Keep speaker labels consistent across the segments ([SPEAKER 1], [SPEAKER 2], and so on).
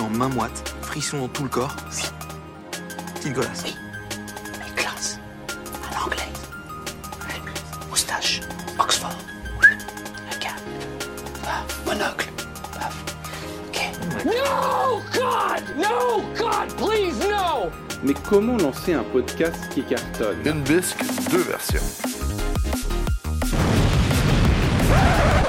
[SPEAKER 1] en main moite, frisson dans tout le corps. Oui. Petite golasse.
[SPEAKER 2] Oui. Mais classe. À l'anglais. Moustache. Oxford. Un gars. Paf. Monocle. Paf. Ok.
[SPEAKER 3] No, God! No, God, please, no!
[SPEAKER 4] Mais comment lancer un podcast qui cartonne
[SPEAKER 5] Une bisque, deux versions.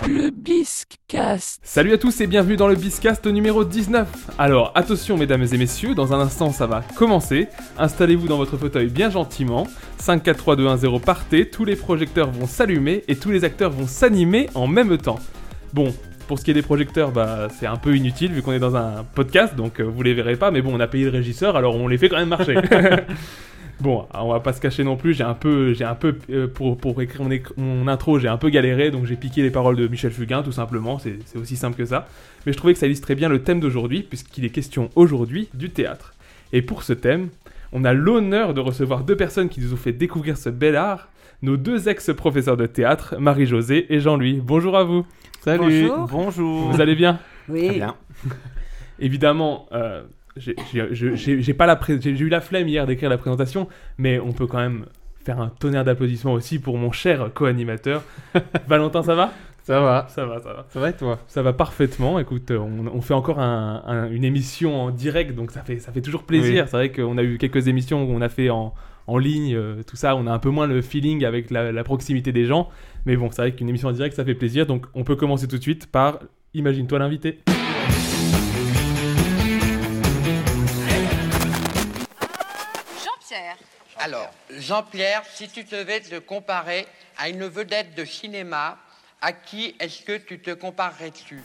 [SPEAKER 6] Le Biscast.
[SPEAKER 7] Salut à tous et bienvenue dans le Biscast numéro 19. Alors attention mesdames et messieurs, dans un instant ça va commencer. Installez-vous dans votre fauteuil bien gentiment. 5, 4, 3, 2, 1, 0, partez. Tous les projecteurs vont s'allumer et tous les acteurs vont s'animer en même temps. Bon, pour ce qui est des projecteurs, bah, c'est un peu inutile vu qu'on est dans un podcast, donc euh, vous les verrez pas, mais bon, on a payé le régisseur, alors on les fait quand même marcher. bon, on va pas se cacher non plus, j'ai un peu, j'ai un peu euh, pour, pour écrire mon, éc- mon intro, j'ai un peu galéré, donc j'ai piqué les paroles de Michel Fugain, tout simplement, c'est c'est aussi simple que ça. Mais je trouvais que ça illustrait bien le thème d'aujourd'hui, puisqu'il est question aujourd'hui du théâtre. Et pour ce thème, on a l'honneur de recevoir deux personnes qui nous ont fait découvrir ce bel art, nos deux ex-professeurs de théâtre, Marie-Josée et Jean-Louis. Bonjour à vous.
[SPEAKER 8] Salut.
[SPEAKER 9] Bonjour.
[SPEAKER 7] Vous allez bien
[SPEAKER 1] Très
[SPEAKER 9] Oui.
[SPEAKER 1] bien.
[SPEAKER 7] Évidemment, euh, j'ai- j'ai j'ai- j'ai- j'ai pas la pré- j'ai j'ai eu la flemme hier d'écrire la présentation, mais on peut quand même faire un tonnerre d'applaudissements aussi pour mon cher co-animateur. Valentin, ça va
[SPEAKER 4] Ça va,
[SPEAKER 7] Ça va, ça va.
[SPEAKER 4] ça va et toi
[SPEAKER 7] Ça va parfaitement. Écoute, euh, on, on fait encore un- un- une émission en direct, donc ça fait, ça fait toujours plaisir. C'est vrai qu'on a eu quelques émissions où on a fait en, en ligne, euh, tout ça. On a un peu moins le feeling avec la, la proximité des gens. Mais bon, c'est vrai qu'une émission en direct, ça fait plaisir. Donc on peut commencer tout de suite par Imagine-toi l'invité.
[SPEAKER 10] Jean-Pierre.
[SPEAKER 8] Alors, Jean-Pierre, si tu devais te comparer à une vedette de cinéma, à qui est-ce que tu te comparerais-tu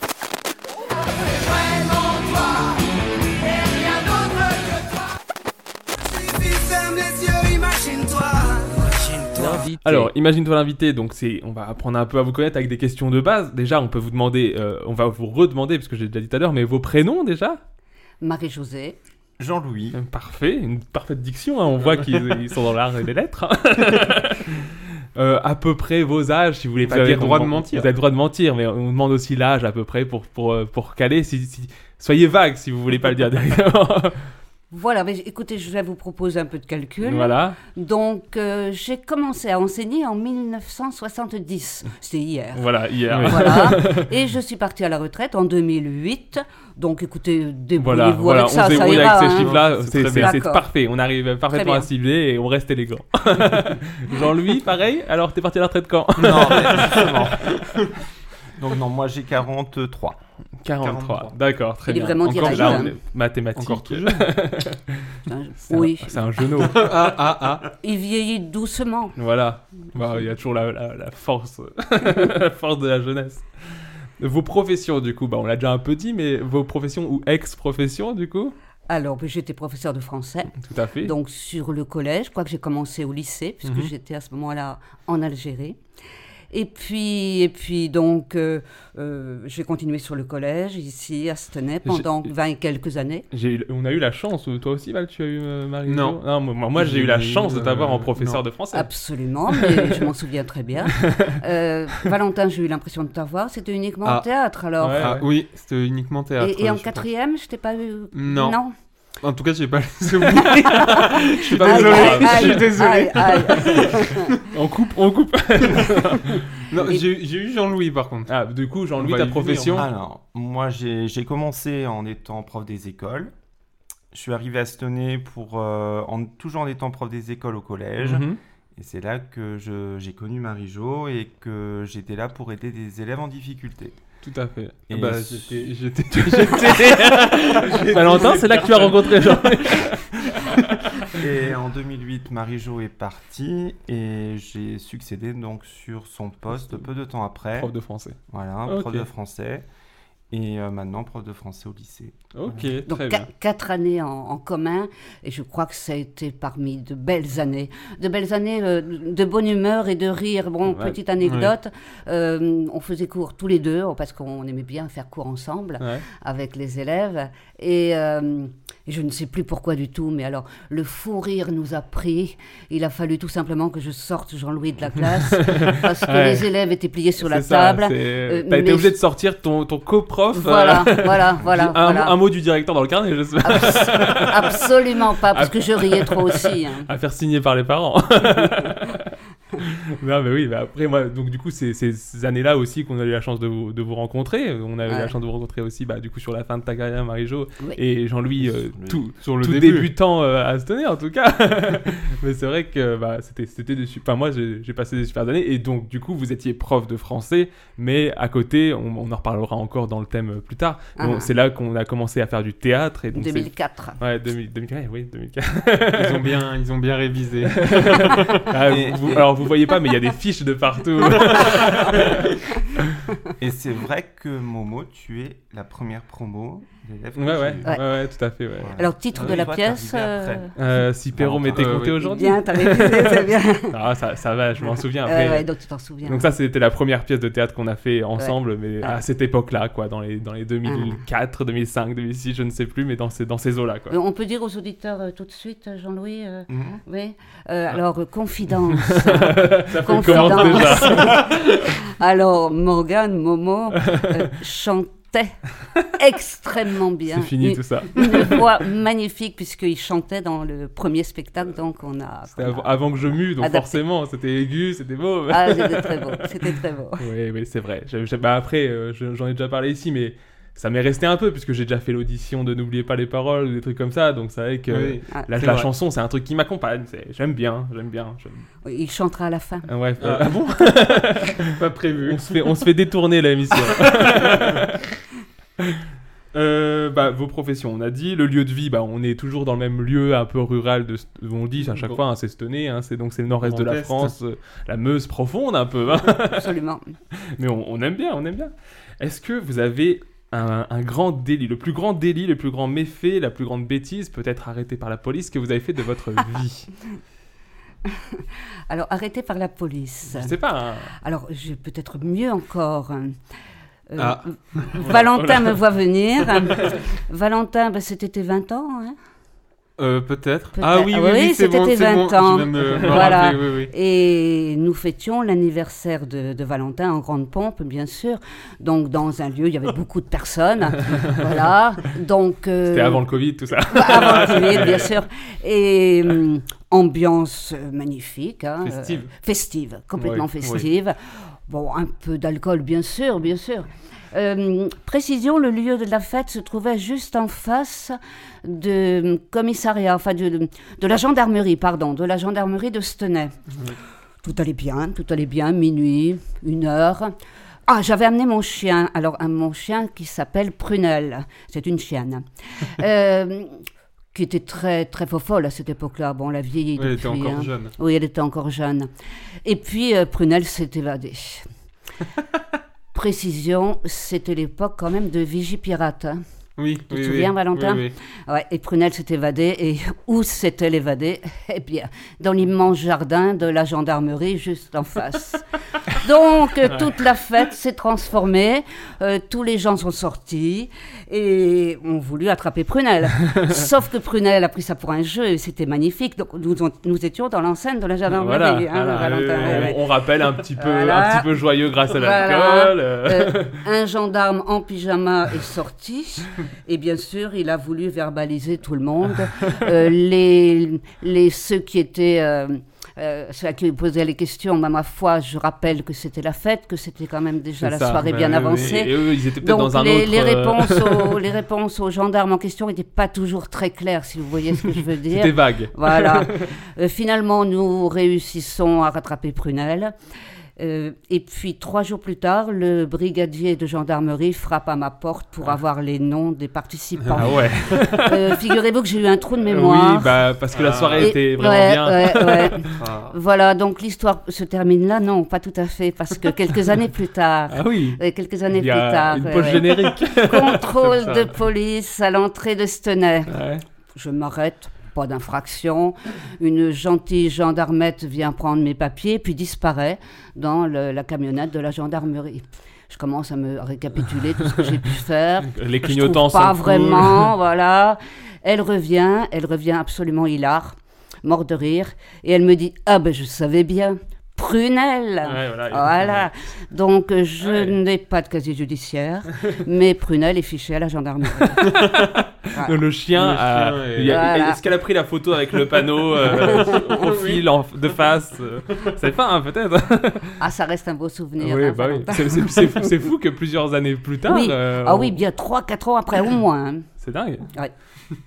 [SPEAKER 6] L'invité.
[SPEAKER 7] Alors, imagine-toi l'invité, donc c'est, on va apprendre un peu à vous connaître avec des questions de base. Déjà, on peut vous demander, euh, on va vous redemander, parce que j'ai déjà dit tout à l'heure, mais vos prénoms déjà
[SPEAKER 9] Marie-Josée.
[SPEAKER 1] Jean-Louis.
[SPEAKER 7] Euh, Parfait, une parfaite diction, hein, on voit qu'ils ils sont dans l'art et les lettres. Euh, à peu près vos âges, si vous voulez
[SPEAKER 4] Vous
[SPEAKER 7] pas
[SPEAKER 4] avez
[SPEAKER 7] dire.
[SPEAKER 4] le droit
[SPEAKER 7] on-
[SPEAKER 4] de mentir.
[SPEAKER 7] Vous avez le droit de mentir, mais on demande aussi l'âge à peu près pour, pour, euh, pour caler. Si, si- Soyez vague si vous voulez pas le dire directement.
[SPEAKER 9] Voilà, mais écoutez, je vais vous proposer un peu de calcul.
[SPEAKER 7] voilà.
[SPEAKER 9] Donc, euh, j'ai commencé à enseigner en 1970. C'était hier.
[SPEAKER 7] Voilà, hier.
[SPEAKER 9] Voilà. Et je suis partie à la retraite en 2008. Donc, écoutez, débrouillez-vous
[SPEAKER 7] Voilà,
[SPEAKER 9] avec
[SPEAKER 7] voilà, on
[SPEAKER 9] ça,
[SPEAKER 7] se
[SPEAKER 9] ça
[SPEAKER 7] débrouille
[SPEAKER 9] ira.
[SPEAKER 7] avec ces
[SPEAKER 9] hein.
[SPEAKER 7] chiffres-là,
[SPEAKER 4] C'est
[SPEAKER 7] c'est-
[SPEAKER 4] très
[SPEAKER 7] c'est
[SPEAKER 9] bien.
[SPEAKER 7] c'est
[SPEAKER 9] D'accord.
[SPEAKER 7] parfait, on arrive parfaitement à
[SPEAKER 9] bien.
[SPEAKER 7] cibler et on reste élégant. Jean-Louis, pareil, alors t'es parti à la retraite quand
[SPEAKER 1] Non, mais justement. Donc non, moi j'ai 43.
[SPEAKER 7] 43,
[SPEAKER 1] 43.
[SPEAKER 7] d'accord, très
[SPEAKER 9] Il est
[SPEAKER 7] bien.
[SPEAKER 9] vraiment
[SPEAKER 7] Encore
[SPEAKER 9] direct,
[SPEAKER 7] là,
[SPEAKER 9] hein.
[SPEAKER 7] on est mathématiques.
[SPEAKER 4] Encore tout
[SPEAKER 7] C'est un-
[SPEAKER 9] Oui,
[SPEAKER 7] C'est un genou.
[SPEAKER 4] Ah ah ah.
[SPEAKER 9] il vieillit doucement.
[SPEAKER 7] voilà, Bah, il y a toujours la, la- la force, la force de la jeunesse. Vos professions, du coup, bah, on l'a déjà un peu dit, mais vos professions ou ex-professions, du coup
[SPEAKER 9] Alors, ben, j'étais professeur de français.
[SPEAKER 7] Tout à fait.
[SPEAKER 9] Donc sur le collège, je crois que j'ai commencé au lycée, puisque
[SPEAKER 4] Mhm.
[SPEAKER 9] j'étais à ce moment-là en Algérie. Et puis, et puis donc, euh, euh, j'ai continué sur le collège, ici, à Stenay, pendant 20 et quelques années.
[SPEAKER 7] J'ai eu- on a eu la chance, toi aussi Val, tu as eu euh, Marie
[SPEAKER 4] Non.
[SPEAKER 7] moi, moi, j'ai eu la
[SPEAKER 4] J'ai eu,
[SPEAKER 7] chance de t'avoir en
[SPEAKER 4] euh,
[SPEAKER 7] professeur de français.
[SPEAKER 9] Absolument, mais je m'en souviens très bien. Euh, Valentin, j'ai eu l'impression de t'avoir, c'était uniquement
[SPEAKER 4] Ah.
[SPEAKER 9] au théâtre, alors.
[SPEAKER 7] Ouais,
[SPEAKER 4] ah
[SPEAKER 7] ouais.
[SPEAKER 4] oui, c'était uniquement Ah, théâtre.
[SPEAKER 9] et, et en
[SPEAKER 4] je pense.
[SPEAKER 9] quatrième, je t'ai pas eu.
[SPEAKER 4] Non.
[SPEAKER 9] Non.
[SPEAKER 4] En tout cas, j'ai pas les souvenirs.
[SPEAKER 7] Je suis
[SPEAKER 9] Aïe,
[SPEAKER 7] désolé.
[SPEAKER 9] aïe,
[SPEAKER 4] je suis
[SPEAKER 9] aïe,
[SPEAKER 4] désolé.
[SPEAKER 9] aïe, aïe.
[SPEAKER 7] On coupe, on coupe.
[SPEAKER 4] Non,
[SPEAKER 9] Et-
[SPEAKER 4] j'ai j'ai eu Jean-Louis par contre.
[SPEAKER 7] Ah, du coup,
[SPEAKER 4] On
[SPEAKER 7] Jean-Louis,
[SPEAKER 4] va
[SPEAKER 7] ta
[SPEAKER 4] y venir.
[SPEAKER 7] profession.
[SPEAKER 1] Alors, moi j'ai j'ai commencé en étant prof des écoles. Je suis arrivé à Stenay pour, euh, en, toujours en étant prof des écoles au collège.
[SPEAKER 7] Mhm.
[SPEAKER 1] Et c'est là que je- j'ai connu Marie-Jo et que j'étais là pour aider des élèves en difficulté.
[SPEAKER 7] Tout à fait.
[SPEAKER 1] Et
[SPEAKER 4] Bah,
[SPEAKER 1] c-
[SPEAKER 4] j'étais, j'étais, j'étais-
[SPEAKER 7] Valentin, c'est là que tu as rencontré Jean.
[SPEAKER 1] Et en 2008, Marie-Jo est partie et j'ai succédé donc sur son poste peu de temps après.
[SPEAKER 7] Prof de français.
[SPEAKER 1] Voilà,
[SPEAKER 7] Ok.
[SPEAKER 1] prof de français. Et euh, maintenant, prof de français au lycée.
[SPEAKER 7] Ok,
[SPEAKER 9] Donc
[SPEAKER 7] très
[SPEAKER 9] qua-
[SPEAKER 7] bien.
[SPEAKER 9] quatre années en, en commun, et je crois que ça a été parmi de belles années. De belles années euh, de bonne humeur et de rire. Bon,
[SPEAKER 7] Ouais.
[SPEAKER 9] petite anecdote, euh, on faisait cours tous les deux, parce qu'on aimait bien faire cours ensemble
[SPEAKER 7] Ouais.
[SPEAKER 9] avec les élèves. Et, euh, Et je ne sais plus pourquoi du tout, mais alors le fou rire nous a pris. Il a fallu tout simplement que je sorte Jean-Louis de la classe parce que
[SPEAKER 7] Ouais.
[SPEAKER 9] les élèves étaient pliés sur la
[SPEAKER 7] C'est ça,
[SPEAKER 9] table.
[SPEAKER 7] c'est-
[SPEAKER 9] euh,
[SPEAKER 7] T'as été
[SPEAKER 9] mais-
[SPEAKER 7] obligé de sortir ton, ton coprof. euh,
[SPEAKER 9] Voilà, voilà, voilà.
[SPEAKER 7] un,
[SPEAKER 9] voilà.
[SPEAKER 7] un mot du directeur dans le carnet, je sais.
[SPEAKER 9] Abs- absolument pas, parce que je riais trop aussi. hein.
[SPEAKER 7] à faire signer par les parents. non, mais oui, bah après, moi, donc du coup, c'est c'est ces années-là aussi qu'on a eu la chance de vous, de vous rencontrer. On a eu
[SPEAKER 9] Ouais.
[SPEAKER 7] la chance de vous rencontrer aussi, bah, du coup, sur la fin de ta carrière, Marie-Jo,
[SPEAKER 9] Oui.
[SPEAKER 7] et Jean-Louis, euh,
[SPEAKER 1] Sur le-
[SPEAKER 7] tout,
[SPEAKER 4] Sur le
[SPEAKER 7] tout
[SPEAKER 4] début.
[SPEAKER 7] débutant euh, à se tenir, en tout cas. mais c'est vrai que bah, c'était c'était des super. Enfin, moi, j'ai j'ai passé des super années, et donc, du coup, vous étiez prof de français, mais à côté, on, on en reparlera encore dans le thème euh, plus tard. mais on-
[SPEAKER 9] Ah.
[SPEAKER 7] C'est là qu'on a commencé à faire du théâtre, et donc c'est-
[SPEAKER 9] 2004.
[SPEAKER 7] Ouais, 2000, 2004, oui, 2004.
[SPEAKER 4] Ils ont bien, ils ont bien révisé.
[SPEAKER 7] Ah,
[SPEAKER 1] Et-
[SPEAKER 7] vous-
[SPEAKER 1] et-
[SPEAKER 7] alors vous voyez pas, mais il y a des fiches de partout.
[SPEAKER 1] Et c'est vrai que Momo, tu es la première promo d'élèves. que
[SPEAKER 7] ouais, ouais, ouais,
[SPEAKER 1] j'ai eu.
[SPEAKER 7] ouais, tout à fait. Ouais.
[SPEAKER 1] Voilà.
[SPEAKER 9] Alors, titre de
[SPEAKER 1] Oui,
[SPEAKER 9] la
[SPEAKER 1] toi,
[SPEAKER 9] pièce.
[SPEAKER 1] t'es arrivé
[SPEAKER 9] euh,
[SPEAKER 1] après.
[SPEAKER 7] Euh, si Perrault m'était
[SPEAKER 4] Euh,
[SPEAKER 7] compté
[SPEAKER 4] oui.
[SPEAKER 7] aujourd'hui.
[SPEAKER 9] Bien, t'as révisé, c'est bien.
[SPEAKER 7] Ah, ça, ça va, je m'en souviens.
[SPEAKER 9] Euh,
[SPEAKER 7] Après.
[SPEAKER 9] ouais, donc tu t'en souviens.
[SPEAKER 7] donc ça, c'était la première pièce de théâtre qu'on a fait ensemble, mais à
[SPEAKER 9] Ouais. Ah.
[SPEAKER 7] cette époque-là, quoi, dans les, dans les 2004, 2005, 2006, je ne sais plus, mais dans ces, dans ces eaux-là, quoi.
[SPEAKER 9] Euh, On peut dire aux auditeurs euh, tout de suite, euh, Jean-Louis euh,
[SPEAKER 1] Mhm.
[SPEAKER 9] Oui. Euh, alors, euh, confidence.
[SPEAKER 7] Ah. Ça fait-
[SPEAKER 9] confidence.
[SPEAKER 7] commence déjà.
[SPEAKER 9] alors, Morgane, Momo euh, chantait extrêmement bien.
[SPEAKER 7] C'est fini
[SPEAKER 9] Une-
[SPEAKER 7] tout ça.
[SPEAKER 9] une voix magnifique puisqu'il chantait dans le premier spectacle, donc on a.
[SPEAKER 7] C'était avant, avant que je mue, donc
[SPEAKER 9] Adapté.
[SPEAKER 7] forcément, c'était aigu, c'était beau.
[SPEAKER 9] Ah, c'était très beau, c'était très beau.
[SPEAKER 7] Oui, oui, c'est vrai. Je- je- bah après, euh, je- j'en ai déjà parlé ici, mais ça m'est resté un peu, puisque j'ai déjà fait l'audition de N'oubliez pas les paroles, ou des trucs comme ça, donc c'est vrai que
[SPEAKER 4] Oui.
[SPEAKER 9] Ah,
[SPEAKER 7] la,
[SPEAKER 4] c'est
[SPEAKER 7] la
[SPEAKER 4] vrai.
[SPEAKER 7] chanson, c'est un truc qui m'accompagne. c'est- J'aime bien, j'aime bien. j'aime-
[SPEAKER 9] Il chantera à la fin.
[SPEAKER 7] Ah, ouais,
[SPEAKER 4] Ah.
[SPEAKER 7] bon
[SPEAKER 4] Pas prévu.
[SPEAKER 7] on se fait, on se fait détourner la mission. Euh, bah, vos professions, on a dit. Le lieu de vie, bah, on est toujours dans le même lieu un peu rural. De, St- on le dit à chaque
[SPEAKER 4] Bon.
[SPEAKER 7] fois, hein, c'est Stenay, hein, c'est donc c'est le nord-est de la
[SPEAKER 4] Grand-Est.
[SPEAKER 7] France, euh, la Meuse profonde un peu. hein.
[SPEAKER 9] Absolument.
[SPEAKER 7] Mais on, on aime bien, on aime bien. Est-ce que vous avez un, un grand délit, le plus grand délit, le plus grand méfait, la plus grande bêtise, peut-être arrêté par la police, que vous avez fait de votre vie
[SPEAKER 9] Alors, arrêté par la police.
[SPEAKER 7] Je sais pas. hein.
[SPEAKER 9] Alors, j'ai peut-être mieux encore. Euh,
[SPEAKER 4] Ah.
[SPEAKER 9] euh, Valentin me voit venir. Valentin, ben, c'était tes 20 ans. hein
[SPEAKER 4] Euh, peut-être.
[SPEAKER 9] Peut-être.
[SPEAKER 4] ah oui,
[SPEAKER 9] Ah
[SPEAKER 4] oui,
[SPEAKER 9] oui,
[SPEAKER 4] oui, c'est
[SPEAKER 9] c'était
[SPEAKER 4] bon,
[SPEAKER 9] tes
[SPEAKER 4] c'est bon.
[SPEAKER 9] 20 ans.
[SPEAKER 4] Je viens de me- me
[SPEAKER 9] Voilà.
[SPEAKER 4] rappeler, oui, oui.
[SPEAKER 9] Et nous fêtions l'anniversaire de, de Valentin en grande pompe, bien sûr. Donc, dans un lieu, il y avait beaucoup de personnes. voilà. Donc, euh,
[SPEAKER 7] C'était avant le Covid, tout ça.
[SPEAKER 9] avant le Covid, bien sûr. Et hum, ambiance euh, magnifique. hein, euh,
[SPEAKER 7] Festive.
[SPEAKER 9] festive, complètement
[SPEAKER 7] Oui, oui.
[SPEAKER 9] festive. Bon, un peu d'alcool, bien sûr, bien sûr. Euh, précision, le lieu de la fête se trouvait juste en face de hum, commissariat, enfin de, de la gendarmerie, pardon, de la gendarmerie de Stenay. Tout allait bien, tout allait bien, minuit, une heure. Ah, j'avais amené mon chien, alors un- mon chien qui s'appelle Prunelle, c'est une chienne, Euh, qui était très très folle à cette époque-là. Bon, la vieillit
[SPEAKER 4] Oui, elle était
[SPEAKER 9] depuis,
[SPEAKER 4] encore
[SPEAKER 9] hein.
[SPEAKER 4] jeune.
[SPEAKER 9] Oui, elle était encore jeune. Et puis, euh, Prunelle s'est évadée. Précision, c'était l'époque quand même de Vigipirate. hein.
[SPEAKER 4] Oui,
[SPEAKER 9] te
[SPEAKER 4] oui, oui.
[SPEAKER 9] souviens, Valentin
[SPEAKER 4] Oui, oui.
[SPEAKER 9] Ouais, et Prunelle s'est évadée. Et où s'est-elle évadée Eh bien, dans l'immense jardin de la gendarmerie juste en face. Donc, euh, toute la fête s'est transformée. euh, tous les gens sont sortis et ont voulu attraper Prunelle. Sauf que Prunelle a pris ça pour un jeu et c'était magnifique. Donc, nous, on- nous étions dans l'enceinte de la gendarmerie.
[SPEAKER 7] Voilà,
[SPEAKER 9] hein,
[SPEAKER 7] voilà.
[SPEAKER 9] Valentin,
[SPEAKER 7] Euh,
[SPEAKER 9] ouais,
[SPEAKER 7] on-
[SPEAKER 9] ouais.
[SPEAKER 7] on, rappelle un petit peu,
[SPEAKER 9] Voilà.
[SPEAKER 7] un petit peu joyeux grâce à
[SPEAKER 9] Voilà.
[SPEAKER 7] l'alcool. euh.
[SPEAKER 9] Euh, un gendarme en pyjama est sorti et bien sûr il a voulu verbaliser tout le monde. Euh, les, les ceux qui étaient euh, euh, ceux à qui posaient les questions, bah, ma foi, je rappelle que c'était la fête, que c'était quand même déjà
[SPEAKER 7] C'est
[SPEAKER 9] la
[SPEAKER 7] ça,
[SPEAKER 9] soirée
[SPEAKER 7] bah
[SPEAKER 9] bien
[SPEAKER 7] oui, oui.
[SPEAKER 9] avancée.
[SPEAKER 7] Et eux, ils étaient peut-être
[SPEAKER 9] Donc
[SPEAKER 7] dans un
[SPEAKER 9] les,
[SPEAKER 7] autre.
[SPEAKER 9] les
[SPEAKER 7] euh,
[SPEAKER 9] réponses aux, les réponses aux gendarmes en question n'étaient pas toujours très claires, si vous voyez ce que je veux dire.
[SPEAKER 7] C'était vague.
[SPEAKER 9] Voilà. Euh, finalement, nous réussissons à rattraper Prunelle. Euh, et puis, trois jours plus tard, le brigadier de gendarmerie frappe à ma porte pour avoir les noms des participants.
[SPEAKER 7] Ah ouais.
[SPEAKER 9] Euh, Figurez-vous que j'ai eu un trou de mémoire.
[SPEAKER 7] oui, bah, parce que la soirée
[SPEAKER 9] Ah. Et-
[SPEAKER 7] était vraiment
[SPEAKER 9] ouais,
[SPEAKER 7] bien.
[SPEAKER 9] ouais, ouais.
[SPEAKER 1] Ah.
[SPEAKER 9] voilà, donc l'histoire se termine là. Non, pas tout à fait, parce que quelques années plus tard.
[SPEAKER 7] Ah oui.
[SPEAKER 9] ouais, quelques
[SPEAKER 7] Il
[SPEAKER 9] années
[SPEAKER 7] y
[SPEAKER 9] plus
[SPEAKER 7] a
[SPEAKER 9] tard. euh,
[SPEAKER 7] une
[SPEAKER 9] ouais,
[SPEAKER 7] poche
[SPEAKER 9] ouais.
[SPEAKER 7] générique.
[SPEAKER 9] Contrôle
[SPEAKER 7] Comme ça.
[SPEAKER 9] de police à l'entrée de Stenay.
[SPEAKER 7] Ouais.
[SPEAKER 9] Je m'arrête, pas d'infraction. Une gentille gendarmette vient prendre mes papiers, puis disparaît dans le- la camionnette de la gendarmerie. Je commence à me récapituler tout ce que j'ai pu faire.
[SPEAKER 7] Les
[SPEAKER 9] Je trouve
[SPEAKER 7] clignotants sont
[SPEAKER 9] pas
[SPEAKER 7] cool.
[SPEAKER 9] vraiment, voilà. Elle revient, elle revient absolument hilar, morte de rire, et elle me dit Ah ben je savais bien, Prunelle
[SPEAKER 7] Ouais, voilà.
[SPEAKER 9] Voilà. Donc euh, je
[SPEAKER 7] Ouais.
[SPEAKER 9] n'ai pas de casier judiciaire, mais Prunelle est fichée à la gendarmerie.
[SPEAKER 7] Le, le chien,
[SPEAKER 4] Le
[SPEAKER 7] a-
[SPEAKER 4] chien est-
[SPEAKER 7] il y a-
[SPEAKER 9] Voilà.
[SPEAKER 7] est-ce qu'elle a pris la photo avec le panneau euh, au fil en- de face euh, C'est pas, hein, peut-être
[SPEAKER 9] Ah, ça reste un beau souvenir.
[SPEAKER 7] Oui,
[SPEAKER 9] hein,
[SPEAKER 7] bah oui.
[SPEAKER 9] Valentin.
[SPEAKER 7] C'est- C'est c'est fou, c'est fou que plusieurs années plus tard.
[SPEAKER 9] Oui.
[SPEAKER 7] euh,
[SPEAKER 9] Ah
[SPEAKER 7] on-
[SPEAKER 9] oui, bien 3-4 ans après au moins. hein.
[SPEAKER 7] C'est dingue.
[SPEAKER 9] Ouais.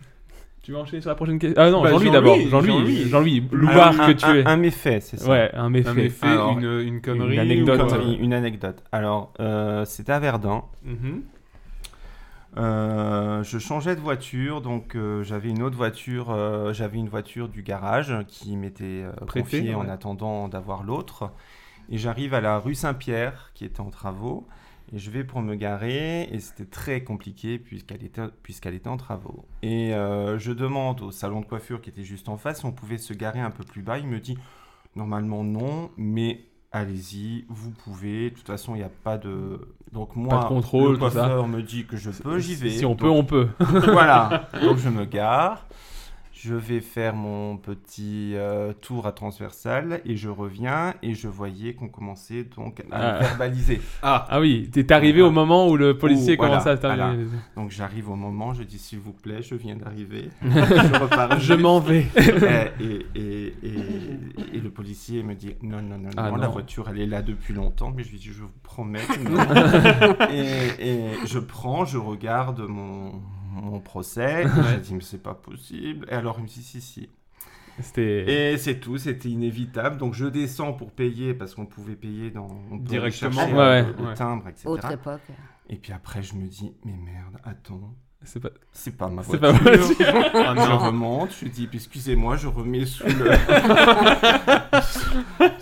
[SPEAKER 7] Tu veux enchaîner sur la prochaine question Ah non,
[SPEAKER 4] Bah,
[SPEAKER 7] Jean-Louis
[SPEAKER 4] Jean-Louis,
[SPEAKER 7] d'abord.
[SPEAKER 4] Jean-Louis.
[SPEAKER 7] Jean-Louis, Jean-Louis,
[SPEAKER 10] Alors,
[SPEAKER 7] loupard
[SPEAKER 10] un,
[SPEAKER 7] que tu
[SPEAKER 10] un-
[SPEAKER 7] es.
[SPEAKER 10] un méfait, c'est ça
[SPEAKER 7] Ouais, un méfait.
[SPEAKER 4] Un méfait,
[SPEAKER 10] Alors,
[SPEAKER 4] une, une connerie.
[SPEAKER 10] Une anecdote,
[SPEAKER 4] ou, euh,
[SPEAKER 10] une- une anecdote. Alors, euh, c'était à Verdun.
[SPEAKER 7] Mhm.
[SPEAKER 10] Euh, je changeais de voiture, donc euh, j'avais une autre voiture, euh, j'avais une voiture du garage qui m'était euh,
[SPEAKER 7] Prêtée,
[SPEAKER 10] confiée en
[SPEAKER 7] ouais.
[SPEAKER 10] attendant d'avoir l'autre. Et j'arrive à la rue Saint-Pierre qui était en travaux. Et je vais pour me garer et c'était très compliqué puisqu'elle était, puisqu'elle était en travaux. Et euh, je demande au salon de coiffure qui était juste en face si on pouvait se garer un peu plus bas. Il me dit normalement non, mais allez-y, vous pouvez. De toute façon, il n'y a pas de... Donc moi,
[SPEAKER 7] de contrôle,
[SPEAKER 10] le
[SPEAKER 7] tout ça.
[SPEAKER 10] coiffeur me dit que je peux, j'y vais.
[SPEAKER 7] Si on
[SPEAKER 10] Donc,
[SPEAKER 7] peut, on peut.
[SPEAKER 10] voilà, donc je me gare, je vais faire mon petit euh, tour à transversal et je reviens et je voyais qu'on commençait donc à
[SPEAKER 7] Ah.
[SPEAKER 10] me verbaliser.
[SPEAKER 7] Ah oui, t'es arrivé au moment où le policier
[SPEAKER 10] Ouh, voilà,
[SPEAKER 7] commençait à t'arriver.
[SPEAKER 10] Donc j'arrive au moment, je dis s'il vous plaît, je viens d'arriver, je repars.
[SPEAKER 7] Ah, Je m'en vais. Euh,
[SPEAKER 10] Et, Euh, et, et- et- et le policier me dit non, non, non,
[SPEAKER 7] Ah,
[SPEAKER 10] non, la
[SPEAKER 7] non.
[SPEAKER 10] voiture elle est là depuis longtemps, mais je lui dis je vous promets. que non. et, et je prends, je regarde mon, mon procès, et je dis mais c'est pas possible. Et alors il me dit si, si.
[SPEAKER 7] C'était.
[SPEAKER 10] Et c'est tout, c'était inévitable. Donc je descends pour payer parce qu'on pouvait payer dans, on peut
[SPEAKER 4] Directement.
[SPEAKER 10] chercher,
[SPEAKER 7] Ouais,
[SPEAKER 10] euh,
[SPEAKER 7] ouais.
[SPEAKER 10] le
[SPEAKER 4] Ouais.
[SPEAKER 10] timbre, etc.
[SPEAKER 9] Autre époque.
[SPEAKER 10] Et puis après je me dis mais merde, attends,
[SPEAKER 7] C'est pas.
[SPEAKER 10] c'est pas ma
[SPEAKER 7] C'est
[SPEAKER 10] voiture.
[SPEAKER 7] pas possible.
[SPEAKER 10] Ah, je remonte, je dis excusez-moi, je remets sous le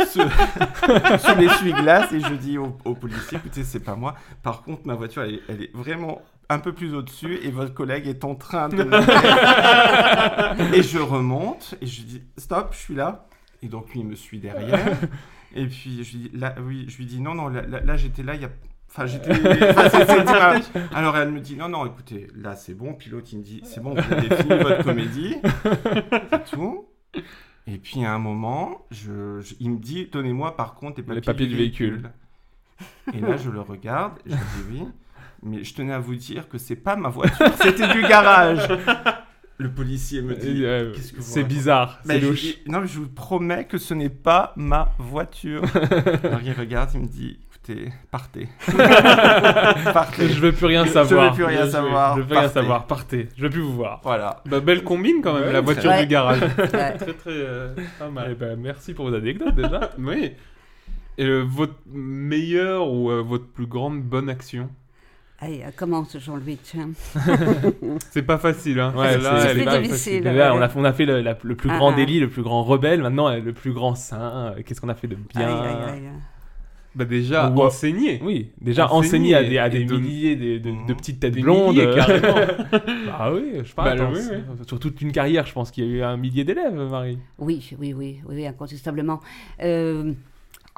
[SPEAKER 10] sous, sous l'essuie-glace et je dis au, au policier écoutez, c'est pas moi. Par contre, ma voiture elle, est- elle est vraiment un peu plus au-dessus et votre collègue est en train de Et je remonte et je dis stop, je suis là. Et donc lui il me suit derrière. Et puis je lui dis là oui, je lui dis non non, là, là- là, j'étais là il y a Enfin, j'étais. enfin, c'est- c'est- c'est pas- Alors, elle me dit non, non, écoutez, là, c'est bon. Puis l'autre, il me dit c'est bon, vous avez fini votre comédie. C'est tout. Et puis, à un moment, je, je- il me dit donnez-moi, par contre, les papiers,
[SPEAKER 7] papiers du véhicule.
[SPEAKER 10] Et là, je le regarde, je lui dis oui. Mais je tenais à vous dire que c'est pas ma voiture, c'était du garage. Le policier me dit
[SPEAKER 7] Et, euh,
[SPEAKER 10] qu'est-ce que vous
[SPEAKER 7] C'est
[SPEAKER 10] racontez
[SPEAKER 7] bizarre.
[SPEAKER 10] bah,
[SPEAKER 7] C'est
[SPEAKER 10] je lui
[SPEAKER 7] louche.
[SPEAKER 10] dis, non, mais je vous promets que ce n'est pas ma voiture. Alors il regarde, il me dit, écoutez, partez. partez.
[SPEAKER 7] Je veux plus rien
[SPEAKER 10] Je
[SPEAKER 7] savoir.
[SPEAKER 10] veux plus rien
[SPEAKER 7] Bien joué.
[SPEAKER 10] savoir.
[SPEAKER 7] Je veux plus rien
[SPEAKER 10] Partez.
[SPEAKER 7] savoir. Partez. Je veux plus vous voir.
[SPEAKER 10] Voilà.
[SPEAKER 4] Bah, belle combine quand même,
[SPEAKER 7] Ouais,
[SPEAKER 4] la voiture
[SPEAKER 9] ouais.
[SPEAKER 4] du garage.
[SPEAKER 9] Ouais.
[SPEAKER 4] très très euh, pas mal.
[SPEAKER 7] Eh ben, merci pour vos anecdotes déjà.
[SPEAKER 4] Oui. Et euh, votre meilleure ou euh, votre plus grande bonne action
[SPEAKER 9] Allez, commence Jean-Louis, tiens.
[SPEAKER 4] C'est pas facile, hein.
[SPEAKER 7] Ouais, là,
[SPEAKER 9] c'est
[SPEAKER 7] elle est
[SPEAKER 9] plus
[SPEAKER 7] pas
[SPEAKER 9] difficile,
[SPEAKER 7] facile. Là,
[SPEAKER 9] ouais.
[SPEAKER 7] on a, on a fait le, la- le plus
[SPEAKER 9] Ah,
[SPEAKER 7] grand
[SPEAKER 9] ah.
[SPEAKER 7] délit, le plus grand rebelle. Maintenant, euh, le plus grand saint. euh, Qu'est-ce qu'on a fait de bien
[SPEAKER 9] Aïe, aïe, hein. aïe.
[SPEAKER 4] Bah, déjà,
[SPEAKER 7] Ouais.
[SPEAKER 4] enseigner.
[SPEAKER 7] Oui, déjà enseigner
[SPEAKER 4] Enseigner
[SPEAKER 7] à des, à
[SPEAKER 4] et
[SPEAKER 7] des
[SPEAKER 4] de-
[SPEAKER 7] milliers de, de-
[SPEAKER 9] Mmh.
[SPEAKER 7] de petites têtes
[SPEAKER 4] Des
[SPEAKER 7] blondes. euh.
[SPEAKER 4] milliers, carrément.
[SPEAKER 7] bah oui, je
[SPEAKER 4] Bah,
[SPEAKER 7] parle.
[SPEAKER 4] oui,
[SPEAKER 7] Sur toute une carrière, je pense qu'il y a eu un millier d'élèves, Marie.
[SPEAKER 9] Oui, oui, oui, oui, oui, incontestablement. Euh,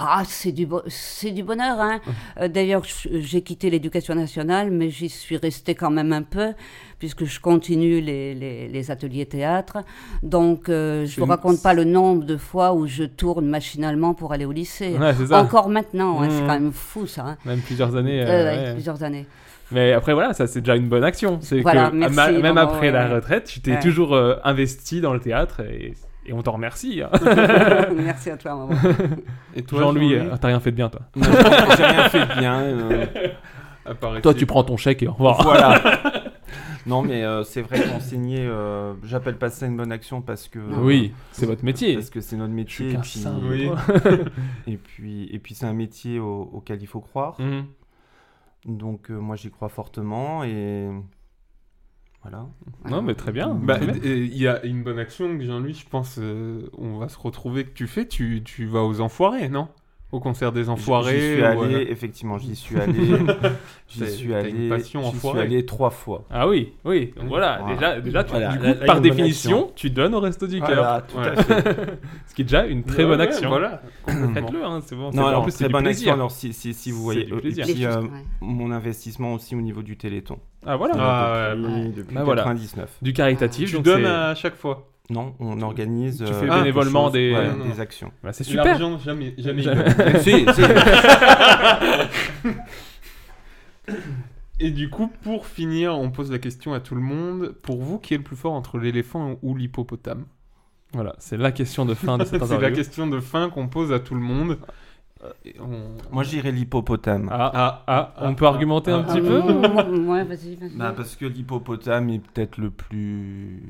[SPEAKER 9] ah, c'est du, bo- c'est du bonheur. Hein. Euh, D'ailleurs, je- j'ai quitté l'éducation nationale, mais j'y suis restée quand même un peu, puisque je continue les, les- les ateliers théâtre. Donc, euh, je
[SPEAKER 7] C'est
[SPEAKER 9] ne vous
[SPEAKER 7] une-
[SPEAKER 9] raconte pas le nombre de fois où je tourne machinalement pour aller au lycée.
[SPEAKER 7] Ouais, c'est ça.
[SPEAKER 9] Encore maintenant, hein, c'est
[SPEAKER 7] Mhm.
[SPEAKER 9] quand même fou ça. hein.
[SPEAKER 7] Même plusieurs années. euh,
[SPEAKER 9] Euh, ouais,
[SPEAKER 7] ouais.
[SPEAKER 9] Plusieurs années.
[SPEAKER 7] Mais après, voilà, ça c'est déjà une bonne action. C'est
[SPEAKER 9] Voilà,
[SPEAKER 7] que
[SPEAKER 9] merci,
[SPEAKER 7] ma- même
[SPEAKER 9] maman,
[SPEAKER 7] après
[SPEAKER 9] ouais,
[SPEAKER 7] la
[SPEAKER 9] ouais.
[SPEAKER 7] retraite, tu t'es
[SPEAKER 9] Ouais.
[SPEAKER 7] toujours euh, investi dans le théâtre et, et on t'en remercie. hein.
[SPEAKER 9] Merci à toi, maman.
[SPEAKER 4] Et toi,
[SPEAKER 7] Jean-Louis, euh, t'as rien fait de bien, toi.
[SPEAKER 10] J'ai rien fait de bien. euh,
[SPEAKER 4] à part
[SPEAKER 7] Toi,
[SPEAKER 4] essayer.
[SPEAKER 7] tu prends ton chèque et au revoir.
[SPEAKER 10] voilà. Non, mais euh, c'est vrai qu'enseigner, euh, j'appelle pas ça une bonne action parce que.
[SPEAKER 7] Ah Oui, c'est votre métier.
[SPEAKER 10] Parce que c'est notre
[SPEAKER 7] Je suis
[SPEAKER 10] métier. Et
[SPEAKER 7] qu'un
[SPEAKER 10] puis,
[SPEAKER 7] saint,
[SPEAKER 4] oui.
[SPEAKER 7] toi.
[SPEAKER 10] et puis, et puis c'est un métier au- auquel il faut croire.
[SPEAKER 7] Mhm.
[SPEAKER 10] Donc, euh, moi, j'y crois fortement et. Voilà.
[SPEAKER 7] Non, mais très bien.
[SPEAKER 4] Bah,
[SPEAKER 7] très bien.
[SPEAKER 4] et- et il y a une bonne action que Jean-Louis, je pense, euh, on va se retrouver que tu fais. Tu, tu vas aux enfoirés, non
[SPEAKER 7] au concert des
[SPEAKER 10] J'y
[SPEAKER 7] enfoirés.
[SPEAKER 10] suis
[SPEAKER 7] ou,
[SPEAKER 10] allé,
[SPEAKER 7] euh,
[SPEAKER 10] effectivement, j'y suis allé. j'y
[SPEAKER 7] T'as-
[SPEAKER 10] suis
[SPEAKER 7] t'as
[SPEAKER 10] allé.
[SPEAKER 7] une passion
[SPEAKER 10] J'y suis
[SPEAKER 7] enfoirée.
[SPEAKER 10] allé trois fois.
[SPEAKER 7] Ah oui, oui. Donc voilà,
[SPEAKER 10] Voilà.
[SPEAKER 7] déjà, déjà tu-
[SPEAKER 11] Voilà,
[SPEAKER 7] du coup,
[SPEAKER 11] là- là, il y a
[SPEAKER 7] par
[SPEAKER 11] une bonne
[SPEAKER 7] définition, tu donnes au resto du
[SPEAKER 10] Voilà,
[SPEAKER 7] cœur.
[SPEAKER 10] tout
[SPEAKER 7] Ouais.
[SPEAKER 10] à fait.
[SPEAKER 7] Ce qui est déjà une très
[SPEAKER 4] Ouais,
[SPEAKER 7] bonne
[SPEAKER 4] ouais,
[SPEAKER 7] action.
[SPEAKER 4] Voilà.
[SPEAKER 7] Faites-le, hein, c'est bon. c'est-
[SPEAKER 10] Non, alors,
[SPEAKER 7] en plus, c'est
[SPEAKER 10] très
[SPEAKER 7] du
[SPEAKER 10] bonne action.
[SPEAKER 7] plaisir.
[SPEAKER 10] Alors, si, si, si vous
[SPEAKER 7] C'est
[SPEAKER 10] voyez,
[SPEAKER 7] du
[SPEAKER 10] euh, et
[SPEAKER 7] plaisir.
[SPEAKER 9] Les
[SPEAKER 10] puis,
[SPEAKER 9] choses,
[SPEAKER 10] euh,
[SPEAKER 9] ouais.
[SPEAKER 10] mon investissement aussi au niveau du Téléthon. euh,
[SPEAKER 7] Ah voilà.
[SPEAKER 4] Ah, ouais.
[SPEAKER 10] depuis
[SPEAKER 9] ouais.
[SPEAKER 10] depuis
[SPEAKER 7] Bah, voilà.
[SPEAKER 10] 99.
[SPEAKER 7] Du caritatif.
[SPEAKER 4] Tu
[SPEAKER 7] donc
[SPEAKER 4] donnes
[SPEAKER 7] c'est-
[SPEAKER 4] à chaque fois.
[SPEAKER 10] Non, on organise.
[SPEAKER 7] Tu
[SPEAKER 10] euh,
[SPEAKER 7] fais
[SPEAKER 10] quelque
[SPEAKER 7] bénévolement
[SPEAKER 10] chose,
[SPEAKER 7] des-
[SPEAKER 10] ouais,
[SPEAKER 4] Non, non.
[SPEAKER 10] des actions.
[SPEAKER 7] Bah, c'est super.
[SPEAKER 4] L'argent, jamais. jamais.
[SPEAKER 10] Si, si.
[SPEAKER 4] Et du coup, pour finir, on pose la question à tout le monde. Pour vous, qui est le plus fort entre l'éléphant ou l'hippopotame
[SPEAKER 7] Voilà, c'est la question de fin de cette
[SPEAKER 4] Bah, C'est
[SPEAKER 7] interview.
[SPEAKER 4] la question de fin qu'on pose à tout le monde. Et on-
[SPEAKER 10] Moi, j'irai l'hippopotame.
[SPEAKER 7] Ah,
[SPEAKER 4] Ah,
[SPEAKER 7] ah, on peut argumenter un
[SPEAKER 9] Ah,
[SPEAKER 7] petit peu
[SPEAKER 9] ouais, ouais, vas-y, vas-y.
[SPEAKER 10] Bah parce que l'hippopotame est peut-être le plus...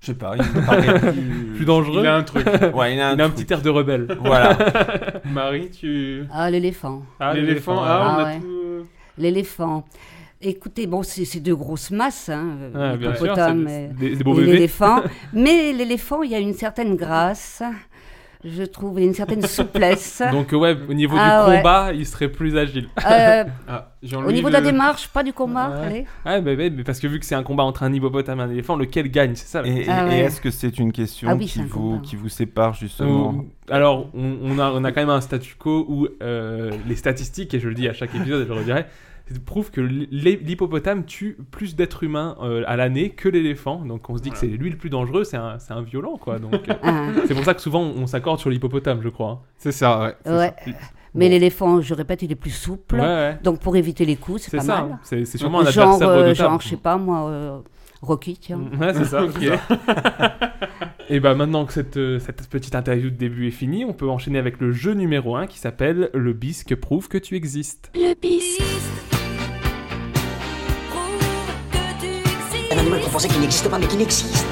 [SPEAKER 10] Je sais pas, il me paraît plus...
[SPEAKER 7] Plus dangereux
[SPEAKER 4] Il a un truc.
[SPEAKER 10] Ouais, il a un,
[SPEAKER 7] Il a un
[SPEAKER 10] truc.
[SPEAKER 7] petit air de rebelle.
[SPEAKER 10] Voilà.
[SPEAKER 4] Marie, tu.
[SPEAKER 9] Ah, l'éléphant.
[SPEAKER 7] Ah,
[SPEAKER 4] L'éléphant,
[SPEAKER 7] ouais.
[SPEAKER 4] ah, on a
[SPEAKER 9] Ah ouais.
[SPEAKER 4] tout.
[SPEAKER 9] L'éléphant. Écoutez, bon, c'est c'est deux grosses masses, hein,
[SPEAKER 7] Ouais, Ah, bien sûr,
[SPEAKER 9] l'hippopotame
[SPEAKER 7] c'est
[SPEAKER 9] et-
[SPEAKER 7] des, des beaux
[SPEAKER 9] et
[SPEAKER 7] bébés.
[SPEAKER 9] l'éléphant. Mais l'éléphant, il y a une certaine grâce, je trouve, et une certaine souplesse.
[SPEAKER 7] Donc ouais, au niveau
[SPEAKER 9] Ah,
[SPEAKER 7] du
[SPEAKER 9] ouais.
[SPEAKER 7] combat, il serait plus agile.
[SPEAKER 9] Euh,
[SPEAKER 4] Ah,
[SPEAKER 9] au
[SPEAKER 4] Jean-Louis,
[SPEAKER 9] niveau de la
[SPEAKER 4] le-
[SPEAKER 9] démarche, pas du combat,
[SPEAKER 7] Ouais.
[SPEAKER 9] allez.
[SPEAKER 7] Ouais, bah, bah, mais parce que vu que c'est un combat entre un hippopotame et un éléphant, lequel gagne C'est ça. la
[SPEAKER 10] Et, et-
[SPEAKER 9] Ah
[SPEAKER 10] et
[SPEAKER 9] ouais.
[SPEAKER 10] est-ce que c'est une question
[SPEAKER 9] Ah oui,
[SPEAKER 10] qui,
[SPEAKER 9] c'est un
[SPEAKER 10] vous,
[SPEAKER 9] combat.
[SPEAKER 10] qui vous sépare justement
[SPEAKER 7] Ou- alors, on, on a, on a quand même un statu quo où euh, les statistiques, et je le dis à chaque épisode, et je le redirai, prouvent que l'hi- l'hippopotame tue plus d'êtres humains euh, à l'année que l'éléphant. Donc on se dit que c'est lui le plus dangereux, c'est un, c'est un violent, quoi. Donc euh,
[SPEAKER 9] Ah,
[SPEAKER 7] c'est pour ça que souvent on s'accorde sur l'hippopotame, je crois. hein.
[SPEAKER 4] C'est ça, ouais. c'est
[SPEAKER 9] ouais.
[SPEAKER 4] ça.
[SPEAKER 9] Mais
[SPEAKER 4] Bon.
[SPEAKER 9] l'éléphant, je répète, il est plus
[SPEAKER 7] Ouais,
[SPEAKER 9] souple.
[SPEAKER 7] ouais.
[SPEAKER 9] Donc pour éviter les coups, c'est
[SPEAKER 7] C'est
[SPEAKER 9] pas
[SPEAKER 7] ça.
[SPEAKER 9] mal.
[SPEAKER 7] C'est c'est sûrement un
[SPEAKER 9] genre,
[SPEAKER 7] adversaire
[SPEAKER 9] euh,
[SPEAKER 7] redoutable.
[SPEAKER 9] genre, je sais pas moi, euh, Rocky, tiens.
[SPEAKER 7] Ouais, c'est ça. Et bah maintenant que cette, euh, cette petite interview de début est finie, on peut enchaîner avec le jeu numéro 1 qui s'appelle Le bisque prouve que tu existes.
[SPEAKER 12] Le bisque.
[SPEAKER 13] Un animal qu'on pensait qu'il n'existe pas, mais qu'il existe.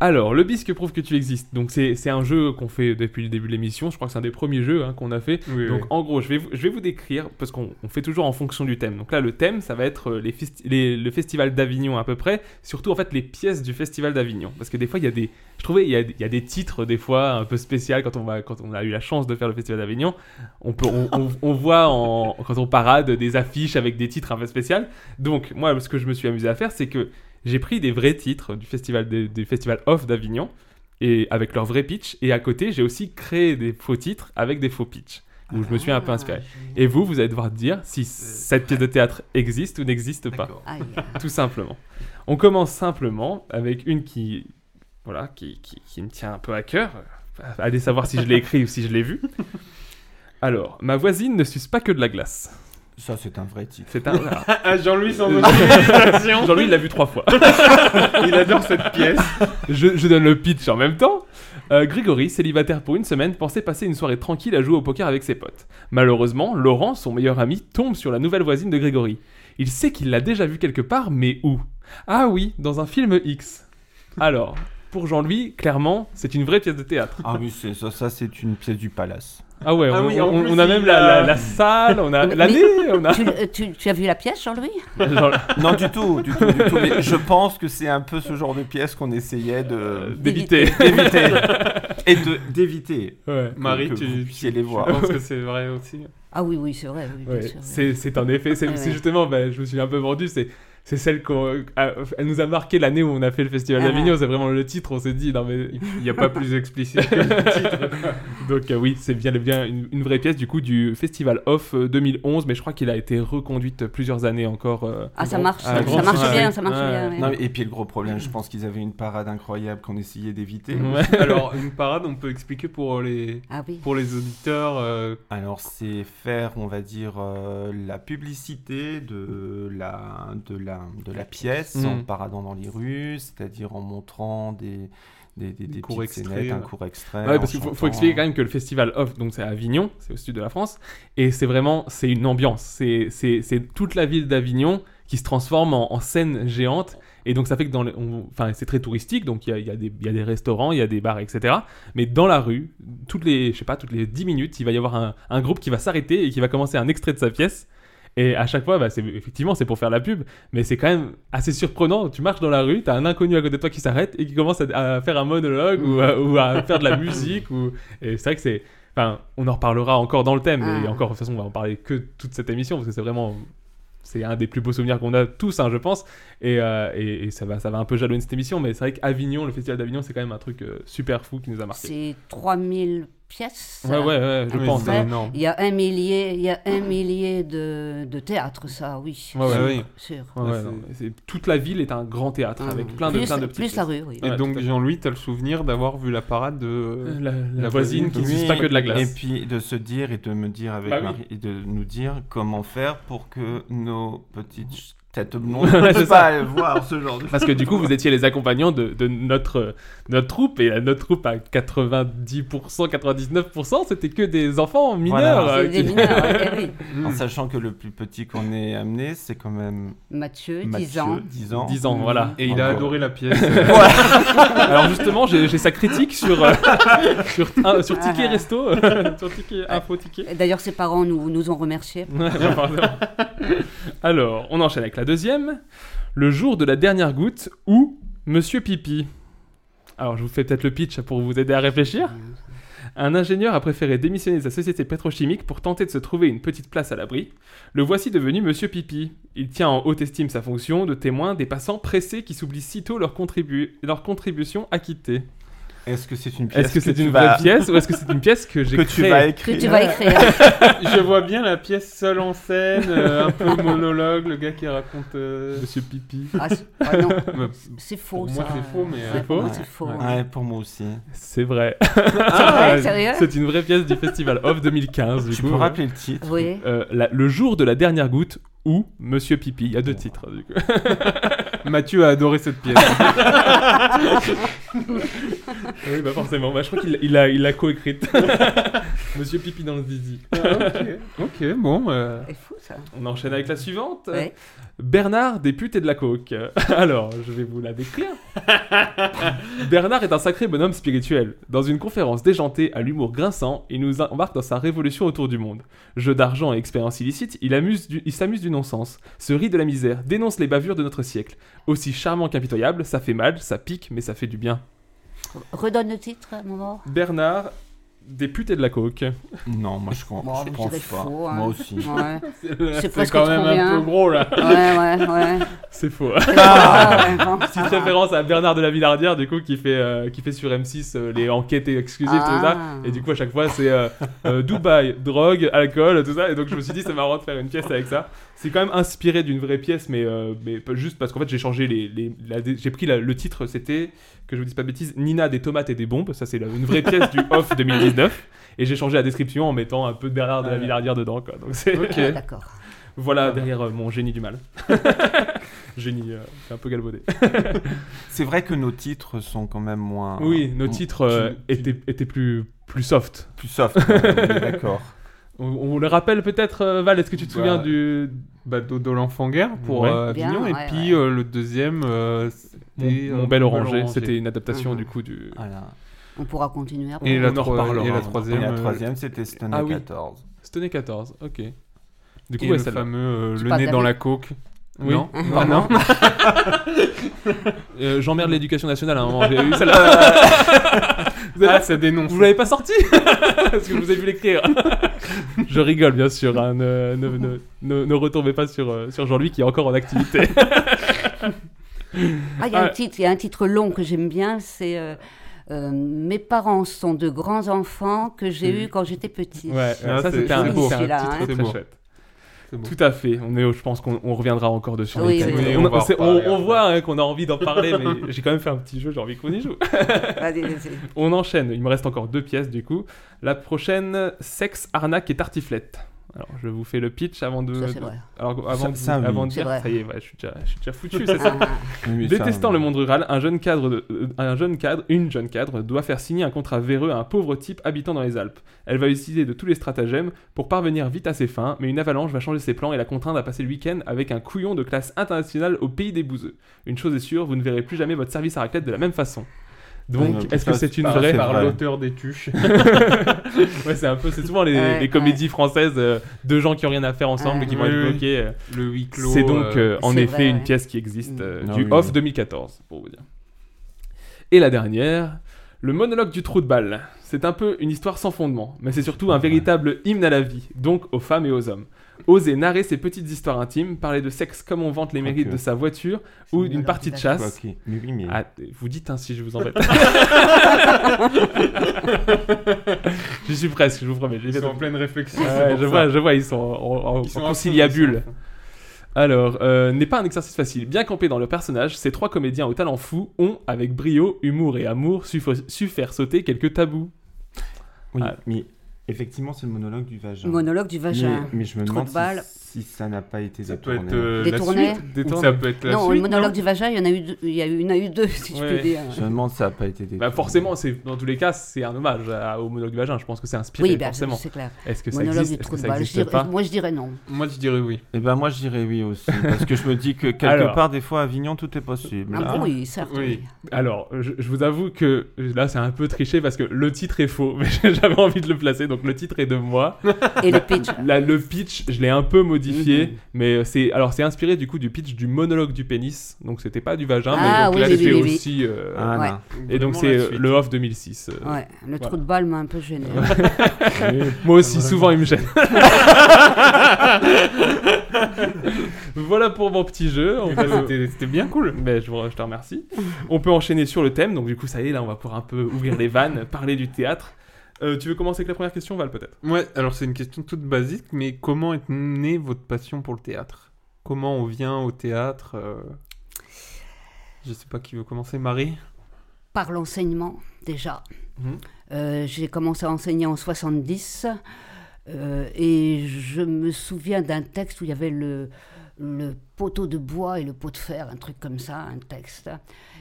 [SPEAKER 7] Alors, le bisque prouve que tu existes. Donc c'est c'est un jeu qu'on fait depuis le début de l'émission, je crois que c'est un des premiers jeux hein, qu'on a fait.
[SPEAKER 4] Oui,
[SPEAKER 7] Donc
[SPEAKER 4] oui.
[SPEAKER 7] en gros, je vais, vous- je vais vous décrire, parce qu'on on fait toujours en fonction du thème. Donc là, le thème, ça va être euh, les festi- les- le festival d'Avignon à peu près, surtout en fait les pièces du festival d'Avignon. Parce que des fois, il y a des... Je trouvais, il y, a, il y a des titres des fois un peu spécial quand on, va, quand on a eu la chance de faire le festival d'Avignon. On, peut, on, on- on voit en, quand on parade des affiches avec des titres un peu spéciaux. Donc moi, ce que je me suis amusé à faire, c'est que j'ai pris des vrais titres du festival, des- du festival off d'Avignon. Et avec leur vrai pitch, et à côté, j'ai aussi créé des faux titres avec des faux pitchs, où je me suis un peu inspiré. Et vous, vous allez devoir dire si cette pièce de théâtre existe ou n'existe pas,
[SPEAKER 10] D'accord.
[SPEAKER 9] Aïe.
[SPEAKER 7] tout simplement. On commence simplement avec une qui, voilà, qui, qui, qui me tient un peu à cœur. Allez savoir si je l'ai écrit ou si je l'ai vu. Alors, ma voisine ne suce pas que de la glace.
[SPEAKER 10] Ça, c'est un vrai titre.
[SPEAKER 7] C'est un. voilà.
[SPEAKER 4] Ah, Jean-Louis, sans aucune hésitation.
[SPEAKER 7] Jean-Louis il l'a vu trois fois.
[SPEAKER 4] il adore cette pièce.
[SPEAKER 7] Je, je donne le pitch en même temps. Euh, Grégory, célibataire pour une semaine, pensait passer une soirée tranquille à jouer au poker avec ses potes. Malheureusement, Laurent, son meilleur ami, tombe sur la nouvelle voisine de Grégory. Il sait qu'il l'a déjà vue quelque part, mais où Ah oui, dans un film X. Alors, pour Jean-Louis, clairement, c'est une vraie pièce de théâtre.
[SPEAKER 10] Ah oui, c'est- ça, ça c'est une pièce du palace.
[SPEAKER 7] Ah ouais,
[SPEAKER 4] Ah
[SPEAKER 7] on,
[SPEAKER 4] oui, en
[SPEAKER 7] on-
[SPEAKER 4] plus,
[SPEAKER 7] on a même
[SPEAKER 4] il
[SPEAKER 7] la,
[SPEAKER 4] a-
[SPEAKER 7] la- la salle, on a
[SPEAKER 9] Mais-
[SPEAKER 7] l'année, on a...
[SPEAKER 9] tu, euh, tu- tu as vu la pièce, Jean-Louis
[SPEAKER 7] Jean-
[SPEAKER 10] Non, du tout, du tout, du tout. Mais je pense que c'est un peu ce genre de pièce qu'on essayait
[SPEAKER 7] euh,
[SPEAKER 10] de...
[SPEAKER 7] D'éviter.
[SPEAKER 10] d'éviter. Et de- d'éviter.
[SPEAKER 7] Ouais.
[SPEAKER 10] Que-
[SPEAKER 4] Marie,
[SPEAKER 10] que
[SPEAKER 7] euh,
[SPEAKER 4] tu-
[SPEAKER 10] vous puissiez les voir.
[SPEAKER 4] Je pense que c'est vrai aussi.
[SPEAKER 9] Ah oui, oui, c'est vrai. Oui, bien
[SPEAKER 7] Ouais,
[SPEAKER 9] sûr, oui.
[SPEAKER 7] c'est c'est un effet. C'est
[SPEAKER 9] Ouais,
[SPEAKER 7] c'est
[SPEAKER 9] ouais.
[SPEAKER 7] justement, bah, je me suis un peu vendu. C'est c'est celle qu'on. à- Elle nous a marqué l'année où on a fait le Festival
[SPEAKER 9] Ah.
[SPEAKER 7] d'Avignon. C'est vraiment le titre. On s'est dit, non mais.
[SPEAKER 4] Il n'y a pas plus explicite que le titre.
[SPEAKER 7] Donc euh, oui, c'est bien, bien une, une vraie pièce du coup du Festival Off euh, 2011. Mais je crois qu'il a été reconduite plusieurs années encore. euh.
[SPEAKER 9] Ah, ça marche,
[SPEAKER 7] Ah,
[SPEAKER 9] ça,
[SPEAKER 7] grand
[SPEAKER 9] ça marche
[SPEAKER 7] succès.
[SPEAKER 9] bien, ça marche
[SPEAKER 7] Ouais.
[SPEAKER 9] bien. ouais.
[SPEAKER 10] Non, mais- et puis le gros problème, je pense qu'ils avaient une parade incroyable qu'on essayait d'éviter.
[SPEAKER 7] Ouais.
[SPEAKER 4] Alors, une parade, on peut expliquer pour euh, les,
[SPEAKER 9] Ah oui.
[SPEAKER 4] pour les auditeurs. euh,
[SPEAKER 10] Alors c'est faire, on va dire, euh, la publicité de la, de la, de la pièce en
[SPEAKER 7] Mm.
[SPEAKER 10] paradant dans les rues, c'est-à-dire en montrant des, des, des, des
[SPEAKER 4] cours
[SPEAKER 10] petites
[SPEAKER 4] extraits,
[SPEAKER 10] scénettes, un
[SPEAKER 4] ouais.
[SPEAKER 10] cours extrait.
[SPEAKER 7] Bah Ouais,
[SPEAKER 10] en
[SPEAKER 7] parce qu'il faut, faut
[SPEAKER 10] chantant.
[SPEAKER 7] expliquer quand même que le Festival Off, donc c'est à Avignon, c'est au sud de la France, et c'est vraiment c'est une ambiance. C'est c'est- c'est toute la ville d'Avignon qui se transforme en, en scène géante. Et donc ça fait que dans les- on- enfin c'est très touristique, donc il y a, il y a des- il y a des restaurants, il y a des bars, etc. Mais dans la rue, toutes les je sais pas toutes les 10 minutes, il va y avoir un, un groupe qui va s'arrêter et qui va commencer un extrait de sa pièce. Et à chaque fois, bah, c'est- effectivement, c'est pour faire la pub, mais c'est quand même assez surprenant. Tu marches dans la rue, t'as un inconnu à côté de toi qui s'arrête et qui commence à, à faire un monologue ou à, ou à faire de la musique. Ou... Et c'est vrai que c'est. enfin, Enfin, on en reparlera encore dans le thème, et
[SPEAKER 9] Ah.
[SPEAKER 7] encore, de toute façon, on va en parler que toute cette émission, parce que c'est vraiment. C'est un des plus beaux souvenirs qu'on a tous, hein, je pense. Et, euh, et- et ça, va, ça va un peu jalonner cette émission, mais c'est vrai qu'Avignon, le festival d'Avignon, c'est quand même un truc euh, super fou qui nous a marqué.
[SPEAKER 9] C'est 3000 pièces.
[SPEAKER 7] Ouais, ouais, ouais, je
[SPEAKER 4] Ah,
[SPEAKER 9] Ouais,
[SPEAKER 7] pense.
[SPEAKER 9] c'est
[SPEAKER 7] hein.
[SPEAKER 4] énorme.
[SPEAKER 9] Il y a un millier, il y a un millier de, de théâtres, ça, oui.
[SPEAKER 7] Ouais, ouais,
[SPEAKER 9] Sûr,
[SPEAKER 4] oui.
[SPEAKER 9] sûr.
[SPEAKER 7] Ouais, ouais,
[SPEAKER 1] c'est-
[SPEAKER 7] non, mais c'est- Toute la ville est un grand théâtre
[SPEAKER 1] Ah,
[SPEAKER 7] avec
[SPEAKER 1] oui.
[SPEAKER 7] plein de,
[SPEAKER 9] plus,
[SPEAKER 7] plein de petites.
[SPEAKER 9] plus la rue, oui.
[SPEAKER 4] Et
[SPEAKER 7] Ouais,
[SPEAKER 4] donc,
[SPEAKER 7] tout à fait.
[SPEAKER 4] Jean-Louis, t'as le souvenir d'avoir vu la parade de.
[SPEAKER 7] Euh,
[SPEAKER 4] euh,
[SPEAKER 7] La, la
[SPEAKER 4] La
[SPEAKER 7] voisine
[SPEAKER 4] voisine
[SPEAKER 7] qui ne
[SPEAKER 4] qui-
[SPEAKER 7] suce pas que de la glace.
[SPEAKER 1] Et puis de se dire et de me dire avec
[SPEAKER 7] Bah oui.
[SPEAKER 1] Marie, et de nous dire comment faire pour que nos petites ch- têtes blondes
[SPEAKER 7] Ouais,
[SPEAKER 1] ne
[SPEAKER 7] c'est
[SPEAKER 1] puissent
[SPEAKER 7] ça.
[SPEAKER 1] pas aller voir ce genre de
[SPEAKER 7] Parce que du coup, vous étiez les accompagnants de, de notre, euh, notre troupe, et euh, notre troupe à 90%, 99%, c'était que des enfants mineurs. euh,
[SPEAKER 1] Voilà.
[SPEAKER 9] Ah, C'est
[SPEAKER 7] qui-
[SPEAKER 9] des mineurs, ouais, eh oui.
[SPEAKER 7] Hmm.
[SPEAKER 1] En sachant que le plus petit qu'on ait amené, c'est quand même
[SPEAKER 9] Mathieu, 10
[SPEAKER 1] Mathieu,
[SPEAKER 9] ans.
[SPEAKER 1] 10 ans.
[SPEAKER 7] 10 ans, voilà.
[SPEAKER 4] Et il a
[SPEAKER 1] Encore.
[SPEAKER 4] adoré la pièce.
[SPEAKER 7] Alors justement, j'ai j'ai sa critique sur, euh, sur, un- sur Ticket Resto, sur Ticket Info Ticket.
[SPEAKER 9] Et D'ailleurs, ses parents nous, nous ont remerciés.
[SPEAKER 7] Alors, on enchaîne avec la deuxième. Le jour de la dernière goutte ou Monsieur Pipi. Alors, je vous fais peut-être le pitch pour vous aider à réfléchir. Un ingénieur a préféré démissionner de sa société pétrochimique pour tenter de se trouver une petite place à l'abri. Le voici devenu Monsieur Pipi. Il tient en haute estime sa fonction de témoin des passants pressés qui s'oublient sitôt leur, contribu- leur contribution acquittée.
[SPEAKER 1] Est-ce que c'est une pièce
[SPEAKER 7] Est-ce que c'est
[SPEAKER 1] tu
[SPEAKER 7] une
[SPEAKER 1] vas-
[SPEAKER 7] vraie pièce ou est-ce que c'est une pièce que j'ai
[SPEAKER 1] que tu
[SPEAKER 7] créée
[SPEAKER 1] vas
[SPEAKER 9] Que
[SPEAKER 1] écrire
[SPEAKER 9] tu vas écrire.
[SPEAKER 4] Je vois bien la pièce seule en scène, euh, un peu monologue, le gars qui raconte. euh,
[SPEAKER 7] Monsieur Pipi.
[SPEAKER 9] Ah, c'est- ah non,
[SPEAKER 4] bah,
[SPEAKER 9] c'est faux.
[SPEAKER 4] Pour moi,
[SPEAKER 9] ça.
[SPEAKER 4] c'est faux, mais, euh,
[SPEAKER 9] Ouais, pour moi,
[SPEAKER 1] c'est
[SPEAKER 9] c'est faux.
[SPEAKER 10] hein.
[SPEAKER 1] Ouais, pour moi aussi.
[SPEAKER 7] C'est vrai.
[SPEAKER 9] vrai, Ah sérieux
[SPEAKER 7] C'est une vraie pièce du Festival Off 2015. Du
[SPEAKER 1] Tu
[SPEAKER 7] coup.
[SPEAKER 1] peux rappeler le titre
[SPEAKER 9] Oui.
[SPEAKER 7] Euh, la- Le jour de la dernière goutte ou Monsieur Pipi. Il y a deux titres. Du coup.
[SPEAKER 4] Mathieu a adoré cette pièce.
[SPEAKER 7] oui, bah forcément. Bah, je crois qu'il il l'a il l'a coécrite. Monsieur Pipi dans le zizi.
[SPEAKER 4] ok, bon. euh,
[SPEAKER 9] C'est fou, ça.
[SPEAKER 7] On enchaîne avec la suivante.
[SPEAKER 9] Ouais.
[SPEAKER 7] Bernard des putes et de la coke. Alors, je vais vous la décrire. Bernard est un sacré bonhomme spirituel. Dans une conférence déjantée à l'humour grinçant, il nous embarque dans sa révolution autour du monde. Jeu d'argent et expérience illicite, il amuse du- il s'amuse du non-sens, se rit de la misère, dénonce les bavures de notre siècle. Aussi charmant qu'impitoyable, ça fait mal, ça pique, mais ça fait du bien.
[SPEAKER 9] Redonne le titre, à un moment.
[SPEAKER 7] Bernard des putes et de la coke.
[SPEAKER 1] Non, moi je, com-
[SPEAKER 9] Bon,
[SPEAKER 1] je
[SPEAKER 9] je
[SPEAKER 1] pense
[SPEAKER 9] dirais
[SPEAKER 1] pas.
[SPEAKER 9] faux, hein.
[SPEAKER 1] Moi aussi.
[SPEAKER 9] Ouais,
[SPEAKER 7] C'est
[SPEAKER 9] presque
[SPEAKER 7] quand même
[SPEAKER 9] trop
[SPEAKER 7] un
[SPEAKER 9] bien.
[SPEAKER 7] peu gros là.
[SPEAKER 9] ouais, ouais. ouais.
[SPEAKER 7] C'est faux.
[SPEAKER 9] Ah, ouais, bon, ça
[SPEAKER 7] Petite
[SPEAKER 9] va.
[SPEAKER 7] référence à Bernard de la Villardière, du coup, qui fait, euh, qui fait sur M6 euh, les enquêtes exclusives, tout ça.
[SPEAKER 9] Ah.
[SPEAKER 7] Et du coup, à chaque fois, c'est euh, euh, Dubaï, drogue, alcool, tout ça. Et donc, je me suis dit, c'est marrant de faire une pièce avec ça. C'est quand même inspiré d'une vraie pièce, mais, euh, mais pas- juste parce qu'en fait, j'ai changé les. les- la dé- j'ai pris la- le titre, c'était, que je vous dise pas de bêtises, Nina des tomates et des bombes. Ça, c'est la- une vraie pièce du Off 2019. Et j'ai changé la description en mettant un peu de Bernard de la Villardière dedans, quoi. Donc, c'est.
[SPEAKER 9] Ah, D'accord.
[SPEAKER 7] Voilà, derrière euh, mon génie du mal. génie, euh, c'est un peu galvaudé.
[SPEAKER 1] C'est vrai que nos titres sont quand même
[SPEAKER 10] Ah,
[SPEAKER 1] moins.
[SPEAKER 7] Oui, nos
[SPEAKER 1] Mm.
[SPEAKER 7] titres euh,
[SPEAKER 1] tu-
[SPEAKER 7] étaient, étaient plus, plus soft.
[SPEAKER 1] Plus soft. quand même, on est D'accord.
[SPEAKER 7] On, on le rappelle peut-être, euh, Val, est-ce que tu te souviens
[SPEAKER 4] Bah,
[SPEAKER 7] du...
[SPEAKER 4] bah, Dodo l'enfant guerre pour
[SPEAKER 7] Ouais.
[SPEAKER 4] euh,
[SPEAKER 9] Bien,
[SPEAKER 4] Avignon.
[SPEAKER 9] ouais,
[SPEAKER 4] et puis euh, le deuxième, euh, c'était,
[SPEAKER 7] Mon,
[SPEAKER 4] euh,
[SPEAKER 7] mon bel orangé C'était
[SPEAKER 4] C'était.
[SPEAKER 7] une adaptation
[SPEAKER 9] Mhm.
[SPEAKER 7] du coup du...
[SPEAKER 10] Ah.
[SPEAKER 1] Voilà.
[SPEAKER 9] On pourra continuer après.
[SPEAKER 4] Et la,
[SPEAKER 7] On en
[SPEAKER 4] troi-
[SPEAKER 7] reparlera.
[SPEAKER 4] et
[SPEAKER 7] On en
[SPEAKER 4] la
[SPEAKER 1] Et
[SPEAKER 4] troisième.
[SPEAKER 1] la
[SPEAKER 4] euh,
[SPEAKER 1] troisième, c'était Stone
[SPEAKER 7] Ah oui.
[SPEAKER 1] 14.
[SPEAKER 7] Stoney 14, ok. Du coup,
[SPEAKER 4] et
[SPEAKER 7] ouais,
[SPEAKER 4] le
[SPEAKER 7] celle-là.
[SPEAKER 4] fameux euh,
[SPEAKER 9] Tu
[SPEAKER 4] le
[SPEAKER 9] parles
[SPEAKER 4] nez dans
[SPEAKER 9] d'Avignon
[SPEAKER 4] la coke.
[SPEAKER 7] Oui.
[SPEAKER 4] Non,
[SPEAKER 7] Ah,
[SPEAKER 4] non.
[SPEAKER 7] non. Euh, J'emmerde l'éducation nationale, à un moment, j'ai eu celle-là. Vous avez-
[SPEAKER 4] Ah, ça dénonce.
[SPEAKER 7] Vous l'avez pas sorti Parce que je vous ai vu l'écrire. je rigole, bien sûr. hein, ne, ne- ne- ne- ne retombez pas sur, euh, sur Jean-Louis qui est encore en activité.
[SPEAKER 9] Ah, il y a un
[SPEAKER 7] Ah.
[SPEAKER 9] titre, il y a un titre long que j'aime bien, c'est euh, euh, Mes parents sont de grands enfants que j'ai eus quand j'étais petit.
[SPEAKER 7] Ouais,
[SPEAKER 4] Ah,
[SPEAKER 7] ça
[SPEAKER 4] c'est-
[SPEAKER 7] c'était un,
[SPEAKER 4] c'est
[SPEAKER 7] beau,
[SPEAKER 4] beau,
[SPEAKER 7] c'était un
[SPEAKER 9] celui-là,
[SPEAKER 7] titre
[SPEAKER 9] hein.
[SPEAKER 7] très
[SPEAKER 4] C'est beau.
[SPEAKER 7] chouette.
[SPEAKER 4] C'est beau.
[SPEAKER 7] Tout à fait. On est, au- je pense qu'on on reviendra encore dessus.
[SPEAKER 9] Oui,
[SPEAKER 7] on,
[SPEAKER 9] oui,
[SPEAKER 4] oui.
[SPEAKER 7] on,
[SPEAKER 4] On va en
[SPEAKER 7] c'est- on-
[SPEAKER 4] reparler
[SPEAKER 7] on
[SPEAKER 4] après.
[SPEAKER 7] voit hein, qu'on a envie d'en parler, mais j'ai quand même fait un petit jeu. J'ai envie qu'on y joue.
[SPEAKER 9] Vas-y, vas-y.
[SPEAKER 7] On enchaîne. Il me reste encore deux pièces du coup. La prochaine, sexe, arnaque et tartiflette. Alors, je vous fais le pitch avant de.
[SPEAKER 9] Ça, c'est vrai.
[SPEAKER 7] Alors, avant,
[SPEAKER 1] Ça- ça,
[SPEAKER 7] de,
[SPEAKER 1] oui.
[SPEAKER 7] avant de
[SPEAKER 9] C'est
[SPEAKER 7] dire,
[SPEAKER 9] vrai.
[SPEAKER 7] ça y est, ouais, je suis déjà, je suis déjà foutu, c'est ça.
[SPEAKER 9] Ah,
[SPEAKER 7] Détestant le monde rural, un jeune cadre, de- euh, un jeune cadre, une jeune cadre, doit faire signer un contrat véreux à un pauvre type habitant dans les Alpes. Elle va utiliser de tous les stratagèmes pour parvenir vite à ses fins, mais une avalanche va changer ses plans et la contraindre à passer le week-end avec un couillon de classe internationale au pays des bouseux. Une chose est sûre, vous ne verrez plus jamais votre service à raclette de la même façon.
[SPEAKER 1] Ah,
[SPEAKER 7] Donc,
[SPEAKER 1] non,
[SPEAKER 7] est-ce que
[SPEAKER 1] ça,
[SPEAKER 7] c'est
[SPEAKER 1] c'est
[SPEAKER 7] une
[SPEAKER 1] pas-
[SPEAKER 7] vraie
[SPEAKER 1] c'est
[SPEAKER 4] par
[SPEAKER 1] vrai.
[SPEAKER 4] l'auteur des tuches.
[SPEAKER 7] Ouais, c'est un peu, c'est souvent les,
[SPEAKER 9] Ouais,
[SPEAKER 7] les comédies françaises euh, de gens qui ont rien à faire ensemble
[SPEAKER 9] Ouais.
[SPEAKER 7] et qui vont
[SPEAKER 4] Oui,
[SPEAKER 7] être
[SPEAKER 4] oui.
[SPEAKER 7] bloqués. euh,
[SPEAKER 4] Le huis clos.
[SPEAKER 7] c'est donc
[SPEAKER 4] euh,
[SPEAKER 7] euh, en
[SPEAKER 9] C'est
[SPEAKER 7] effet
[SPEAKER 9] vrai,
[SPEAKER 7] une
[SPEAKER 9] ouais. Mm.
[SPEAKER 7] pièce qui existe euh,
[SPEAKER 1] Mm. Ah
[SPEAKER 7] du
[SPEAKER 1] oui,
[SPEAKER 7] Off
[SPEAKER 1] oui.
[SPEAKER 7] 2014, pour vous dire. Et la dernière, Le monologue du trou de balle, c'est un peu une histoire sans fondement, mais c'est surtout un véritable hymne à la vie, donc aux femmes et aux hommes. Oser narrer ses petites histoires intimes, parler de sexe comme on vante les mérites
[SPEAKER 10] Ok.
[SPEAKER 7] de sa voiture ou d'une partie de
[SPEAKER 10] Quoi,
[SPEAKER 7] chasse.
[SPEAKER 10] ok. Mais oui, mais.
[SPEAKER 7] Ah, vous dites ainsi, je vous embête. je suis presque, je vous promets. je les
[SPEAKER 4] Ils
[SPEAKER 7] fais
[SPEAKER 4] sont en
[SPEAKER 7] dans-
[SPEAKER 4] pleine réflexion.
[SPEAKER 7] Ouais,
[SPEAKER 4] c'est pour
[SPEAKER 7] je
[SPEAKER 4] ça.
[SPEAKER 7] vois, je vois, ils sont en, en-
[SPEAKER 4] Ils sont
[SPEAKER 7] en
[SPEAKER 4] un peu-
[SPEAKER 7] conciliabule.
[SPEAKER 4] ils sont un peu-
[SPEAKER 7] Alors, euh, n'est pas un exercice facile. Bien campés dans leur personnage, ces trois comédiens au talent fou ont, avec brio, humour et amour, su, su faire sauter quelques tabous.
[SPEAKER 10] Oui,
[SPEAKER 7] Ah.
[SPEAKER 10] mais effectivement, c'est le monologue du vagin.
[SPEAKER 9] ah. Monologue du vagin.
[SPEAKER 10] Mais, mais je me
[SPEAKER 9] Trop
[SPEAKER 10] demande
[SPEAKER 9] de balles.
[SPEAKER 10] si, si ça n'a pas été
[SPEAKER 4] Ça peut
[SPEAKER 10] détourné.
[SPEAKER 4] être euh, la
[SPEAKER 9] Détourné.
[SPEAKER 4] suite.
[SPEAKER 7] Détourné.
[SPEAKER 4] ou Ça peut être la
[SPEAKER 9] non, le
[SPEAKER 4] suite.
[SPEAKER 9] monologue
[SPEAKER 4] non
[SPEAKER 9] du vagin, il y en a eu, deux- il y a eu- il y en a eu deux, si je
[SPEAKER 7] Ouais.
[SPEAKER 9] puis dire.
[SPEAKER 10] Je me demande si ça n'a pas été détourné.
[SPEAKER 7] Bah forcément, c'est dans tous les cas, c'est un hommage à- au monologue du vagin. Je pense que c'est inspiré,
[SPEAKER 9] Oui, bah,
[SPEAKER 7] forcément.
[SPEAKER 9] c'est clair.
[SPEAKER 7] Est-ce que ça
[SPEAKER 9] Monologue
[SPEAKER 7] existe
[SPEAKER 9] du
[SPEAKER 7] Est-ce
[SPEAKER 9] trou
[SPEAKER 7] que
[SPEAKER 9] de
[SPEAKER 7] ça
[SPEAKER 9] balle. Je
[SPEAKER 7] existe
[SPEAKER 9] dirais-
[SPEAKER 7] pas
[SPEAKER 9] Moi, je dirais non.
[SPEAKER 4] Moi, je dirais oui.
[SPEAKER 10] Et ben moi, je dirais oui aussi. parce que je me dis que quelque
[SPEAKER 7] Alors.
[SPEAKER 10] part, des fois, à Avignon, tout est possible.
[SPEAKER 9] Ah,
[SPEAKER 10] hein.
[SPEAKER 9] oui, certes.
[SPEAKER 4] Oui.
[SPEAKER 7] Alors, je, je vous avoue que là, c'est un peu triché parce que le titre est faux, mais j'avais envie de le placer, donc le titre est de moi.
[SPEAKER 9] Et le pitch.
[SPEAKER 7] Là, le pitch, je l'ai un peu modifié, mais euh, c'est alors c'est inspiré du coup du pitch du monologue du pénis, donc c'était pas du vagin, mais
[SPEAKER 9] Ah,
[SPEAKER 7] donc
[SPEAKER 9] oui,
[SPEAKER 7] là,
[SPEAKER 9] oui,
[SPEAKER 7] c'était
[SPEAKER 9] oui, oui.
[SPEAKER 7] aussi. euh,
[SPEAKER 10] Ah,
[SPEAKER 9] Ouais.
[SPEAKER 10] là.
[SPEAKER 7] Et donc c'est euh, le off 2006. euh.
[SPEAKER 9] Ouais, le
[SPEAKER 7] voilà.
[SPEAKER 9] trou de balle m'a un peu gêné.
[SPEAKER 7] Moi aussi, souvent il me gêne. voilà pour mon petit jeu. On peut-
[SPEAKER 4] C'était bien cool.
[SPEAKER 7] Mais je, vous- je te remercie. On peut enchaîner sur le thème, donc du coup ça y est, là on va pouvoir un peu ouvrir les vannes, parler du théâtre. Euh, tu veux commencer avec la première question, Val, peut-être
[SPEAKER 4] Ouais, alors c'est une question toute basique, mais comment est née votre passion pour le théâtre Comment on vient au théâtre euh, Je sais pas qui veut commencer, Marie
[SPEAKER 9] Par l'enseignement, déjà.
[SPEAKER 4] Mhm.
[SPEAKER 9] Euh, J'ai commencé à enseigner en 70. euh, et je me souviens d'un texte où il y avait le, le poteau de bois et le pot de fer, un truc comme ça, un texte.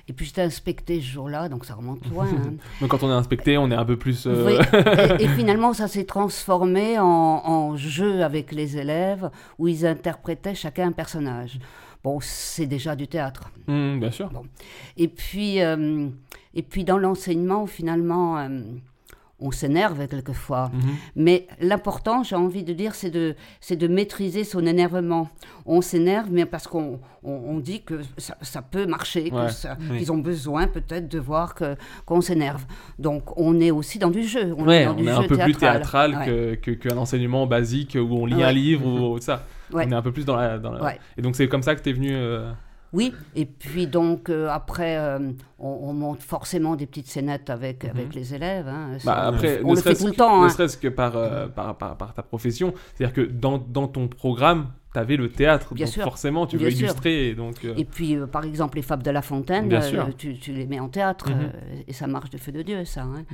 [SPEAKER 9] Et puis j'étais inspectée ce jour-là, donc ça remonte loin. hein.
[SPEAKER 7] Donc quand on est inspecté, on est un peu plus... euh,
[SPEAKER 9] Oui, Et, et finalement, ça s'est transformé en, en jeu avec les élèves où ils interprétaient chacun un personnage. Bon, c'est déjà du théâtre.
[SPEAKER 7] hmm, bien sûr.
[SPEAKER 9] Et puis, euh, et puis dans l'enseignement, finalement, euh, on s'énerve quelquefois.
[SPEAKER 7] Mhm.
[SPEAKER 9] Mais l'important, j'ai envie de dire, c'est de, c'est de maîtriser son énervement. On s'énerve, mais parce qu'on on, on dit que ça, ça peut marcher, que
[SPEAKER 7] Ouais,
[SPEAKER 9] ça-
[SPEAKER 4] oui.
[SPEAKER 9] qu'ils ont besoin peut-être de voir que, qu'on s'énerve. Donc on est aussi dans du jeu. On
[SPEAKER 7] Ouais,
[SPEAKER 9] est dans
[SPEAKER 7] on
[SPEAKER 9] du
[SPEAKER 7] est un
[SPEAKER 9] jeu
[SPEAKER 7] peu plus théâtral
[SPEAKER 9] Ouais.
[SPEAKER 7] que- que- qu'un enseignement basique où on lit
[SPEAKER 9] Ouais. Mhm.
[SPEAKER 7] un livre ou, ou ça.
[SPEAKER 9] Ouais.
[SPEAKER 7] On est un peu plus dans la... dans la-
[SPEAKER 9] Ouais.
[SPEAKER 7] Et donc c'est comme ça que t'es venu... euh,
[SPEAKER 9] Oui, et puis donc euh, après, euh, on, on monte forcément des petites scénettes avec, avec les élèves. hein. Ça,
[SPEAKER 7] Mhm. Bah, après, ne
[SPEAKER 9] on le fait
[SPEAKER 7] serait-ce
[SPEAKER 9] tout le
[SPEAKER 7] que-
[SPEAKER 9] temps.
[SPEAKER 7] Ne
[SPEAKER 9] hein.
[SPEAKER 7] serait-ce que par, euh, par, par, par ta profession. C'est-à-dire que dans, dans ton programme, t'avais le théâtre.
[SPEAKER 9] Bien
[SPEAKER 7] donc
[SPEAKER 9] sûr.
[SPEAKER 7] forcément, tu
[SPEAKER 9] Bien
[SPEAKER 7] veux
[SPEAKER 9] sûr.
[SPEAKER 7] illustrer. Et donc, euh,
[SPEAKER 9] Et puis, euh, par exemple, les Fables de La Fontaine,
[SPEAKER 7] Bien
[SPEAKER 9] euh,
[SPEAKER 7] sûr.
[SPEAKER 9] tu, tu les mets en théâtre
[SPEAKER 7] Mhm.
[SPEAKER 9] euh, et ça marche de feu de Dieu, ça. hein.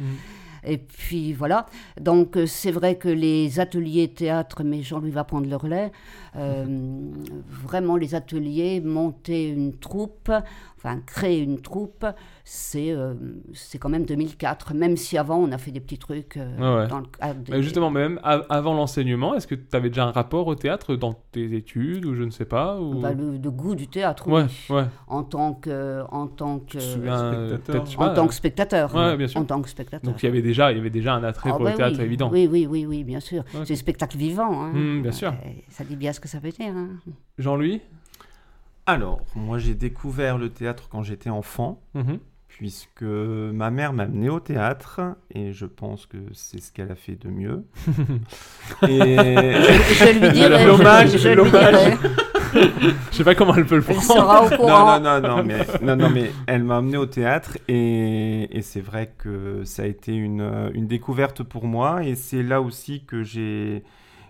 [SPEAKER 9] Et puis voilà, donc euh, c'est vrai que les ateliers théâtre, mais Jean-Louis va prendre le relais, euh, vraiment les ateliers, monter une troupe, enfin créer une troupe, c'est euh, c'est quand même 2004, même si avant on a fait des petits trucs euh,
[SPEAKER 7] Ah Ouais, ouais.
[SPEAKER 9] dans le cadre des-
[SPEAKER 7] Mais bah, justement, même av- avant l'enseignement, est-ce que tu avais déjà un rapport au théâtre dans tes études ou je ne sais pas ou...
[SPEAKER 9] Bah, le, le goût du théâtre, oui. euh,
[SPEAKER 7] Ouais, ouais.
[SPEAKER 9] en tant que... En tant que
[SPEAKER 7] Tu te souviens,
[SPEAKER 4] spectateur.
[SPEAKER 7] peut-être, je sais
[SPEAKER 9] en
[SPEAKER 7] pas,
[SPEAKER 9] tant
[SPEAKER 7] euh,
[SPEAKER 9] que spectateur. hein,
[SPEAKER 7] Ouais, bien sûr.
[SPEAKER 9] En tant que spectateur.
[SPEAKER 7] Donc il y avait déjà, il y avait déjà un attrait
[SPEAKER 9] Ah,
[SPEAKER 7] pour
[SPEAKER 9] bah
[SPEAKER 7] le théâtre
[SPEAKER 9] oui.
[SPEAKER 7] évident.
[SPEAKER 9] Oui, oui, oui, oui, bien sûr.
[SPEAKER 7] Ok.
[SPEAKER 9] C'est un spectacle vivant. hein.
[SPEAKER 7] Hmm, bien sûr.
[SPEAKER 9] Euh, Ça dit bien ce que ça veut dire. hein.
[SPEAKER 7] Jean-Louis,
[SPEAKER 10] Alors, moi, j'ai découvert le théâtre quand j'étais enfant.
[SPEAKER 7] Mhm.
[SPEAKER 10] puisque ma mère m'a amené au théâtre et je pense que c'est ce qu'elle a fait de mieux. et...
[SPEAKER 9] Je lui dirai. je-
[SPEAKER 7] l'hommage,
[SPEAKER 9] je, lui
[SPEAKER 7] l'hommage.
[SPEAKER 9] dirai.
[SPEAKER 7] je sais pas comment elle peut le
[SPEAKER 9] Elle
[SPEAKER 7] prendre.
[SPEAKER 9] sera au
[SPEAKER 10] Non,
[SPEAKER 9] courant.
[SPEAKER 10] non, non, non, mais, non, non, mais elle m'a amené au théâtre et, et c'est vrai que ça a été une, euh, une découverte pour moi et c'est là aussi que j'ai,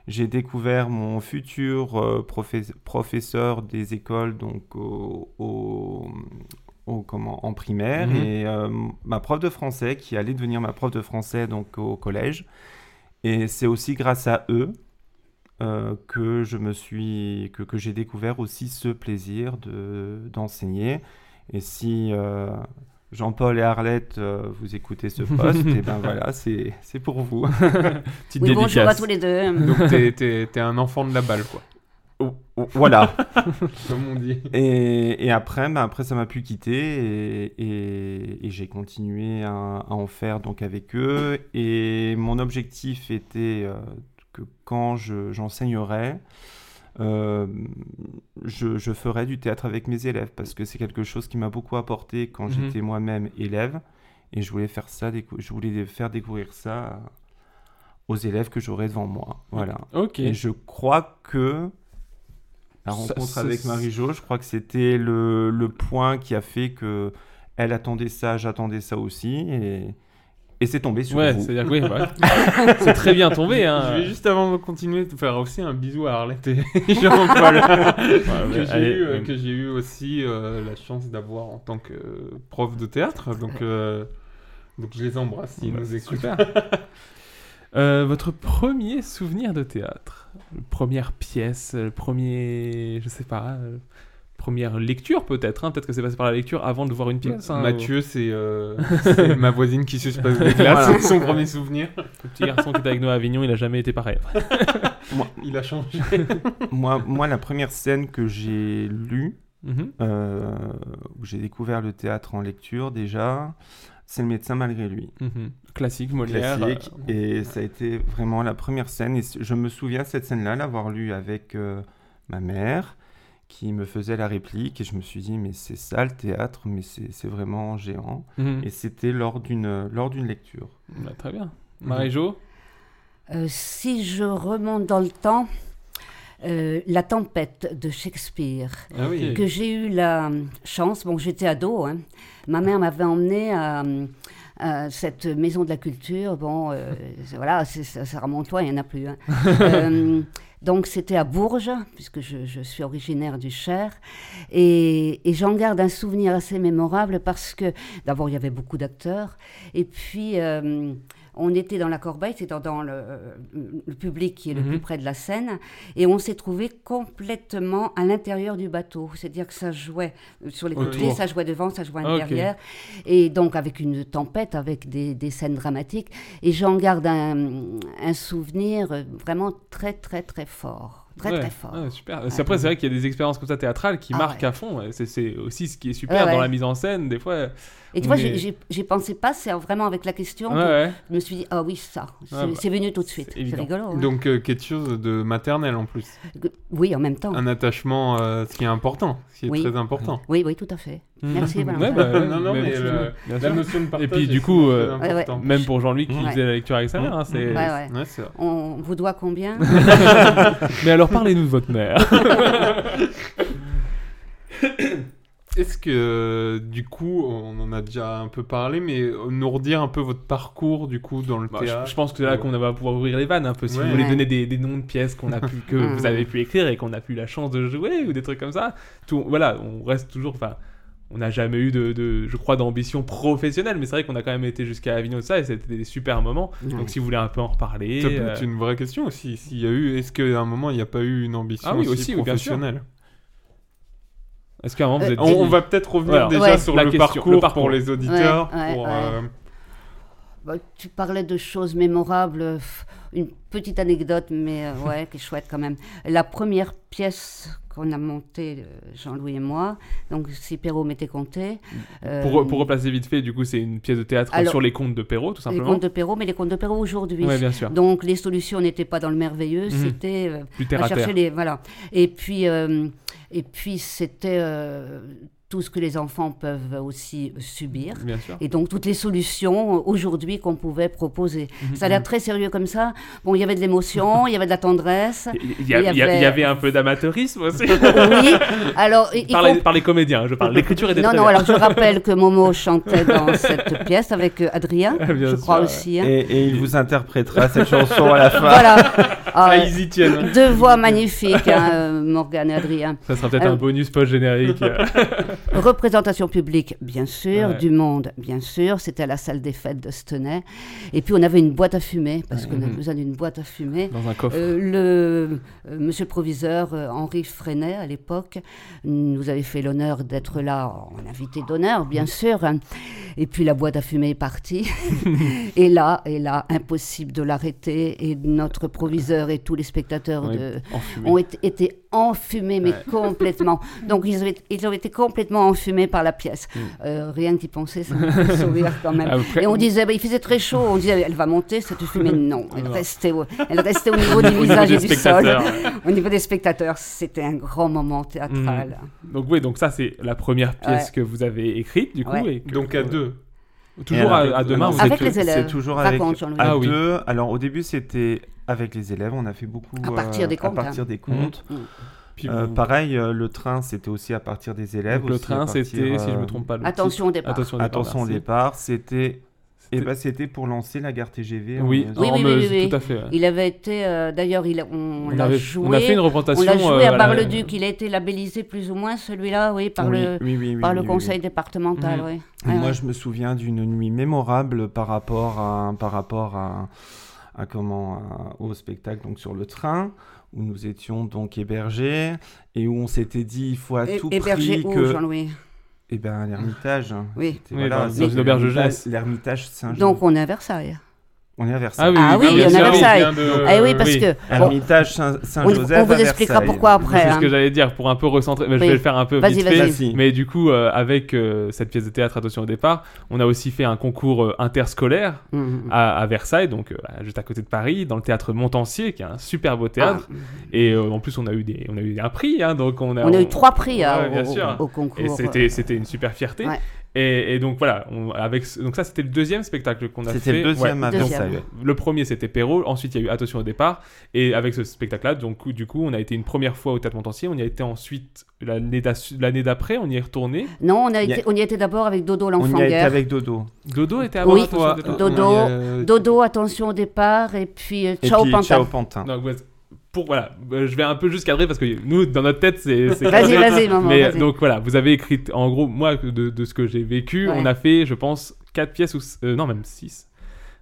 [SPEAKER 10] j'ai découvert mon futur euh, professe- professeur des écoles donc au, au- au- comment, en primaire
[SPEAKER 7] Mhm.
[SPEAKER 10] et euh, ma prof de français qui allait devenir ma prof de français donc au collège et c'est aussi grâce à eux euh, que je me suis que, que j'ai découvert aussi ce plaisir de d'enseigner et si euh, Jean-Paul et Arlette euh, vous écoutez ce poste et ben voilà c'est c'est pour vous
[SPEAKER 7] Petite
[SPEAKER 9] Oui, bonjour à
[SPEAKER 7] dédicace.
[SPEAKER 9] tous les deux.
[SPEAKER 4] Donc t'es- t'es t'es un enfant de la balle, quoi.
[SPEAKER 10] voilà
[SPEAKER 4] Comme on dit.
[SPEAKER 10] et, et après ben, après ça m'a pu quitter et, et- et j'ai continué à, à en faire donc avec eux et mon objectif était euh, que quand je- j'enseignerai euh, je, je ferai du théâtre avec mes élèves parce que c'est quelque chose qui m'a beaucoup apporté quand
[SPEAKER 7] Mhm.
[SPEAKER 10] j'étais moi-même élève
[SPEAKER 1] Et je voulais faire ça, décou- je voulais faire découvrir ça à- aux élèves que j'aurais devant moi. Voilà.
[SPEAKER 7] Ok.
[SPEAKER 1] Et je crois que la
[SPEAKER 7] Ça-
[SPEAKER 1] rencontre
[SPEAKER 7] ça-
[SPEAKER 1] avec Marie-Jo, je crois que c'était le, le point qui a fait que elle attendait ça, j'attendais ça aussi, et, et c'est tombé sur
[SPEAKER 7] Ouais,
[SPEAKER 1] vous.
[SPEAKER 7] c'est-à-dire que oui, bah, c'est très bien tombé.
[SPEAKER 4] Je
[SPEAKER 7] Hein.
[SPEAKER 4] vais juste avant de continuer te faire aussi un bisou à Arlette et Jean-Paul que j'ai
[SPEAKER 1] allez,
[SPEAKER 4] eu, euh,
[SPEAKER 1] oui.
[SPEAKER 4] que j'ai eu aussi euh, la chance d'avoir en tant que euh, prof de théâtre. Donc, euh, donc je les embrasse s'ils
[SPEAKER 1] Bah,
[SPEAKER 4] nous écoutent.
[SPEAKER 7] Euh, votre premier souvenir de théâtre La Première pièce, le premier. Je sais pas. euh, Première lecture peut-être, hein. peut-être que c'est passé par la lecture avant de voir une pièce. hein,
[SPEAKER 4] Mathieu, c'est euh, c'est ma voisine qui suspend les glaces.
[SPEAKER 7] Voilà.
[SPEAKER 4] C'est son premier souvenir.
[SPEAKER 7] ou- Le petit garçon qui était avec nous à Avignon, il a jamais été pareil.
[SPEAKER 4] Il a changé.
[SPEAKER 1] moi, moi, la première scène que j'ai lue,
[SPEAKER 7] Mhm.
[SPEAKER 1] euh, où j'ai découvert le théâtre en lecture déjà, c'est Le médecin malgré lui.
[SPEAKER 7] Mhm. Classique, Molière.
[SPEAKER 1] classique.
[SPEAKER 7] euh,
[SPEAKER 1] Et ça a été vraiment la première scène. Et c- je me souviens cette scène-là, l'avoir lue avec euh, ma mère, qui me faisait la réplique. Et je me suis dit, mais c'est ça le théâtre, mais c'est c'est vraiment géant.
[SPEAKER 7] mhm.
[SPEAKER 1] Et c'était lors d'une lors d'une lecture.
[SPEAKER 7] Bah, très bien. Marie-Jo
[SPEAKER 9] Euh, si je remonte dans le temps, euh, La tempête de Shakespeare,
[SPEAKER 7] Ah oui.
[SPEAKER 9] que j'ai eu la euh, chance, bon j'étais ado, hein. ma mère m'avait emmenée à, euh, à cette maison de la culture, bon euh, c'est- voilà, c'est- ça, ça remonte loin, il n'y en a plus. hein. Euh, donc c'était à Bourges, puisque je, je suis originaire du Cher, et, et j'en garde un souvenir assez mémorable parce que d'abord il y avait beaucoup d'acteurs, et puis... euh, on était dans la Corbeille, c'est dans, dans le, euh, le public qui est le
[SPEAKER 7] Mhm.
[SPEAKER 9] plus près de la scène, et on s'est trouvé complètement à l'intérieur du bateau. C'est-à-dire que ça jouait euh, sur les
[SPEAKER 7] Autour.
[SPEAKER 9] côtés, ça jouait devant, ça jouait
[SPEAKER 7] Ah, ok.
[SPEAKER 9] derrière, et donc avec une tempête, avec des, des scènes dramatiques. Et j'en garde un, un souvenir euh, vraiment très très très fort, très
[SPEAKER 7] Ouais.
[SPEAKER 9] très fort.
[SPEAKER 7] Ah, super. Parce qu'après, c'est vrai qu'il y a des expériences comme ça théâtrales qui
[SPEAKER 9] Ah,
[SPEAKER 7] marquent
[SPEAKER 9] ouais.
[SPEAKER 7] à fond. ouais. C'est- C'est aussi ce qui est super
[SPEAKER 9] Ouais,
[SPEAKER 7] dans
[SPEAKER 9] ouais.
[SPEAKER 7] la mise en scène. Des fois,
[SPEAKER 9] et tu
[SPEAKER 7] on
[SPEAKER 9] vois,
[SPEAKER 7] est-
[SPEAKER 9] j'ai- j'ai- j'ai pensé pas, c'est vraiment avec la question
[SPEAKER 7] Ouais,
[SPEAKER 9] que
[SPEAKER 7] ouais.
[SPEAKER 9] je me suis dit ah oui ça, c'est
[SPEAKER 7] bah,
[SPEAKER 9] c'est venu tout de suite. C'est
[SPEAKER 7] évident.
[SPEAKER 9] rigolo. hein.
[SPEAKER 4] Donc, euh, quelque chose de maternel en plus.
[SPEAKER 9] oui, en même temps.
[SPEAKER 4] Un attachement, euh, ce qui est important, ce qui est
[SPEAKER 9] Oh. Oui.
[SPEAKER 4] très important.
[SPEAKER 9] Oui, oui, tout à fait. Merci. Valentin.
[SPEAKER 7] Ouais, bah, ouais,
[SPEAKER 4] Non, non, mais
[SPEAKER 7] merci.
[SPEAKER 4] le-
[SPEAKER 7] Bien
[SPEAKER 4] La
[SPEAKER 7] sûr.
[SPEAKER 4] notion de partage
[SPEAKER 7] Et puis, du
[SPEAKER 4] est
[SPEAKER 7] coup, euh,
[SPEAKER 4] très
[SPEAKER 9] Ouais, ouais.
[SPEAKER 4] importante.
[SPEAKER 7] Même pour Jean-Louis qui
[SPEAKER 9] Ouais.
[SPEAKER 7] faisait la lecture avec sa mère, hein, c'est-
[SPEAKER 9] Ouais, ouais.
[SPEAKER 4] Ouais, c'est vrai.
[SPEAKER 9] On vous doit combien
[SPEAKER 7] Mais alors parlez-nous de votre mère.
[SPEAKER 4] Est-ce que euh, du coup, on en a déjà un peu parlé, mais euh, nous redire un peu votre parcours du coup dans le
[SPEAKER 7] Bah,
[SPEAKER 4] théâtre
[SPEAKER 7] je, je pense que c'est là qu'on va pouvoir ouvrir les vannes un peu. Si
[SPEAKER 4] Ouais.
[SPEAKER 7] vous voulez
[SPEAKER 9] Ouais.
[SPEAKER 7] donner des, des noms de pièces qu'on a pu, que
[SPEAKER 9] Mm.
[SPEAKER 7] vous avez pu écrire et qu'on a pu la chance de jouer ou des trucs comme ça. Tout, voilà, on reste toujours. Enfin, on n'a jamais eu de, de- je crois, d'ambition professionnelle, mais c'est vrai qu'on a quand même été jusqu'à Avignon de ça et c'était des super moments. Donc si vous voulez un peu en reparler.
[SPEAKER 4] Ça peut
[SPEAKER 7] euh,
[SPEAKER 4] être une vraie question aussi. S'il y a eu, est-ce qu'à un moment il n'y a pas eu une ambition
[SPEAKER 7] Ah oui, aussi,
[SPEAKER 4] aussi,
[SPEAKER 7] oui, bien sûr.
[SPEAKER 4] professionnelle
[SPEAKER 7] Est-ce qu'à un moment vous
[SPEAKER 9] Euh,
[SPEAKER 7] êtes
[SPEAKER 4] on,
[SPEAKER 7] dit-
[SPEAKER 4] on va peut-être revenir
[SPEAKER 7] Voilà.
[SPEAKER 4] déjà
[SPEAKER 9] Ouais.
[SPEAKER 4] sur
[SPEAKER 7] La
[SPEAKER 4] le,
[SPEAKER 7] question,
[SPEAKER 4] parcours
[SPEAKER 7] le parcours.
[SPEAKER 4] pour les auditeurs.
[SPEAKER 9] Ouais, ouais,
[SPEAKER 4] pour,
[SPEAKER 9] ouais.
[SPEAKER 4] euh,
[SPEAKER 9] Bah, tu parlais de choses mémorables. pff, Une petite anecdote, mais euh, ouais, qui est chouette quand même. La première pièce qu'on a montée, euh, Jean-Louis et moi, donc si Perrault m'était compté. euh,
[SPEAKER 7] pour, pour replacer vite fait, du coup, c'est une pièce de théâtre
[SPEAKER 9] Alors,
[SPEAKER 7] sur les contes de Perrault, tout
[SPEAKER 9] les
[SPEAKER 7] simplement.
[SPEAKER 9] contes de Perrault, mais les contes de Perrault aujourd'hui.
[SPEAKER 7] Ouais, bien sûr.
[SPEAKER 9] donc les solutions n'étaient pas dans le merveilleux,
[SPEAKER 7] Mhm.
[SPEAKER 9] c'était euh,
[SPEAKER 7] Plus terre
[SPEAKER 9] à
[SPEAKER 7] à terre.
[SPEAKER 9] chercher les voilà. Et puis euh, et puis c'était euh, tout ce que les enfants peuvent aussi subir.
[SPEAKER 7] Bien sûr.
[SPEAKER 9] et donc toutes les solutions euh, aujourd'hui qu'on pouvait proposer. Ça a l'air très sérieux comme ça. Bon, il y avait de l'émotion, il y avait de la tendresse.
[SPEAKER 7] Il y, a-
[SPEAKER 9] Il y
[SPEAKER 7] il y a-
[SPEAKER 9] avait-
[SPEAKER 7] il y avait un peu d'amateurisme aussi.
[SPEAKER 9] Oui. Alors, y- y
[SPEAKER 7] par, les,
[SPEAKER 9] comp-
[SPEAKER 7] par les comédiens, je parle. L'écriture était
[SPEAKER 9] non,
[SPEAKER 7] très
[SPEAKER 9] non,
[SPEAKER 7] bien.
[SPEAKER 9] alors je rappelle que Momo chantait dans cette pièce avec euh, Adrien,
[SPEAKER 7] Ah, Bien
[SPEAKER 9] je
[SPEAKER 7] sûr,
[SPEAKER 9] crois
[SPEAKER 7] ouais.
[SPEAKER 9] aussi. hein.
[SPEAKER 1] Et, et il vous interprétera cette chanson à la fin.
[SPEAKER 9] Voilà. Ah,
[SPEAKER 7] Ah,
[SPEAKER 9] ouais.
[SPEAKER 7] ils y tiennent.
[SPEAKER 9] deux voix magnifiques, hein, euh, Morgane et Adrien.
[SPEAKER 7] Ça sera peut-être
[SPEAKER 9] Alors-
[SPEAKER 7] un bonus post-générique. euh.
[SPEAKER 9] Représentation publique, bien sûr,
[SPEAKER 7] Ouais.
[SPEAKER 9] du monde, bien sûr. C'était à la salle des fêtes de Stenay. Et puis on avait une boîte à fumer, parce qu'on avait besoin d'une boîte à fumer.
[SPEAKER 7] Dans un coffre.
[SPEAKER 9] Euh, le euh, monsieur le proviseur euh, Henri Freinet, à l'époque, nous avait fait l'honneur d'être là en invité d'honneur, bien sûr. hein. Et puis la boîte à fumer est partie. et là, et là, impossible de l'arrêter. Et notre proviseur et tous les spectateurs
[SPEAKER 7] Ouais,
[SPEAKER 9] de-
[SPEAKER 7] enfumé.
[SPEAKER 9] ont été, été enfumés, mais complètement. Donc ils ont, été- ils ont été complètement enfumés par la pièce. Euh, rien d'y penser, ça me fait sourire quand même.
[SPEAKER 7] Ah, Après-
[SPEAKER 9] Et on disait, bah, il faisait très chaud, on disait, elle va monter cette fumée. Non, elle restait au, elle restait au niveau du visage
[SPEAKER 7] des
[SPEAKER 9] et du sol.
[SPEAKER 7] spectateurs.
[SPEAKER 9] Au niveau des spectateurs, c'était un grand moment théâtral.
[SPEAKER 7] Mmh. Donc oui, donc ça c'est la première pièce
[SPEAKER 9] Ouais.
[SPEAKER 7] que vous avez écrite du coup.
[SPEAKER 9] Ouais.
[SPEAKER 7] Et que-
[SPEAKER 4] donc à deux.
[SPEAKER 7] Toujours
[SPEAKER 1] Et
[SPEAKER 7] à,
[SPEAKER 1] alors-
[SPEAKER 7] à demain,
[SPEAKER 1] non,
[SPEAKER 7] vous
[SPEAKER 1] c'est
[SPEAKER 7] êtes...
[SPEAKER 9] Avec les élèves.
[SPEAKER 10] C'est toujours avec,
[SPEAKER 9] Raconte, Jean-Louis.
[SPEAKER 7] Ah
[SPEAKER 10] à
[SPEAKER 7] oui.
[SPEAKER 10] deux. Alors au début c'était avec les élèves, on a fait beaucoup euh,
[SPEAKER 9] À partir des
[SPEAKER 1] hein.
[SPEAKER 9] comptes,
[SPEAKER 10] À partir des comptes.
[SPEAKER 7] Mhm. puis
[SPEAKER 10] Euh,
[SPEAKER 7] vous-
[SPEAKER 10] pareil, euh, le train c'était aussi à partir des élèves.
[SPEAKER 7] donc le
[SPEAKER 10] aussi à
[SPEAKER 7] train,
[SPEAKER 10] partir,
[SPEAKER 7] c'était, si je
[SPEAKER 10] euh,
[SPEAKER 7] me trompe pas, le
[SPEAKER 9] Attention au
[SPEAKER 7] titre.
[SPEAKER 9] départ.
[SPEAKER 7] Attention au départ.
[SPEAKER 10] Attention au
[SPEAKER 7] merci.
[SPEAKER 10] départ, c'était eh
[SPEAKER 7] C'était-
[SPEAKER 10] ben, c'était pour lancer la gare TGV. en-
[SPEAKER 7] Oui,
[SPEAKER 10] euh,
[SPEAKER 9] Oui,
[SPEAKER 7] en
[SPEAKER 9] oui, oui,
[SPEAKER 7] Meuse,
[SPEAKER 9] oui, oui.
[SPEAKER 7] tout à fait. ouais.
[SPEAKER 9] Il avait été, euh, d'ailleurs, il a-
[SPEAKER 7] on,
[SPEAKER 9] on,
[SPEAKER 7] avait-
[SPEAKER 9] l'a
[SPEAKER 7] on
[SPEAKER 9] joué.
[SPEAKER 7] a fait une
[SPEAKER 9] on
[SPEAKER 7] représentation.
[SPEAKER 9] l'a joué
[SPEAKER 7] euh,
[SPEAKER 9] à
[SPEAKER 7] la-
[SPEAKER 9] Bar-le-Duc. Il a été labellisé plus ou moins, celui-là, oui, par
[SPEAKER 10] oui,
[SPEAKER 9] le,
[SPEAKER 10] oui, oui, oui,
[SPEAKER 9] par
[SPEAKER 10] oui,
[SPEAKER 9] le
[SPEAKER 10] oui,
[SPEAKER 9] conseil
[SPEAKER 10] oui.
[SPEAKER 9] départemental,
[SPEAKER 7] Mhm.
[SPEAKER 9] oui.
[SPEAKER 10] Et
[SPEAKER 9] Ouais,
[SPEAKER 10] moi,
[SPEAKER 9] ouais.
[SPEAKER 10] je me souviens d'une nuit mémorable par rapport à, par rapport à, à comment à- au spectacle donc sur le train où nous étions donc hébergés et où on s'était dit il faut à
[SPEAKER 9] Hé-
[SPEAKER 10] tout
[SPEAKER 9] Hébergé
[SPEAKER 10] prix
[SPEAKER 9] où,
[SPEAKER 10] que
[SPEAKER 9] Jean-Louis
[SPEAKER 10] eh ben à l'Ermitage.
[SPEAKER 9] Oui.
[SPEAKER 10] C'était,
[SPEAKER 7] Oui, dans- dans
[SPEAKER 10] c'est
[SPEAKER 7] une auberge de
[SPEAKER 10] l'Ermitage-
[SPEAKER 7] jeunesse.
[SPEAKER 10] L'Ermitage Saint-Jean.
[SPEAKER 9] Donc, on est à Versailles.
[SPEAKER 10] on est à Versailles.
[SPEAKER 7] Ah oui,
[SPEAKER 9] Ah oui,
[SPEAKER 7] bien
[SPEAKER 9] il y en a
[SPEAKER 7] sûr,
[SPEAKER 9] Versailles.
[SPEAKER 7] vient de-
[SPEAKER 9] eh oui, parce que. bon,
[SPEAKER 10] Ermitage Saint-
[SPEAKER 9] on, on
[SPEAKER 10] Saint-Joseph.
[SPEAKER 9] vous
[SPEAKER 10] à
[SPEAKER 9] expliquera
[SPEAKER 10] Versailles.
[SPEAKER 9] pourquoi après.
[SPEAKER 7] C'est ce
[SPEAKER 9] hein.
[SPEAKER 7] que j'allais dire pour un peu recentrer. mais Je
[SPEAKER 9] Oui.
[SPEAKER 7] vais le faire un peu
[SPEAKER 9] Vas-y,
[SPEAKER 7] vite
[SPEAKER 9] vas-y.
[SPEAKER 7] fait.
[SPEAKER 10] Vas-y.
[SPEAKER 7] Mais du coup, euh, avec euh, cette pièce de théâtre, attention au départ, on a aussi fait un concours euh, interscolaire
[SPEAKER 9] Mhm.
[SPEAKER 7] à, à Versailles, donc euh, juste à côté de Paris, dans le théâtre Montancier, qui est un super beau théâtre. Et euh, en plus, on a eu des, on a eu un prix, hein, donc on a,
[SPEAKER 9] Ah, On a eu trois prix
[SPEAKER 7] Ouais,
[SPEAKER 9] hein,
[SPEAKER 7] bien
[SPEAKER 9] au,
[SPEAKER 7] sûr.
[SPEAKER 9] au- au concours.
[SPEAKER 7] Et c'était, c'était une super fierté.
[SPEAKER 9] Ouais.
[SPEAKER 7] Et, et donc voilà, on- avec ce- donc ça c'était le deuxième spectacle qu'on a fait.
[SPEAKER 10] C'était le deuxième
[SPEAKER 7] Ouais.
[SPEAKER 10] à
[SPEAKER 9] Deuxième.
[SPEAKER 10] Versailles.
[SPEAKER 7] Le premier c'était Perrault, ensuite il y a eu Attention au départ, et avec ce spectacle-là, donc du coup on a été une première fois au Théâtre Montancier, on y a été ensuite l'année, d'assu- l'année d'après, on y est retourné.
[SPEAKER 9] Non, on, a
[SPEAKER 10] Il y a-
[SPEAKER 9] été, on y était d'abord avec Dodo
[SPEAKER 10] On y
[SPEAKER 9] l'enfant
[SPEAKER 10] a été
[SPEAKER 9] guerre.
[SPEAKER 10] avec Dodo.
[SPEAKER 7] Dodo était avant
[SPEAKER 9] Oui,
[SPEAKER 7] Attention au
[SPEAKER 9] euh,
[SPEAKER 7] départ.
[SPEAKER 9] Dodo,
[SPEAKER 4] On y est-
[SPEAKER 9] Dodo, attention au départ, et puis euh,
[SPEAKER 10] Et
[SPEAKER 9] ciao
[SPEAKER 10] puis,
[SPEAKER 9] Pantin.
[SPEAKER 10] Ciao Pantin.
[SPEAKER 7] Donc, ouais, pour voilà, euh, je vais un peu juste cadrer parce que nous dans notre tête c'est. c'est
[SPEAKER 9] Vas-y,
[SPEAKER 7] cadré.
[SPEAKER 9] vas-y, maman.
[SPEAKER 7] Mais euh,
[SPEAKER 9] vas-y.
[SPEAKER 7] donc voilà, vous avez écrit, en gros, moi, de, de ce que j'ai vécu,
[SPEAKER 9] Ouais.
[SPEAKER 7] on a fait, je pense, 4 pièces ou. s- euh, non, même 6.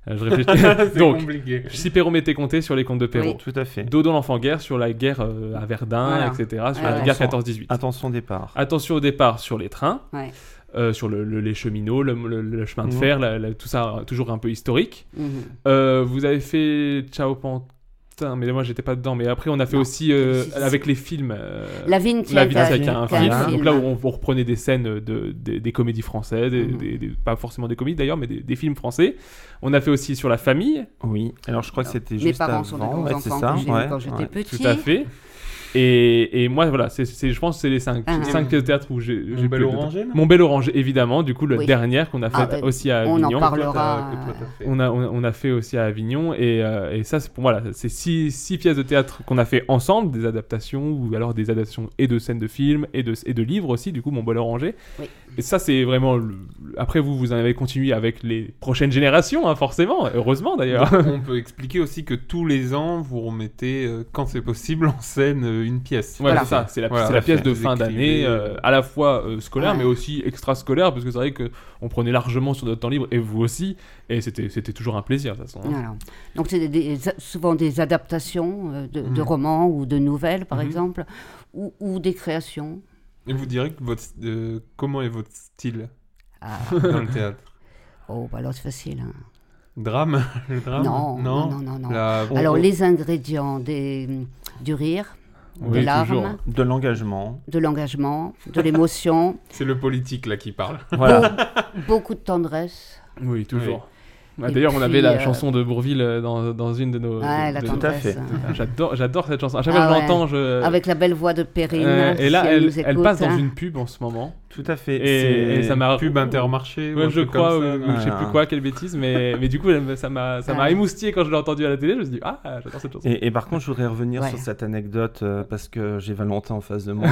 [SPEAKER 7] je réfléchis. donc,
[SPEAKER 4] compliqué.
[SPEAKER 7] si Perrault m'était compté sur les comptes de Perrault.
[SPEAKER 9] Oui.
[SPEAKER 10] Tout à fait.
[SPEAKER 7] Dodo l'enfant-guerre sur la guerre euh, à Verdun,
[SPEAKER 9] Voilà.
[SPEAKER 7] etc. Sur la
[SPEAKER 9] Attention.
[SPEAKER 7] guerre 14-18.
[SPEAKER 10] Attention départ.
[SPEAKER 7] Attention au départ sur les trains,
[SPEAKER 9] Ouais.
[SPEAKER 7] euh, sur le, le- les cheminots, le, le- le chemin de
[SPEAKER 10] Mhm.
[SPEAKER 7] fer, la- la- tout ça euh, toujours un peu historique.
[SPEAKER 9] Mhm.
[SPEAKER 7] Euh, vous avez fait Ciao Pantin, mais moi j'étais pas dedans. Mais après on a fait
[SPEAKER 9] Non.
[SPEAKER 7] aussi euh,
[SPEAKER 9] Si, si.
[SPEAKER 7] avec les films. euh,
[SPEAKER 9] La vigne qui
[SPEAKER 7] la
[SPEAKER 9] a- euh,
[SPEAKER 7] vie
[SPEAKER 9] qui a-
[SPEAKER 7] avec
[SPEAKER 10] qui
[SPEAKER 7] un
[SPEAKER 9] qui a un
[SPEAKER 7] film.
[SPEAKER 9] film.
[SPEAKER 7] Donc là, où on, on reprenait des scènes de, des- des comédies françaises, des-
[SPEAKER 9] Mhm.
[SPEAKER 7] des- des- pas forcément des comédies d'ailleurs, mais des, des films français. On a fait aussi sur la famille,
[SPEAKER 10] Oui. Alors je crois que c'était
[SPEAKER 9] Mes
[SPEAKER 10] juste
[SPEAKER 9] parents
[SPEAKER 10] avant.
[SPEAKER 9] sont des grands
[SPEAKER 10] ouais, c'est
[SPEAKER 9] enfants
[SPEAKER 10] ça.
[SPEAKER 9] que j'ai eu
[SPEAKER 10] ouais,
[SPEAKER 9] quand j'étais
[SPEAKER 10] ouais.
[SPEAKER 9] petit.
[SPEAKER 7] tout à fait. Et, et moi, voilà, c'est c'est- je pense que c'est les 5
[SPEAKER 9] Ah, ah.
[SPEAKER 7] théâtres où j'ai j'ai
[SPEAKER 4] J'ai
[SPEAKER 7] pu
[SPEAKER 4] bel
[SPEAKER 7] être
[SPEAKER 4] orangé, là
[SPEAKER 7] dedans. Mon bel orange, évidemment, du coup, la
[SPEAKER 9] Oui.
[SPEAKER 7] dernière qu'on a
[SPEAKER 9] Ah,
[SPEAKER 7] faite
[SPEAKER 9] ouais.
[SPEAKER 7] aussi à
[SPEAKER 9] On en
[SPEAKER 7] Avignon.
[SPEAKER 9] parle. parlera-
[SPEAKER 7] On a, on a- on a fait aussi à Avignon et, euh, et ça c'est pour moi là, c'est six, six pièces de théâtre qu'on a fait ensemble, des adaptations ou alors des adaptations et de scènes de films et de, et de livres aussi, du coup mon bol orangé.
[SPEAKER 9] Oui.
[SPEAKER 7] Et ça c'est vraiment... le- Après vous, vous en avez continué avec les prochaines générations, hein, forcément, heureusement d'ailleurs.
[SPEAKER 4] on peut expliquer aussi que tous les ans, vous remettez, euh, quand c'est possible, en scène euh, une pièce.
[SPEAKER 7] Ouais, c'est ça, c'est la,
[SPEAKER 4] Voilà.
[SPEAKER 7] c'est la pièce de
[SPEAKER 4] Vous
[SPEAKER 7] fin
[SPEAKER 4] écrivez,
[SPEAKER 7] d'année, euh, à la fois euh, scolaire
[SPEAKER 9] Ouais.
[SPEAKER 7] mais aussi extrascolaire, parce que c'est vrai qu'on prenait largement sur notre temps libre et vous aussi, et c'était c'était toujours un plaisir de toute façon. hein.
[SPEAKER 9] Voilà. Donc, c'est des- des- souvent des adaptations euh, de,
[SPEAKER 10] Mm.
[SPEAKER 9] de romans ou de nouvelles, par
[SPEAKER 7] Mhm.
[SPEAKER 9] exemple, ou, ou des créations.
[SPEAKER 4] Et vous direz que votre, euh, comment est votre style
[SPEAKER 9] Ah.
[SPEAKER 4] dans le théâtre
[SPEAKER 9] Oh, bah alors c'est facile. hein.
[SPEAKER 4] Drame Le drame
[SPEAKER 9] Non, non, non, non, non.
[SPEAKER 4] La- oh,
[SPEAKER 9] Alors,
[SPEAKER 4] Ah, on-
[SPEAKER 9] les ingrédients des, du rire,
[SPEAKER 7] Oui,
[SPEAKER 9] des larmes,
[SPEAKER 7] toujours.
[SPEAKER 10] De l'engagement.
[SPEAKER 9] de l'engagement, de l'émotion,
[SPEAKER 4] C'est le politique là qui parle.
[SPEAKER 10] Voilà.
[SPEAKER 9] beaucoup de tendresse.
[SPEAKER 7] Oui, toujours. Ah,
[SPEAKER 9] Et
[SPEAKER 7] D'ailleurs, on
[SPEAKER 9] puis,
[SPEAKER 7] avait la
[SPEAKER 9] euh,
[SPEAKER 7] chanson de Bourville euh, dans, dans une de nos.
[SPEAKER 9] Ouais,
[SPEAKER 7] de-
[SPEAKER 9] la
[SPEAKER 7] de-
[SPEAKER 9] tendresse.
[SPEAKER 10] tendresse. fait.
[SPEAKER 9] hein.
[SPEAKER 7] Ah, J'adore, j'adore cette chanson. À chaque
[SPEAKER 9] Ah
[SPEAKER 7] fois que je
[SPEAKER 9] ouais.
[SPEAKER 7] l'entends, je.
[SPEAKER 9] Avec la belle voix de Perrine.
[SPEAKER 7] Euh, et là,
[SPEAKER 9] si
[SPEAKER 7] elle,
[SPEAKER 9] nous
[SPEAKER 7] elle
[SPEAKER 9] écoute,
[SPEAKER 7] passe dans
[SPEAKER 9] hein.
[SPEAKER 7] une pub en ce moment.
[SPEAKER 10] Tout à fait.
[SPEAKER 7] Et, et
[SPEAKER 10] C'est-
[SPEAKER 7] ça m'a.
[SPEAKER 4] Pub Intermarché. ou
[SPEAKER 7] Bah, Ouais,
[SPEAKER 4] un
[SPEAKER 7] je
[SPEAKER 4] truc
[SPEAKER 7] crois, euh,
[SPEAKER 4] comme ça,
[SPEAKER 7] ou-
[SPEAKER 4] là.
[SPEAKER 7] ou je sais plus
[SPEAKER 10] Ah.
[SPEAKER 7] quoi, quelle bêtise, mais, mais du coup, elle me- ça m'a ça m'a
[SPEAKER 9] Ouais.
[SPEAKER 7] émoustillé quand je l'ai entendu à la télé. Je me suis dit, ah, j'adore cette chanson.
[SPEAKER 10] Et, et par contre, je voudrais revenir
[SPEAKER 9] Ouais.
[SPEAKER 10] sur cette anecdote euh, parce que j'ai Valentin en face de moi.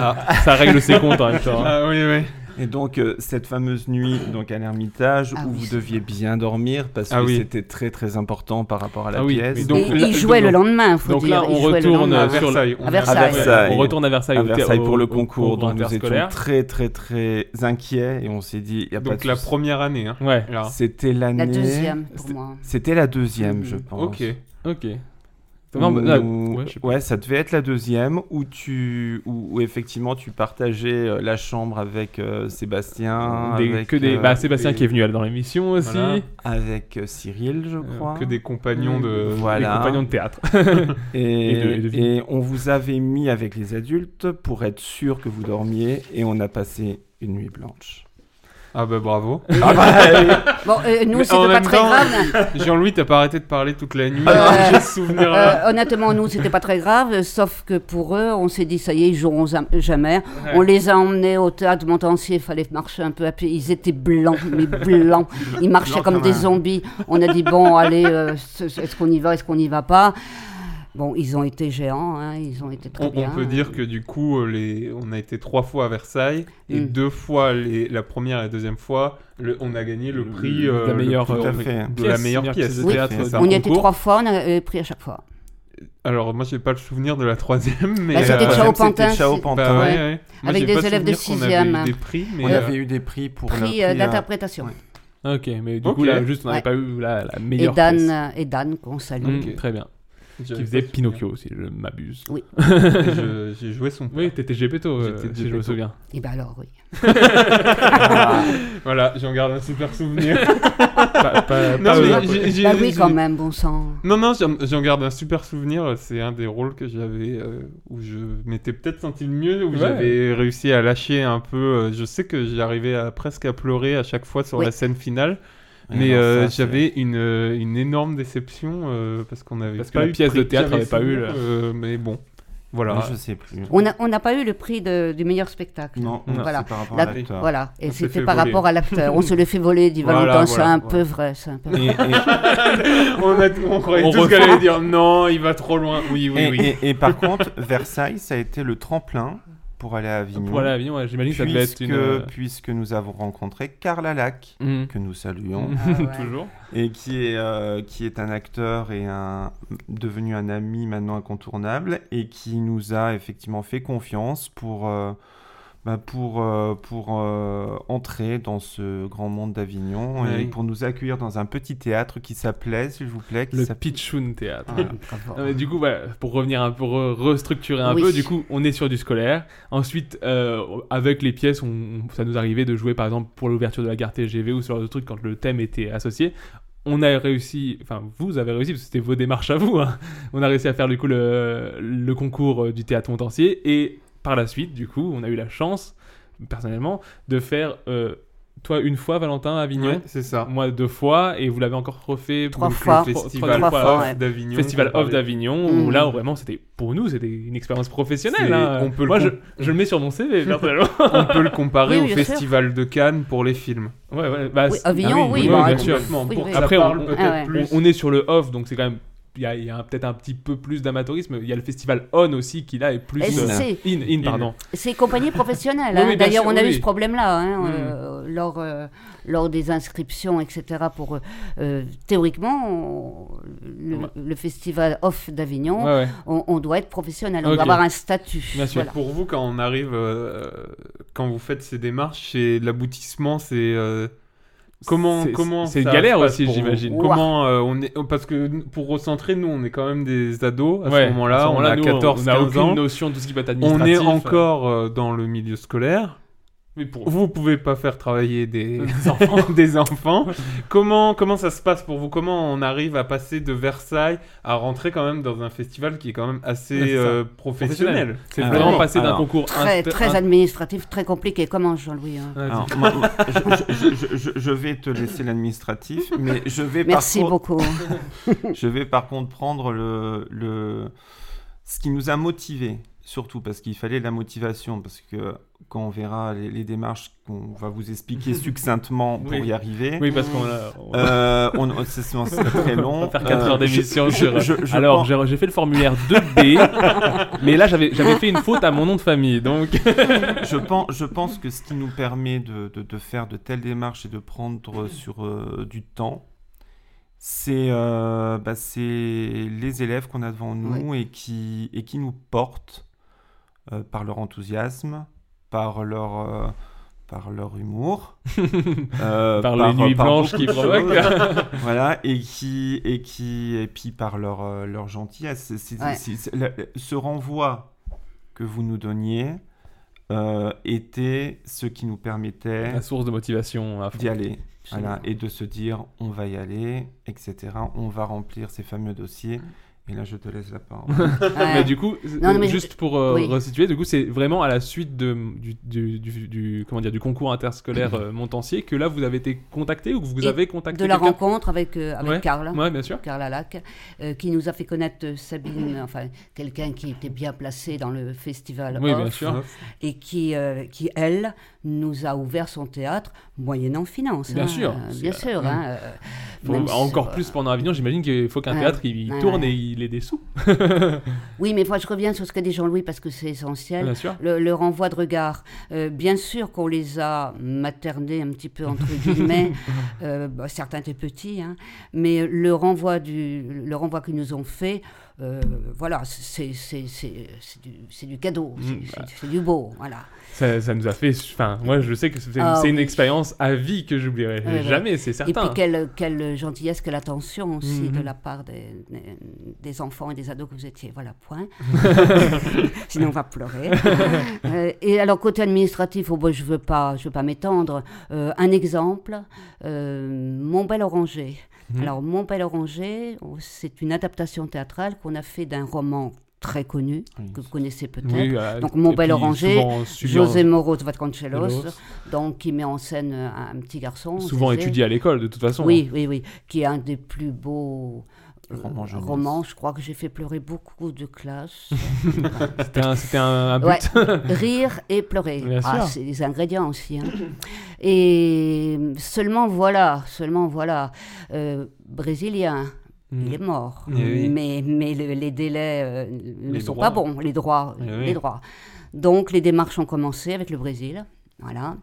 [SPEAKER 7] Ça règle ses comptes en même temps.
[SPEAKER 4] Ah oui, oui.
[SPEAKER 10] et donc, euh, cette fameuse nuit donc à l'Ermitage
[SPEAKER 9] Ah
[SPEAKER 10] où
[SPEAKER 9] oui.
[SPEAKER 10] vous deviez bien dormir parce
[SPEAKER 4] Ah
[SPEAKER 10] que
[SPEAKER 4] oui.
[SPEAKER 10] c'était très très important par rapport à la
[SPEAKER 7] Ah oui, mais
[SPEAKER 10] pièce.
[SPEAKER 7] donc-
[SPEAKER 9] Et il
[SPEAKER 7] là-
[SPEAKER 9] jouait
[SPEAKER 7] donc-
[SPEAKER 9] le lendemain, faut
[SPEAKER 7] Donc
[SPEAKER 9] dire.
[SPEAKER 7] là,
[SPEAKER 9] il
[SPEAKER 7] on
[SPEAKER 9] jouait le
[SPEAKER 7] retourne
[SPEAKER 9] lendemain.
[SPEAKER 7] sur le-
[SPEAKER 4] Ah, Versailles.
[SPEAKER 9] à Versailles.
[SPEAKER 10] À Versailles.
[SPEAKER 7] On retourne à Versailles,
[SPEAKER 10] à
[SPEAKER 7] au thé-
[SPEAKER 10] Versailles
[SPEAKER 7] au-
[SPEAKER 10] pour le
[SPEAKER 7] au
[SPEAKER 10] concours, donc nous étions
[SPEAKER 7] interscolaire.
[SPEAKER 10] très très très inquiets et on s'est dit, il y a pas
[SPEAKER 4] Donc
[SPEAKER 10] de
[SPEAKER 4] la
[SPEAKER 10] souci.
[SPEAKER 4] première année. Hein.
[SPEAKER 7] Ouais,
[SPEAKER 4] Alors,
[SPEAKER 10] C'était l'année.
[SPEAKER 9] La deuxième, Mhm. pour
[SPEAKER 10] C'était-
[SPEAKER 9] moi.
[SPEAKER 10] C'était la deuxième, je pense.
[SPEAKER 4] ok.
[SPEAKER 7] ok.
[SPEAKER 10] Ou-
[SPEAKER 7] Non, mais ah, là-
[SPEAKER 10] ou-
[SPEAKER 7] ouais,
[SPEAKER 10] ouais,
[SPEAKER 7] je sais
[SPEAKER 10] ça devait être la deuxième où tu où, où effectivement tu partageais euh, la chambre avec euh, Sébastien,
[SPEAKER 7] Des-
[SPEAKER 10] avec,
[SPEAKER 7] que des,
[SPEAKER 10] euh,
[SPEAKER 7] bah, Sébastien
[SPEAKER 4] des-
[SPEAKER 7] qui est venu elle, dans l'émission aussi,
[SPEAKER 4] Voilà.
[SPEAKER 10] avec euh, Cyril, je crois.
[SPEAKER 4] Que des compagnons de.
[SPEAKER 7] les
[SPEAKER 10] Voilà.
[SPEAKER 7] compagnons de théâtre.
[SPEAKER 10] Et,
[SPEAKER 7] et de- et de vie.
[SPEAKER 10] et on vous avait mis avec les adultes pour être sûr que vous dormiez et on a passé une nuit blanche.
[SPEAKER 4] Ah bah bravo.
[SPEAKER 9] Ah bah, bon, euh, nous,
[SPEAKER 4] Mais
[SPEAKER 9] c'était
[SPEAKER 4] en
[SPEAKER 9] pas
[SPEAKER 4] même
[SPEAKER 9] très
[SPEAKER 4] temps,
[SPEAKER 9] grave.
[SPEAKER 4] Jean-Louis, t'as pas arrêté de parler toute la nuit.
[SPEAKER 9] Euh,
[SPEAKER 4] J'ai ce souvenir
[SPEAKER 9] euh, honnêtement, nous, c'était pas très grave, euh, sauf que pour eux, on s'est dit, ça y est, ils joueront zam- jamais. On les a emmenés au théâtre Montancier, il fallait marcher un peu à pied. Ils étaient blancs, mais blancs. Ils marchaient
[SPEAKER 14] Blancs
[SPEAKER 9] comme
[SPEAKER 14] comme
[SPEAKER 9] des
[SPEAKER 14] un-
[SPEAKER 9] zombies. On a dit, bon, allez, euh, c- c- est-ce qu'on y va, est-ce qu'on y va pas Bon, ils ont été géants, hein, ils ont été très
[SPEAKER 4] On, on
[SPEAKER 9] bien.
[SPEAKER 4] peut dire que du coup, euh, les... on a été trois fois à Versailles et
[SPEAKER 9] Mm.
[SPEAKER 4] deux fois, les... la première et la deuxième fois, le- on a gagné le prix
[SPEAKER 7] la
[SPEAKER 4] euh, le
[SPEAKER 7] meilleure,
[SPEAKER 4] prix
[SPEAKER 7] euh,
[SPEAKER 4] de-
[SPEAKER 7] fait.
[SPEAKER 4] de la
[SPEAKER 7] pièce, meilleure
[SPEAKER 4] meilleure pièce
[SPEAKER 7] pièce de
[SPEAKER 4] de
[SPEAKER 7] théâtre,
[SPEAKER 4] théâtre.
[SPEAKER 7] c'est
[SPEAKER 4] d'un
[SPEAKER 9] on y a été
[SPEAKER 4] concours.
[SPEAKER 9] trois fois, on a eu pris à chaque fois.
[SPEAKER 4] Alors moi, j'ai pas le souvenir de la troisième, mais
[SPEAKER 10] Ah,
[SPEAKER 9] Bah, c'était
[SPEAKER 4] euh,
[SPEAKER 9] Chaopantin,
[SPEAKER 4] c'était Chaopantin.
[SPEAKER 9] c'est-
[SPEAKER 4] Bah,
[SPEAKER 9] ouais.
[SPEAKER 4] ouais, ouais. Moi,
[SPEAKER 9] Avec
[SPEAKER 4] j'ai
[SPEAKER 9] des
[SPEAKER 4] pas
[SPEAKER 9] élèves de
[SPEAKER 4] souvenir qu'on
[SPEAKER 9] sixième.
[SPEAKER 4] avait eu des prix, mais
[SPEAKER 10] On
[SPEAKER 4] euh,
[SPEAKER 10] avait eu des prix pour le
[SPEAKER 9] Prix, euh,
[SPEAKER 10] prix, euh,
[SPEAKER 9] d'interprétation.
[SPEAKER 7] Ok, mais du
[SPEAKER 4] Ok.
[SPEAKER 7] coup, là, juste, on n'avait
[SPEAKER 9] Ouais.
[SPEAKER 7] pas eu la, la
[SPEAKER 9] Et
[SPEAKER 7] meilleure
[SPEAKER 9] Dan,
[SPEAKER 7] pièce.
[SPEAKER 9] euh, et Dan qu'on salue.
[SPEAKER 7] Mm, Très bien.
[SPEAKER 4] J'avais
[SPEAKER 7] Qui
[SPEAKER 4] pas
[SPEAKER 7] faisait
[SPEAKER 4] de souvenir.
[SPEAKER 7] Pinocchio, si je m'abuse.
[SPEAKER 9] Oui.
[SPEAKER 4] Je- J'ai joué son.
[SPEAKER 7] Oui, t'étais Gepetto, euh,
[SPEAKER 4] J'étais
[SPEAKER 7] si je me
[SPEAKER 4] Gepetto.
[SPEAKER 7] souviens.
[SPEAKER 9] Et ben alors, oui.
[SPEAKER 4] voilà, j'en garde un super souvenir.
[SPEAKER 7] Pas- pas-
[SPEAKER 4] Non,
[SPEAKER 7] pas
[SPEAKER 4] mais
[SPEAKER 7] eux, après.
[SPEAKER 4] Ah j'ai- j'ai-
[SPEAKER 9] Bah oui,
[SPEAKER 4] j'ai-
[SPEAKER 9] quand même, bon sang.
[SPEAKER 4] Non, non, j'en j'en garde un super souvenir. C'est un des rôles que j'avais euh, où je m'étais peut-être senti le mieux, où
[SPEAKER 7] Ouais.
[SPEAKER 4] j'avais réussi à lâcher un peu. euh, Je sais que j'arrivais à, presque à pleurer à chaque fois sur
[SPEAKER 9] Oui.
[SPEAKER 4] la scène finale.
[SPEAKER 10] Ouais,
[SPEAKER 4] Mais
[SPEAKER 10] alors ça,
[SPEAKER 4] euh,
[SPEAKER 10] c'est-
[SPEAKER 4] j'avais une, euh, une énorme déception euh, parce qu'on avait
[SPEAKER 7] Parce que
[SPEAKER 4] pas
[SPEAKER 7] la
[SPEAKER 4] eu
[SPEAKER 7] pièce de
[SPEAKER 4] prix que
[SPEAKER 7] théâtre
[SPEAKER 4] j'avais
[SPEAKER 7] avait pas eu
[SPEAKER 4] souvenir,
[SPEAKER 7] le-
[SPEAKER 4] euh, mais bon, voilà.
[SPEAKER 10] Je sais plus.
[SPEAKER 9] On n'a on n'a pas eu le prix de- du meilleur spectacle.
[SPEAKER 10] Non, non,
[SPEAKER 9] voilà.
[SPEAKER 10] c'est par rapport
[SPEAKER 9] La-
[SPEAKER 10] à l'acteur.
[SPEAKER 9] Voilà, et
[SPEAKER 4] On s'est
[SPEAKER 9] c'était
[SPEAKER 4] fait
[SPEAKER 9] par
[SPEAKER 4] voler.
[SPEAKER 9] rapport à l'acteur. On se le fait voler, dit
[SPEAKER 4] Voilà,
[SPEAKER 9] Valentin, c'est
[SPEAKER 4] voilà,
[SPEAKER 9] un
[SPEAKER 4] voilà.
[SPEAKER 9] peu vrai. c'est Un peu... vrai.
[SPEAKER 10] Et, et-
[SPEAKER 4] on, a, on croyait
[SPEAKER 7] On
[SPEAKER 4] tous
[SPEAKER 7] refait-
[SPEAKER 4] qu'elle allait dire non, il va trop loin. Oui, oui,
[SPEAKER 10] et-
[SPEAKER 4] oui.
[SPEAKER 10] et- et par contre, Versailles, ça a été le tremplin pour aller à Avignon.
[SPEAKER 7] Voilà, Avignon, ouais, j'imagine que ça devait être
[SPEAKER 10] puisque,
[SPEAKER 7] une. euh,
[SPEAKER 10] puisque nous avons rencontré Carla Lac,
[SPEAKER 7] Mm.
[SPEAKER 10] que nous saluons,
[SPEAKER 9] Ah ouais.
[SPEAKER 4] Toujours.
[SPEAKER 10] et qui est, euh, qui est un acteur et un, devenu un ami maintenant incontournable, et qui nous a effectivement fait confiance pour, euh, bah, pour, euh, pour euh, entrer dans ce grand monde d'Avignon
[SPEAKER 4] Ouais.
[SPEAKER 10] et pour nous accueillir dans un petit théâtre qui s'appelait, s'il vous plaît, qui
[SPEAKER 7] Le E.
[SPEAKER 10] s'appelait-
[SPEAKER 7] Pitchoun Théâtre.
[SPEAKER 10] Voilà.
[SPEAKER 7] Non, mais du coup, voilà, pour revenir un peu, re- restructurer un
[SPEAKER 9] Oui.
[SPEAKER 7] peu, du coup, on est sur du scolaire. Ensuite, euh, avec les pièces, on, on- ça nous arrivait de jouer, par exemple, pour l'ouverture de la gare TGV ou ce genre de truc, quand le thème était associé. On a réussi, enfin, vous avez réussi, parce que c'était vos démarches à vous. hein. On a réussi à faire, du coup, le, le concours euh, du théâtre montancier. Et par la suite, du coup, on a eu la chance, personnellement, de faire, euh, toi, une fois, Valentin, à Avignon.
[SPEAKER 4] Ouais, c'est ça.
[SPEAKER 7] Moi deux fois et vous l'avez encore refait
[SPEAKER 9] Trois
[SPEAKER 7] donc,
[SPEAKER 9] fois.
[SPEAKER 7] le
[SPEAKER 4] Festival
[SPEAKER 9] Trois fois,
[SPEAKER 4] Off
[SPEAKER 9] ouais.
[SPEAKER 4] d'Avignon.
[SPEAKER 7] Festival
[SPEAKER 4] qu'on
[SPEAKER 7] Off
[SPEAKER 4] parlait.
[SPEAKER 7] d'Avignon,
[SPEAKER 9] Mm.
[SPEAKER 7] où là, vraiment, c'était pour nous, c'était une expérience professionnelle.
[SPEAKER 4] C'est-
[SPEAKER 7] hein.
[SPEAKER 4] on peut le
[SPEAKER 7] Moi, je,
[SPEAKER 4] com-
[SPEAKER 7] je le mets sur mon CV, personnellement.
[SPEAKER 4] On peut le comparer
[SPEAKER 9] Oui,
[SPEAKER 4] au
[SPEAKER 9] bien sûr.
[SPEAKER 4] Festival de Cannes pour les films.
[SPEAKER 7] ouais, ouais, bah,
[SPEAKER 9] Oui,
[SPEAKER 7] c'est-
[SPEAKER 9] Avignon,
[SPEAKER 4] Ah oui,
[SPEAKER 9] oui,
[SPEAKER 4] oui,
[SPEAKER 9] bon,
[SPEAKER 4] bien
[SPEAKER 9] écoute,
[SPEAKER 4] sûr.
[SPEAKER 9] oui,
[SPEAKER 4] Pour
[SPEAKER 9] oui.
[SPEAKER 4] que ça
[SPEAKER 7] Après,
[SPEAKER 4] parle
[SPEAKER 7] on-
[SPEAKER 4] peut-être
[SPEAKER 9] Ah ouais.
[SPEAKER 4] plus.
[SPEAKER 7] on, on est sur le off, donc c'est quand même. Il y a, il y a un- peut-être un petit peu plus d'amateurisme. Il y a le festival On aussi qui là est plus.
[SPEAKER 9] Et
[SPEAKER 7] euh,
[SPEAKER 9] c'est-
[SPEAKER 7] in, in, pardon.
[SPEAKER 9] C'est compagnie professionnelle.
[SPEAKER 7] Oui,
[SPEAKER 9] hein.
[SPEAKER 7] oui, bien
[SPEAKER 9] D'ailleurs,
[SPEAKER 7] sûr,
[SPEAKER 9] on a
[SPEAKER 7] oui,
[SPEAKER 9] eu
[SPEAKER 7] oui.
[SPEAKER 9] ce problème-là hein,
[SPEAKER 7] Mm.
[SPEAKER 9] euh, lors, euh, lors des inscriptions, etc. Pour, euh, euh, théoriquement, on- le,
[SPEAKER 7] Ouais.
[SPEAKER 9] le festival off d'Avignon,
[SPEAKER 7] Ouais, ouais.
[SPEAKER 9] on, on doit être professionnel. On
[SPEAKER 7] Ok.
[SPEAKER 9] doit avoir un statut.
[SPEAKER 7] Bien sûr.
[SPEAKER 9] Voilà.
[SPEAKER 4] Pour vous, quand on arrive, euh, quand vous faites ces démarches, c'est l'aboutissement, c'est euh, comment
[SPEAKER 7] C'est-
[SPEAKER 4] comment
[SPEAKER 7] c'est
[SPEAKER 4] ça
[SPEAKER 7] une galère
[SPEAKER 4] se passe
[SPEAKER 7] aussi,
[SPEAKER 4] pour vous
[SPEAKER 7] j'imagine.
[SPEAKER 4] Comment euh, on est parce que nous, pour recentrer, nous, on est quand même des ados à
[SPEAKER 7] Ouais,
[SPEAKER 4] ce moment-là. On
[SPEAKER 7] moment-là,
[SPEAKER 4] a
[SPEAKER 7] nous,
[SPEAKER 4] 14,
[SPEAKER 7] on a
[SPEAKER 4] 15
[SPEAKER 7] aucune
[SPEAKER 4] ans.
[SPEAKER 7] notion de tout ce qui peut être
[SPEAKER 4] On
[SPEAKER 7] administratif.
[SPEAKER 4] est encore euh, dans le milieu scolaire.
[SPEAKER 7] Oui, pour-
[SPEAKER 4] Vous pouvez pas faire travailler des, enfants. des enfants. Comment, comment ça se passe pour vous Comment on arrive à passer de Versailles à rentrer quand même dans un festival qui est quand même assez
[SPEAKER 7] Ouais, c'est ça.
[SPEAKER 4] euh, professionnel
[SPEAKER 7] C'est
[SPEAKER 10] Alors,
[SPEAKER 7] vraiment passer d'un
[SPEAKER 10] alors,
[SPEAKER 7] concours
[SPEAKER 9] Très,
[SPEAKER 7] inter-
[SPEAKER 9] très
[SPEAKER 7] inter- Ah,
[SPEAKER 9] administratif, très compliqué. Comment, Jean-Louis hein
[SPEAKER 7] Ouais,
[SPEAKER 10] Alors, moi, moi, je, je- je- je- je vais te laisser l'administratif, mais je vais, par
[SPEAKER 9] Merci
[SPEAKER 10] contre,
[SPEAKER 9] beaucoup.
[SPEAKER 10] je vais par contre prendre le, le... ce qui nous a motivés, surtout parce qu'il fallait la motivation, parce que quand on verra les, les démarches qu'on va vous expliquer succinctement pour
[SPEAKER 7] Oui.
[SPEAKER 10] y arriver,
[SPEAKER 7] Oui, parce qu'on
[SPEAKER 9] Ah,
[SPEAKER 7] a. on-
[SPEAKER 10] euh, on, on- c'est c'est- c'est très long.
[SPEAKER 7] On va faire 4
[SPEAKER 10] Euh,
[SPEAKER 7] heures d'émission sur.
[SPEAKER 10] je- je
[SPEAKER 7] Alors,
[SPEAKER 10] pense-
[SPEAKER 7] j'ai- j'ai fait le formulaire 2B, mais là, j'avais j'avais fait une faute à mon nom de famille, donc.
[SPEAKER 10] je, pense, je pense que ce qui nous permet de, de- de faire de telles démarches et de prendre sur euh, du temps, c'est euh, bah, c'est les élèves qu'on a devant nous et, qui, et qui nous portent euh, par leur enthousiasme, par leur, euh, par leur humour, euh,
[SPEAKER 7] Par les nuits blanches
[SPEAKER 10] beaucoup
[SPEAKER 7] qu'ils
[SPEAKER 10] de
[SPEAKER 7] provoquent.
[SPEAKER 10] choses. voilà, et, qui, et, qui, et puis par leur, euh, leur gentillesse. C'est- c'est-
[SPEAKER 9] Ouais.
[SPEAKER 10] c'est- c'est- la- ce renvoi que vous nous donniez euh, était ce qui nous permettait
[SPEAKER 7] La source de motivation à fond.
[SPEAKER 10] d'y aller. Voilà, et de se dire on va y aller, etc. On va remplir ces fameux dossiers Et là, je te laisse la parole.
[SPEAKER 7] mais du coup,
[SPEAKER 9] Non, non, mais
[SPEAKER 7] juste
[SPEAKER 9] je-
[SPEAKER 7] pour euh,
[SPEAKER 9] oui.
[SPEAKER 7] resituer, du coup, c'est vraiment à la suite de, du, du- du- du- comment dire, du concours interscolaire euh, Montancier que là, vous avez été contacté ou que vous
[SPEAKER 9] Et
[SPEAKER 7] avez contacté
[SPEAKER 9] de la
[SPEAKER 7] quelqu'un
[SPEAKER 9] rencontre avec, euh, avec
[SPEAKER 7] Ouais.
[SPEAKER 9] Karl.
[SPEAKER 7] Ouais, bien sûr.
[SPEAKER 9] Karl Alac, euh, qui nous a fait connaître euh, Sabine, enfin, quelqu'un qui était bien placé dans le festival.
[SPEAKER 7] Oui, bien
[SPEAKER 9] Off,
[SPEAKER 7] sûr.
[SPEAKER 9] Et qui, euh, qui, elle, nous a ouvert son théâtre moyennant finance.
[SPEAKER 7] Bien
[SPEAKER 9] hein,
[SPEAKER 7] sûr.
[SPEAKER 9] euh,
[SPEAKER 7] C'est-
[SPEAKER 9] bien sûr.
[SPEAKER 7] Mm.
[SPEAKER 9] hein, euh,
[SPEAKER 7] Faut-
[SPEAKER 9] même si- euh,
[SPEAKER 7] encore plus pendant Avignon, j'imagine qu'il faut qu'un
[SPEAKER 9] Ouais.
[SPEAKER 7] théâtre il
[SPEAKER 9] Ouais,
[SPEAKER 7] tourne
[SPEAKER 9] ouais.
[SPEAKER 7] et il ait des sous.
[SPEAKER 9] Oui, mais moi, je reviens sur ce qu'a dit Jean-Louis parce que c'est essentiel.
[SPEAKER 7] Bien sûr.
[SPEAKER 9] Le, le renvoi de regard. Euh, bien sûr qu'on les a maternés un petit peu, entre guillemets. Euh, bah, certains étaient petits, hein. mais le renvoi, du, le renvoi qu'ils nous ont fait, euh, voilà, c'est c'est- c'est- c'est du, c'est du cadeau, c'est- c'est c'est du beau. Voilà.
[SPEAKER 7] Ça, ça nous a fait. Enfin, moi, je sais que c'est
[SPEAKER 9] Ah,
[SPEAKER 7] c'est une
[SPEAKER 9] oui.
[SPEAKER 7] expérience à vie que j'oublierai
[SPEAKER 9] Ouais, ouais.
[SPEAKER 7] jamais, c'est
[SPEAKER 9] Et
[SPEAKER 7] certain.
[SPEAKER 9] puis, quelle, quelle gentillesse, quelle attention aussi
[SPEAKER 7] Mhm.
[SPEAKER 9] de la part des, des- des enfants et des ados que vous étiez. Voilà, point. Sinon, on va pleurer. Euh, et alors, côté administratif, oh, bah, je ne veux pas, je veux pas m'étendre. Euh, un exemple, euh, Mon bel oranger.
[SPEAKER 7] Mhm.
[SPEAKER 9] Alors, Mon bel oranger, oh, c'est une adaptation théâtrale qu'on a fait d'un roman très connu, que vous connaissez peut-être.
[SPEAKER 7] Oui, euh,
[SPEAKER 9] Donc,
[SPEAKER 7] et
[SPEAKER 9] Mon bel
[SPEAKER 7] puis
[SPEAKER 9] oranger,
[SPEAKER 7] souvent suivi
[SPEAKER 9] José
[SPEAKER 7] en-
[SPEAKER 9] Moros Vasconcelos,
[SPEAKER 7] Vasconcelos.
[SPEAKER 9] donc qui met en scène euh, un petit garçon.
[SPEAKER 7] souvent
[SPEAKER 9] José.
[SPEAKER 7] étudié à l'école, de toute façon.
[SPEAKER 9] Oui, oui, oui, qui est un des plus beaux euh,
[SPEAKER 10] Roman jeunesse.
[SPEAKER 9] romans. Je crois que j'ai fait pleurer beaucoup de classes.
[SPEAKER 7] C'était un, c'était un- un Ah, but.
[SPEAKER 9] Ouais, rire et pleurer.
[SPEAKER 7] Bien
[SPEAKER 9] Ah,
[SPEAKER 7] sûr.
[SPEAKER 9] c'est des ingrédients aussi. hein. Et seulement voilà, seulement voilà, euh, brésilien. Il est mort,
[SPEAKER 7] Eh oui.
[SPEAKER 9] mais, mais le- les délais euh, ne
[SPEAKER 7] Les
[SPEAKER 9] sont
[SPEAKER 7] droits.
[SPEAKER 9] pas bons, les droits,
[SPEAKER 7] Eh oui.
[SPEAKER 9] les droits. Donc les démarches ont commencé avec le Brésil, voilà.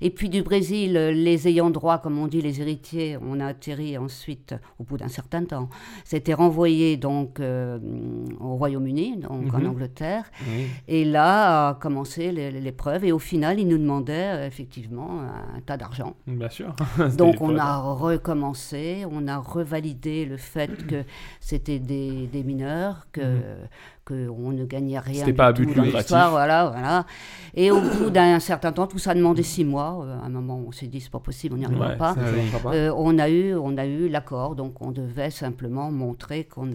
[SPEAKER 9] Et puis du Brésil, euh, les ayants droit, comme on dit, les héritiers, on a atterri ensuite, au bout d'un certain temps, c'était renvoyé donc euh, au Royaume-Uni, donc en
[SPEAKER 7] Mhm.
[SPEAKER 9] Angleterre.
[SPEAKER 7] Oui.
[SPEAKER 9] Et là a commencé l'é- l'épreuve. Et au final, ils nous demandaient euh, effectivement un tas d'argent.
[SPEAKER 7] Bien sûr.
[SPEAKER 9] Donc
[SPEAKER 7] C'était
[SPEAKER 9] on
[SPEAKER 7] pas-
[SPEAKER 9] a recommencé, on a revalidé le fait que c'était des, des mineurs, que qu'on ne gagnait rien.
[SPEAKER 7] Mhm. C'était
[SPEAKER 9] du
[SPEAKER 7] pas à
[SPEAKER 9] tout
[SPEAKER 7] but
[SPEAKER 9] dans
[SPEAKER 7] lucratif.
[SPEAKER 9] l'histoire, Voilà, voilà. Et au bout d'un certain temps, tout ça a demandé six mois. Euh, À un moment, on s'est dit c'est pas possible, on n'y arrivera
[SPEAKER 7] Mhm. Ouais,
[SPEAKER 9] pas.
[SPEAKER 7] ça, oui.
[SPEAKER 9] Euh, on a eu, on a eu l'accord, donc on devait simplement montrer qu'on ne,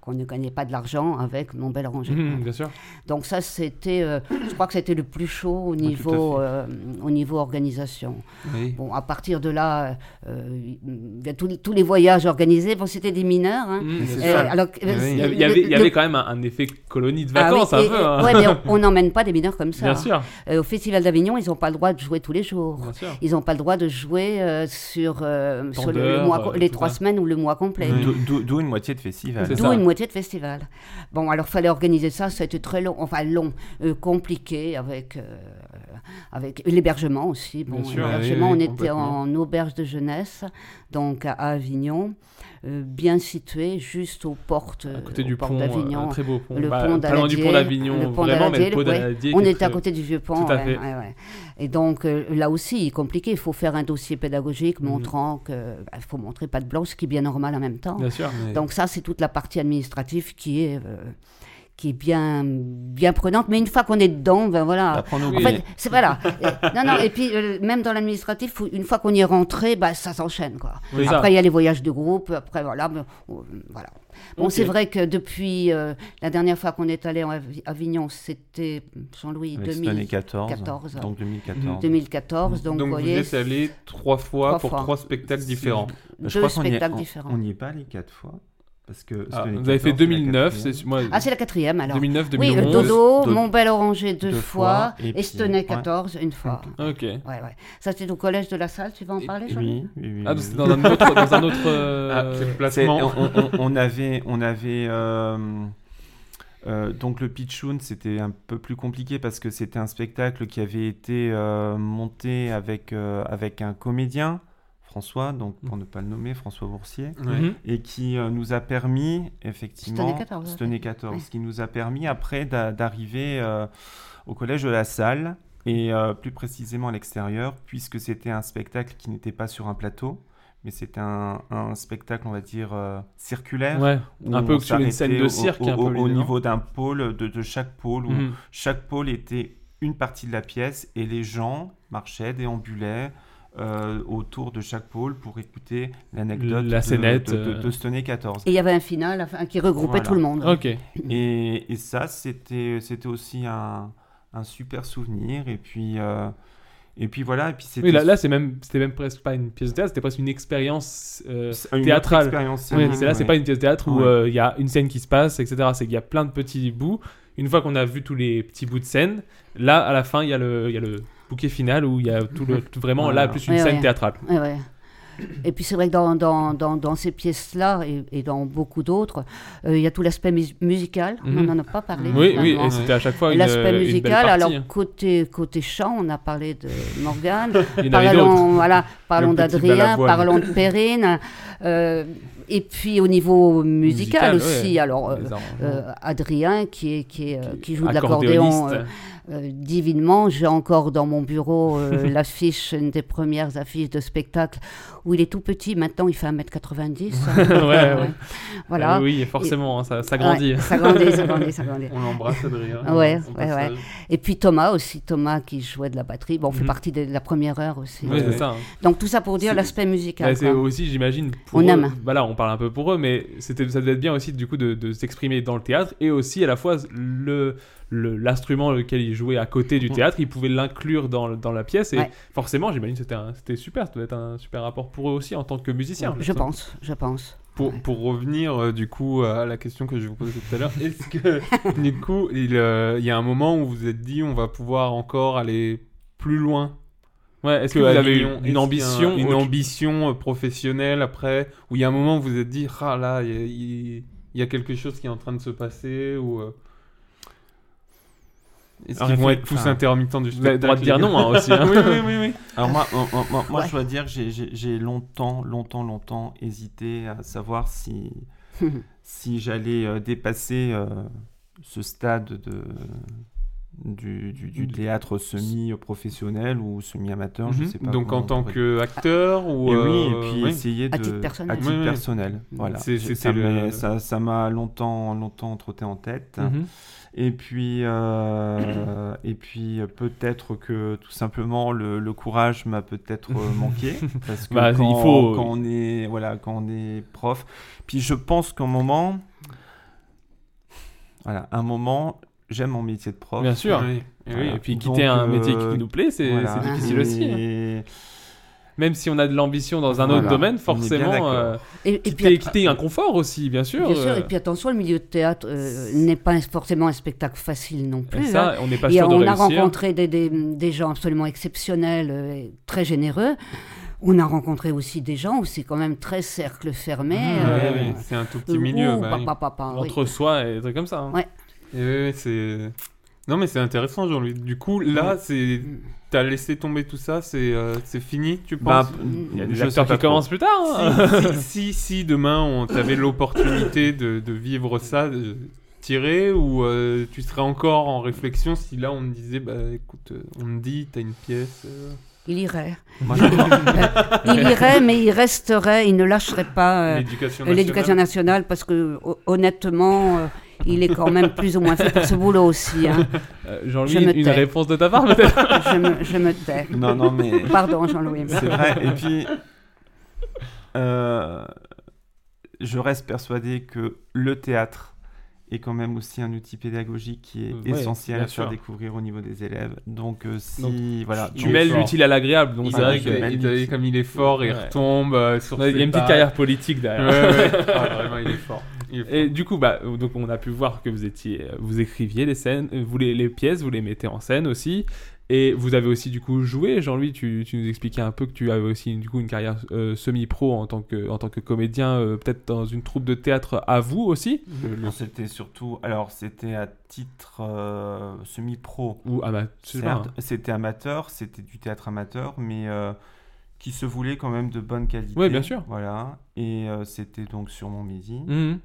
[SPEAKER 9] qu'on ne gagnait pas de l'argent avec mon bel rangé.
[SPEAKER 7] Mhm, bien sûr.
[SPEAKER 9] Donc ça, c'était, euh, je crois que c'était le plus chaud au niveau, euh, au niveau organisation. Bon, à partir de là, euh, il y a tous, tous les voyages organisés, bon, c'était des mineurs. hein.
[SPEAKER 7] Mhm,
[SPEAKER 9] Euh, alors que-
[SPEAKER 7] Il y
[SPEAKER 9] le-
[SPEAKER 7] avait, il y avait- il y
[SPEAKER 9] le-
[SPEAKER 7] avait quand même un, un effet colonie de
[SPEAKER 9] Ah oui,
[SPEAKER 7] vacances,
[SPEAKER 9] et-
[SPEAKER 7] un peu.
[SPEAKER 9] et-
[SPEAKER 7] hein.
[SPEAKER 9] ouais, mais on- on n'emmène pas des mineurs comme ça.
[SPEAKER 7] bien sûr.
[SPEAKER 9] Euh, au Festival d'Avignon, ils n'ont pas le droit de jouer tous les jours.
[SPEAKER 7] Bien sûr.
[SPEAKER 9] Ils n'ont pas le droit de jouer euh, sur, euh, sur le- le
[SPEAKER 7] Tendeur,
[SPEAKER 9] mois co-
[SPEAKER 7] euh,
[SPEAKER 9] les
[SPEAKER 7] tout
[SPEAKER 9] trois
[SPEAKER 7] ça.
[SPEAKER 9] semaines ou le mois complet.
[SPEAKER 10] D'où- D'où d'où une moitié de festival.
[SPEAKER 7] C'est
[SPEAKER 9] D'où
[SPEAKER 7] ça.
[SPEAKER 9] une moitié de festival. Bon, alors fallait organiser ça, ça a été très long, enfin long, euh, compliqué avec, euh, avec l'hébergement aussi. Bon,
[SPEAKER 7] Bien sûr,
[SPEAKER 9] l'hébergement,
[SPEAKER 7] oui, oui,
[SPEAKER 9] on était
[SPEAKER 7] complètement.
[SPEAKER 9] en auberge de jeunesse, donc à, à Avignon, euh, bien situé, juste aux portes,
[SPEAKER 7] À côté
[SPEAKER 9] aux
[SPEAKER 7] du
[SPEAKER 9] portes
[SPEAKER 7] pont, euh, un
[SPEAKER 9] d'Avignon.
[SPEAKER 7] très beau pont.
[SPEAKER 9] Le
[SPEAKER 7] Bah,
[SPEAKER 9] pont
[SPEAKER 7] pas loin du
[SPEAKER 9] d'Aladier,
[SPEAKER 7] pont d'Avignon,
[SPEAKER 9] le pont
[SPEAKER 7] vraiment, mais le
[SPEAKER 9] d'Aladier,
[SPEAKER 7] pont
[SPEAKER 9] le- ouais.
[SPEAKER 7] d'Aladier
[SPEAKER 9] On
[SPEAKER 7] qui est
[SPEAKER 9] était à
[SPEAKER 7] très-
[SPEAKER 9] côté du vieux pont.
[SPEAKER 7] Tout à
[SPEAKER 9] ouais,
[SPEAKER 7] fait.
[SPEAKER 9] ouais, ouais. Et donc euh, là aussi, compliqué, il faut faire un dossier pédagogique
[SPEAKER 7] Mhm.
[SPEAKER 9] montrant que bah, faut montrer pas de blanc, ce qui est bien normal en même temps.
[SPEAKER 7] Bien sûr.
[SPEAKER 9] Donc ça, c'est toute la partie administrative qui est, euh, qui est bien, bien prenante. Mais une fois qu'on est dedans, ben voilà.
[SPEAKER 10] Apprendre au
[SPEAKER 9] En
[SPEAKER 7] Oui.
[SPEAKER 9] fait, c'est voilà. Et- non, non. Et puis euh, même dans l'administratif, faut- une fois qu'on y est rentré, bah, ça s'enchaîne quoi.
[SPEAKER 7] Oui, ça.
[SPEAKER 9] après, il y a les voyages de groupe. Après, voilà, mais, euh, voilà. Bon,
[SPEAKER 7] Ok.
[SPEAKER 9] c'est vrai que depuis euh, la dernière fois qu'on est allé en Avi- Avignon, c'était Jean-Louis
[SPEAKER 10] Avec cette année 14.
[SPEAKER 9] 2014.
[SPEAKER 10] Donc 2014.
[SPEAKER 9] 2014. Donc,
[SPEAKER 4] Donc
[SPEAKER 9] vous
[SPEAKER 4] vous
[SPEAKER 9] voyez,
[SPEAKER 4] êtes allé trois fois
[SPEAKER 9] Trois
[SPEAKER 4] pour
[SPEAKER 9] fois.
[SPEAKER 4] trois spectacles différents.
[SPEAKER 10] Bah, Je
[SPEAKER 9] deux
[SPEAKER 10] crois qu'on y est-
[SPEAKER 9] spectacles
[SPEAKER 10] on-
[SPEAKER 9] différents.
[SPEAKER 10] On n'y est pas allé quatre fois. Parce que cette
[SPEAKER 7] Ah,
[SPEAKER 10] année
[SPEAKER 7] vous avez fait
[SPEAKER 10] 14, c'est la
[SPEAKER 7] 2009,
[SPEAKER 10] quatrième.
[SPEAKER 7] c'est moi.
[SPEAKER 9] Ah, c'est la quatrième alors.
[SPEAKER 7] 2009,
[SPEAKER 9] Oui,
[SPEAKER 7] 2011.
[SPEAKER 9] euh, Dodo,
[SPEAKER 10] Dodo.
[SPEAKER 9] Mon Bel Orangé deux,
[SPEAKER 10] Deux
[SPEAKER 9] fois,
[SPEAKER 10] fois, et
[SPEAKER 9] et
[SPEAKER 10] puis-
[SPEAKER 9] Stenay
[SPEAKER 10] ouais.
[SPEAKER 9] 14 une fois.
[SPEAKER 7] Ok.
[SPEAKER 9] Ouais, ouais. Ça, c'était au collège de la salle, tu vas en parler, Jean
[SPEAKER 10] Oui, oui, oui,
[SPEAKER 7] Ah,
[SPEAKER 10] oui,
[SPEAKER 7] donc c'est
[SPEAKER 10] oui.
[SPEAKER 7] dans un autre. Dans un autre euh,
[SPEAKER 4] Ah, c'est le
[SPEAKER 10] C'est-
[SPEAKER 4] placement.
[SPEAKER 10] on, on- on avait, on avait euh, euh, donc le pitchoun, c'était un peu plus compliqué parce que c'était un spectacle qui avait été euh, monté avec euh, avec un comédien François, donc pour ne pas le nommer François Boursier,
[SPEAKER 7] Mhm.
[SPEAKER 10] et qui euh, nous a permis effectivement
[SPEAKER 9] Stoney 14,
[SPEAKER 10] Stoney 14, qui nous a permis après d'a- d'arriver euh, au collège de la salle et euh, plus précisément à l'extérieur puisque c'était un spectacle qui n'était pas sur un plateau mais c'était un, un spectacle on va dire euh, circulaire
[SPEAKER 7] Ouais.
[SPEAKER 10] où
[SPEAKER 7] Un
[SPEAKER 10] on
[SPEAKER 7] peu sur une
[SPEAKER 10] s'arrêtait
[SPEAKER 7] scène de
[SPEAKER 10] au-
[SPEAKER 7] cirque,
[SPEAKER 10] au,
[SPEAKER 7] un peu
[SPEAKER 10] au- au
[SPEAKER 7] l'idée, non
[SPEAKER 10] niveau d'un pôle de, de chaque pôle où
[SPEAKER 7] Mhm.
[SPEAKER 10] chaque pôle était une partie de la pièce et les gens marchaient déambulaient euh, autour de chaque pôle pour écouter l'anecdote
[SPEAKER 7] La
[SPEAKER 10] de-
[SPEAKER 7] scénette,
[SPEAKER 10] de, de,
[SPEAKER 7] euh.
[SPEAKER 10] de Stoney 14.
[SPEAKER 9] Et il y avait un final enfin, qui regroupait
[SPEAKER 10] Voilà.
[SPEAKER 9] tout le monde.
[SPEAKER 7] Ok.
[SPEAKER 10] Et, et ça, c'était c'était aussi un, un super souvenir. Et puis, euh, et puis voilà. Et puis c'était
[SPEAKER 7] Oui, là, là, c'est même, c'était même presque pas une pièce de théâtre, c'était presque une expérience euh,
[SPEAKER 10] c'est une autre
[SPEAKER 7] théâtrale.
[SPEAKER 10] expérience
[SPEAKER 7] Oui,
[SPEAKER 10] scénique,
[SPEAKER 7] c'est là, c'est
[SPEAKER 10] ouais.
[SPEAKER 7] pas une pièce de théâtre où
[SPEAKER 10] Ouais.
[SPEAKER 7] euh, il y a une scène qui se passe, etc. C'est qu'il y a plein de petits bouts. Une fois qu'on a vu tous les petits bouts de scène, là, à la fin, il y a le, il y a le bouquet final où il y a tout le, tout- vraiment là
[SPEAKER 10] Voilà.
[SPEAKER 7] plus une
[SPEAKER 9] Ouais,
[SPEAKER 7] scène
[SPEAKER 9] ouais.
[SPEAKER 7] théâtrale.
[SPEAKER 9] Ouais, ouais. Et puis c'est vrai que dans, dans, dans, dans ces pièces-là et, et dans beaucoup d'autres, euh, il y a tout l'aspect mus- musical. On
[SPEAKER 7] Mhm.
[SPEAKER 9] n'en a pas parlé.
[SPEAKER 7] Oui, oui,
[SPEAKER 9] finalement.
[SPEAKER 7] et c'était à chaque fois une,
[SPEAKER 9] L'aspect
[SPEAKER 7] une belle
[SPEAKER 9] musical,
[SPEAKER 7] partie.
[SPEAKER 9] alors
[SPEAKER 7] hein.
[SPEAKER 9] côté, côté chant, on a parlé de Morgane,
[SPEAKER 7] Il y en avait d'autres.
[SPEAKER 9] parlons, voilà, parlons
[SPEAKER 7] Le petit
[SPEAKER 9] d'Adrien,
[SPEAKER 7] Balavoine.
[SPEAKER 9] parlons de Perrine, euh, et puis au niveau
[SPEAKER 7] ouais.
[SPEAKER 9] musical, aussi, alors euh,
[SPEAKER 7] Les arrangements.
[SPEAKER 9] euh, Adrien qui, est, qui, est, euh, qui joue de l'accordéon
[SPEAKER 7] Accordéoniste.
[SPEAKER 9] euh, euh, divinement. J'ai encore dans mon bureau euh, l'affiche, une des premières affiches de spectacle où il est tout petit. Maintenant, il fait 1m90. hein.
[SPEAKER 7] Ouais, ouais.
[SPEAKER 9] Voilà.
[SPEAKER 7] Ah oui, forcément, hein, ça, ça grandit.
[SPEAKER 9] Ouais, ça grandit, ça grandit, ça grandit.
[SPEAKER 4] On l'embrasse, Adrien. euh,
[SPEAKER 9] Ouais,
[SPEAKER 4] Son
[SPEAKER 9] ouais,
[SPEAKER 4] passage.
[SPEAKER 9] Et puis Thomas aussi, Thomas qui jouait de la batterie. Bon, on fait
[SPEAKER 7] Mhm.
[SPEAKER 9] partie de la première heure aussi. Euh,
[SPEAKER 7] Oui, c'est ça. hein.
[SPEAKER 9] Donc tout ça pour dire
[SPEAKER 7] C'est-
[SPEAKER 9] l'aspect
[SPEAKER 7] Bah,
[SPEAKER 9] musical.
[SPEAKER 7] c'est
[SPEAKER 9] quoi.
[SPEAKER 7] aussi, j'imagine, pour
[SPEAKER 9] On
[SPEAKER 7] eux-
[SPEAKER 9] aime.
[SPEAKER 7] Voilà, on parle un peu pour eux, mais c'était, ça devait être bien aussi du coup de, de s'exprimer dans le théâtre et aussi à la fois le, le- l'instrument lequel ils jouaient à côté du théâtre, ils pouvaient l'inclure dans, dans la pièce et
[SPEAKER 9] Ouais.
[SPEAKER 7] forcément, j'imagine, c'était, un- c'était super, ça devait être un super rapport pour eux aussi en hein. tant que musiciens.
[SPEAKER 9] Je pense, je pense.
[SPEAKER 4] Pour, pour revenir euh, du coup à la question que je vous posais tout à l'heure, est-ce que du coup il euh, il y a un moment où vous vous êtes dit on va pouvoir encore aller plus loin
[SPEAKER 7] Ouais, est-ce que
[SPEAKER 4] que
[SPEAKER 7] vous avez
[SPEAKER 4] à Avignon.
[SPEAKER 7] une,
[SPEAKER 4] Est-ce qu'il y
[SPEAKER 7] une
[SPEAKER 4] a un-
[SPEAKER 7] ambition
[SPEAKER 4] une
[SPEAKER 7] au-
[SPEAKER 4] ambition euh, professionnelle après où il y a un moment où vous vous êtes dit ah là il y a- il il y, a quelque chose qui est en train de se passer ou euh, est-ce
[SPEAKER 10] En
[SPEAKER 4] qu'ils vont
[SPEAKER 10] effet,
[SPEAKER 4] être tous
[SPEAKER 10] enfin,
[SPEAKER 4] intermittents du
[SPEAKER 7] Vous avez
[SPEAKER 4] spectacle
[SPEAKER 7] le droit de dire
[SPEAKER 4] les gars
[SPEAKER 7] non hein,
[SPEAKER 10] Ah,
[SPEAKER 7] aussi. hein.
[SPEAKER 4] oui oui oui, oui.
[SPEAKER 10] Alors moi, moi, moi- moi,
[SPEAKER 9] Ah. Ouais.
[SPEAKER 10] je dois dire que j'ai- j'ai j'ai longtemps, longtemps, longtemps hésité à savoir si, si j'allais euh, dépasser euh, ce stade de, du, du- du
[SPEAKER 7] De-
[SPEAKER 10] théâtre semi-professionnel ou semi-amateur, je
[SPEAKER 7] Mhm.
[SPEAKER 10] sais pas.
[SPEAKER 4] donc
[SPEAKER 10] comment
[SPEAKER 4] en
[SPEAKER 10] on
[SPEAKER 4] tant
[SPEAKER 10] pourrait-
[SPEAKER 4] qu'acteur ou
[SPEAKER 10] Et
[SPEAKER 4] euh,
[SPEAKER 10] oui, et puis
[SPEAKER 4] oui.
[SPEAKER 10] essayer de...
[SPEAKER 9] À titre personnel.
[SPEAKER 10] à titre
[SPEAKER 4] Oui, oui.
[SPEAKER 10] personnel, voilà.
[SPEAKER 4] C'est-
[SPEAKER 10] Je-
[SPEAKER 4] c'était
[SPEAKER 10] ça
[SPEAKER 4] le-
[SPEAKER 10] m'est- ça- Ça m'a longtemps, longtemps trotté en tête.
[SPEAKER 7] Mhm.
[SPEAKER 10] Et puis, euh, et puis euh, peut-être que tout simplement le, le courage m'a peut-être euh, manqué parce que
[SPEAKER 7] Bah, il
[SPEAKER 10] quand,
[SPEAKER 7] faut-
[SPEAKER 10] quand on est voilà quand on est prof. Puis je pense qu'un moment, voilà, un moment, j'aime mon métier de prof.
[SPEAKER 7] Bien sûr.
[SPEAKER 4] Oui, et oui,
[SPEAKER 10] Voilà.
[SPEAKER 7] Et puis
[SPEAKER 10] Donc,
[SPEAKER 7] quitter un
[SPEAKER 10] euh,
[SPEAKER 7] métier qui nous plaît, c'est,
[SPEAKER 10] Voilà.
[SPEAKER 9] Ah,
[SPEAKER 7] c'est difficile aussi. hein.
[SPEAKER 10] Et-
[SPEAKER 7] Même si on a de l'ambition dans un autre
[SPEAKER 10] Voilà.
[SPEAKER 7] domaine,
[SPEAKER 10] On est bien
[SPEAKER 7] forcément,
[SPEAKER 10] d'accord.
[SPEAKER 7] euh,
[SPEAKER 9] Et, et
[SPEAKER 7] quitter,
[SPEAKER 9] puis,
[SPEAKER 7] quitter un confort aussi, bien sûr.
[SPEAKER 9] bien sûr,
[SPEAKER 7] euh,
[SPEAKER 9] et puis attention, le milieu de théâtre euh, n'est pas un- forcément un spectacle facile non
[SPEAKER 7] et
[SPEAKER 9] plus. hein.
[SPEAKER 7] ça, on n'est pas
[SPEAKER 9] Et
[SPEAKER 7] sûr de
[SPEAKER 9] on a
[SPEAKER 7] réussir.
[SPEAKER 9] rencontré des, des- des gens absolument exceptionnels, euh, et très généreux. On a rencontré aussi des gens où c'est quand même très cercle fermé.
[SPEAKER 4] Ah, Ouais,
[SPEAKER 9] euh,
[SPEAKER 4] oui, c'est un tout petit milieu.
[SPEAKER 9] ouh,
[SPEAKER 4] bah oui.
[SPEAKER 9] pa, pa, pa, pa, oui.
[SPEAKER 7] Entre soi et des trucs comme ça. hein.
[SPEAKER 9] Ouais.
[SPEAKER 4] Et ouais, ouais, c'est. Non, mais c'est intéressant, Jean-Louis. Du coup, là, c'est. T'as laissé tomber tout ça, c'est euh, c'est fini, tu
[SPEAKER 10] Bah,
[SPEAKER 4] penses
[SPEAKER 7] Il y a des
[SPEAKER 10] je sais
[SPEAKER 7] acteurs
[SPEAKER 10] pas
[SPEAKER 7] qui
[SPEAKER 10] trop.
[SPEAKER 7] commencent plus tard. hein.
[SPEAKER 4] si, si, si- si demain on t'avait l'opportunité de, de vivre ça, de tirer, ou euh, tu serais encore en réflexion si là on te disait, bah écoute, euh, on me dit, t'as une pièce. euh,
[SPEAKER 9] Il irait.
[SPEAKER 10] Moi, je-
[SPEAKER 9] Il irait, mais il resterait, il ne lâcherait pas euh,
[SPEAKER 4] L'éducation
[SPEAKER 9] euh,
[SPEAKER 4] nationale.
[SPEAKER 9] l'éducation nationale parce que ho- honnêtement, euh, il est quand même plus ou moins fait pour ce boulot aussi. hein.
[SPEAKER 7] Euh,
[SPEAKER 9] Je me
[SPEAKER 7] Jean-Louis, une
[SPEAKER 9] tais.
[SPEAKER 7] réponse de ta part peut-être
[SPEAKER 9] Je, me, je me tais.
[SPEAKER 10] non, non, mais
[SPEAKER 9] Pardon, Jean-Louis.
[SPEAKER 10] C'est vrai. Et puis, euh, je reste persuadé que le théâtre est quand même aussi un outil pédagogique qui est
[SPEAKER 7] Ouais,
[SPEAKER 10] essentiel
[SPEAKER 7] bien
[SPEAKER 10] à faire
[SPEAKER 7] sûr.
[SPEAKER 10] découvrir au niveau des élèves. Donc, euh, si voilà,
[SPEAKER 7] Tu
[SPEAKER 10] donc-
[SPEAKER 7] mêles l'utile à l'agréable. Donc
[SPEAKER 10] Il
[SPEAKER 7] c'est vrai
[SPEAKER 10] est
[SPEAKER 7] que-
[SPEAKER 10] magnifique.
[SPEAKER 4] il est- euh, comme il est fort, il
[SPEAKER 7] Ouais.
[SPEAKER 4] retombe euh, sur
[SPEAKER 7] Ouais, Il y a
[SPEAKER 4] ses
[SPEAKER 7] une
[SPEAKER 4] pas.
[SPEAKER 7] petite carrière politique
[SPEAKER 4] Ouais,
[SPEAKER 7] derrière.
[SPEAKER 4] ouais. Ah, vraiment, il est fort. Il est fort.
[SPEAKER 7] Et du coup, bah, donc on a pu voir que vous étiez, vous écriviez les scènes, euh, vous les, les pièces, vous les mettez en scène aussi, et vous avez aussi du coup joué. Jean-Louis, tu, tu nous expliquais un peu que tu avais aussi du coup une carrière euh, semi-pro en tant que en tant que comédien, euh, peut-être dans une troupe de théâtre à vous aussi
[SPEAKER 10] Le- le- euh, C'était surtout, alors c'était à titre euh, semi-pro.
[SPEAKER 7] ou ah bah, je sais pas,
[SPEAKER 10] certes.
[SPEAKER 7] hein.
[SPEAKER 10] C'était amateur, c'était du théâtre amateur, mais euh, qui se voulait quand même de bonne qualité.
[SPEAKER 7] Ouais, bien sûr.
[SPEAKER 10] Voilà. Et euh, c'était donc sur mon midi.
[SPEAKER 7] Mhm.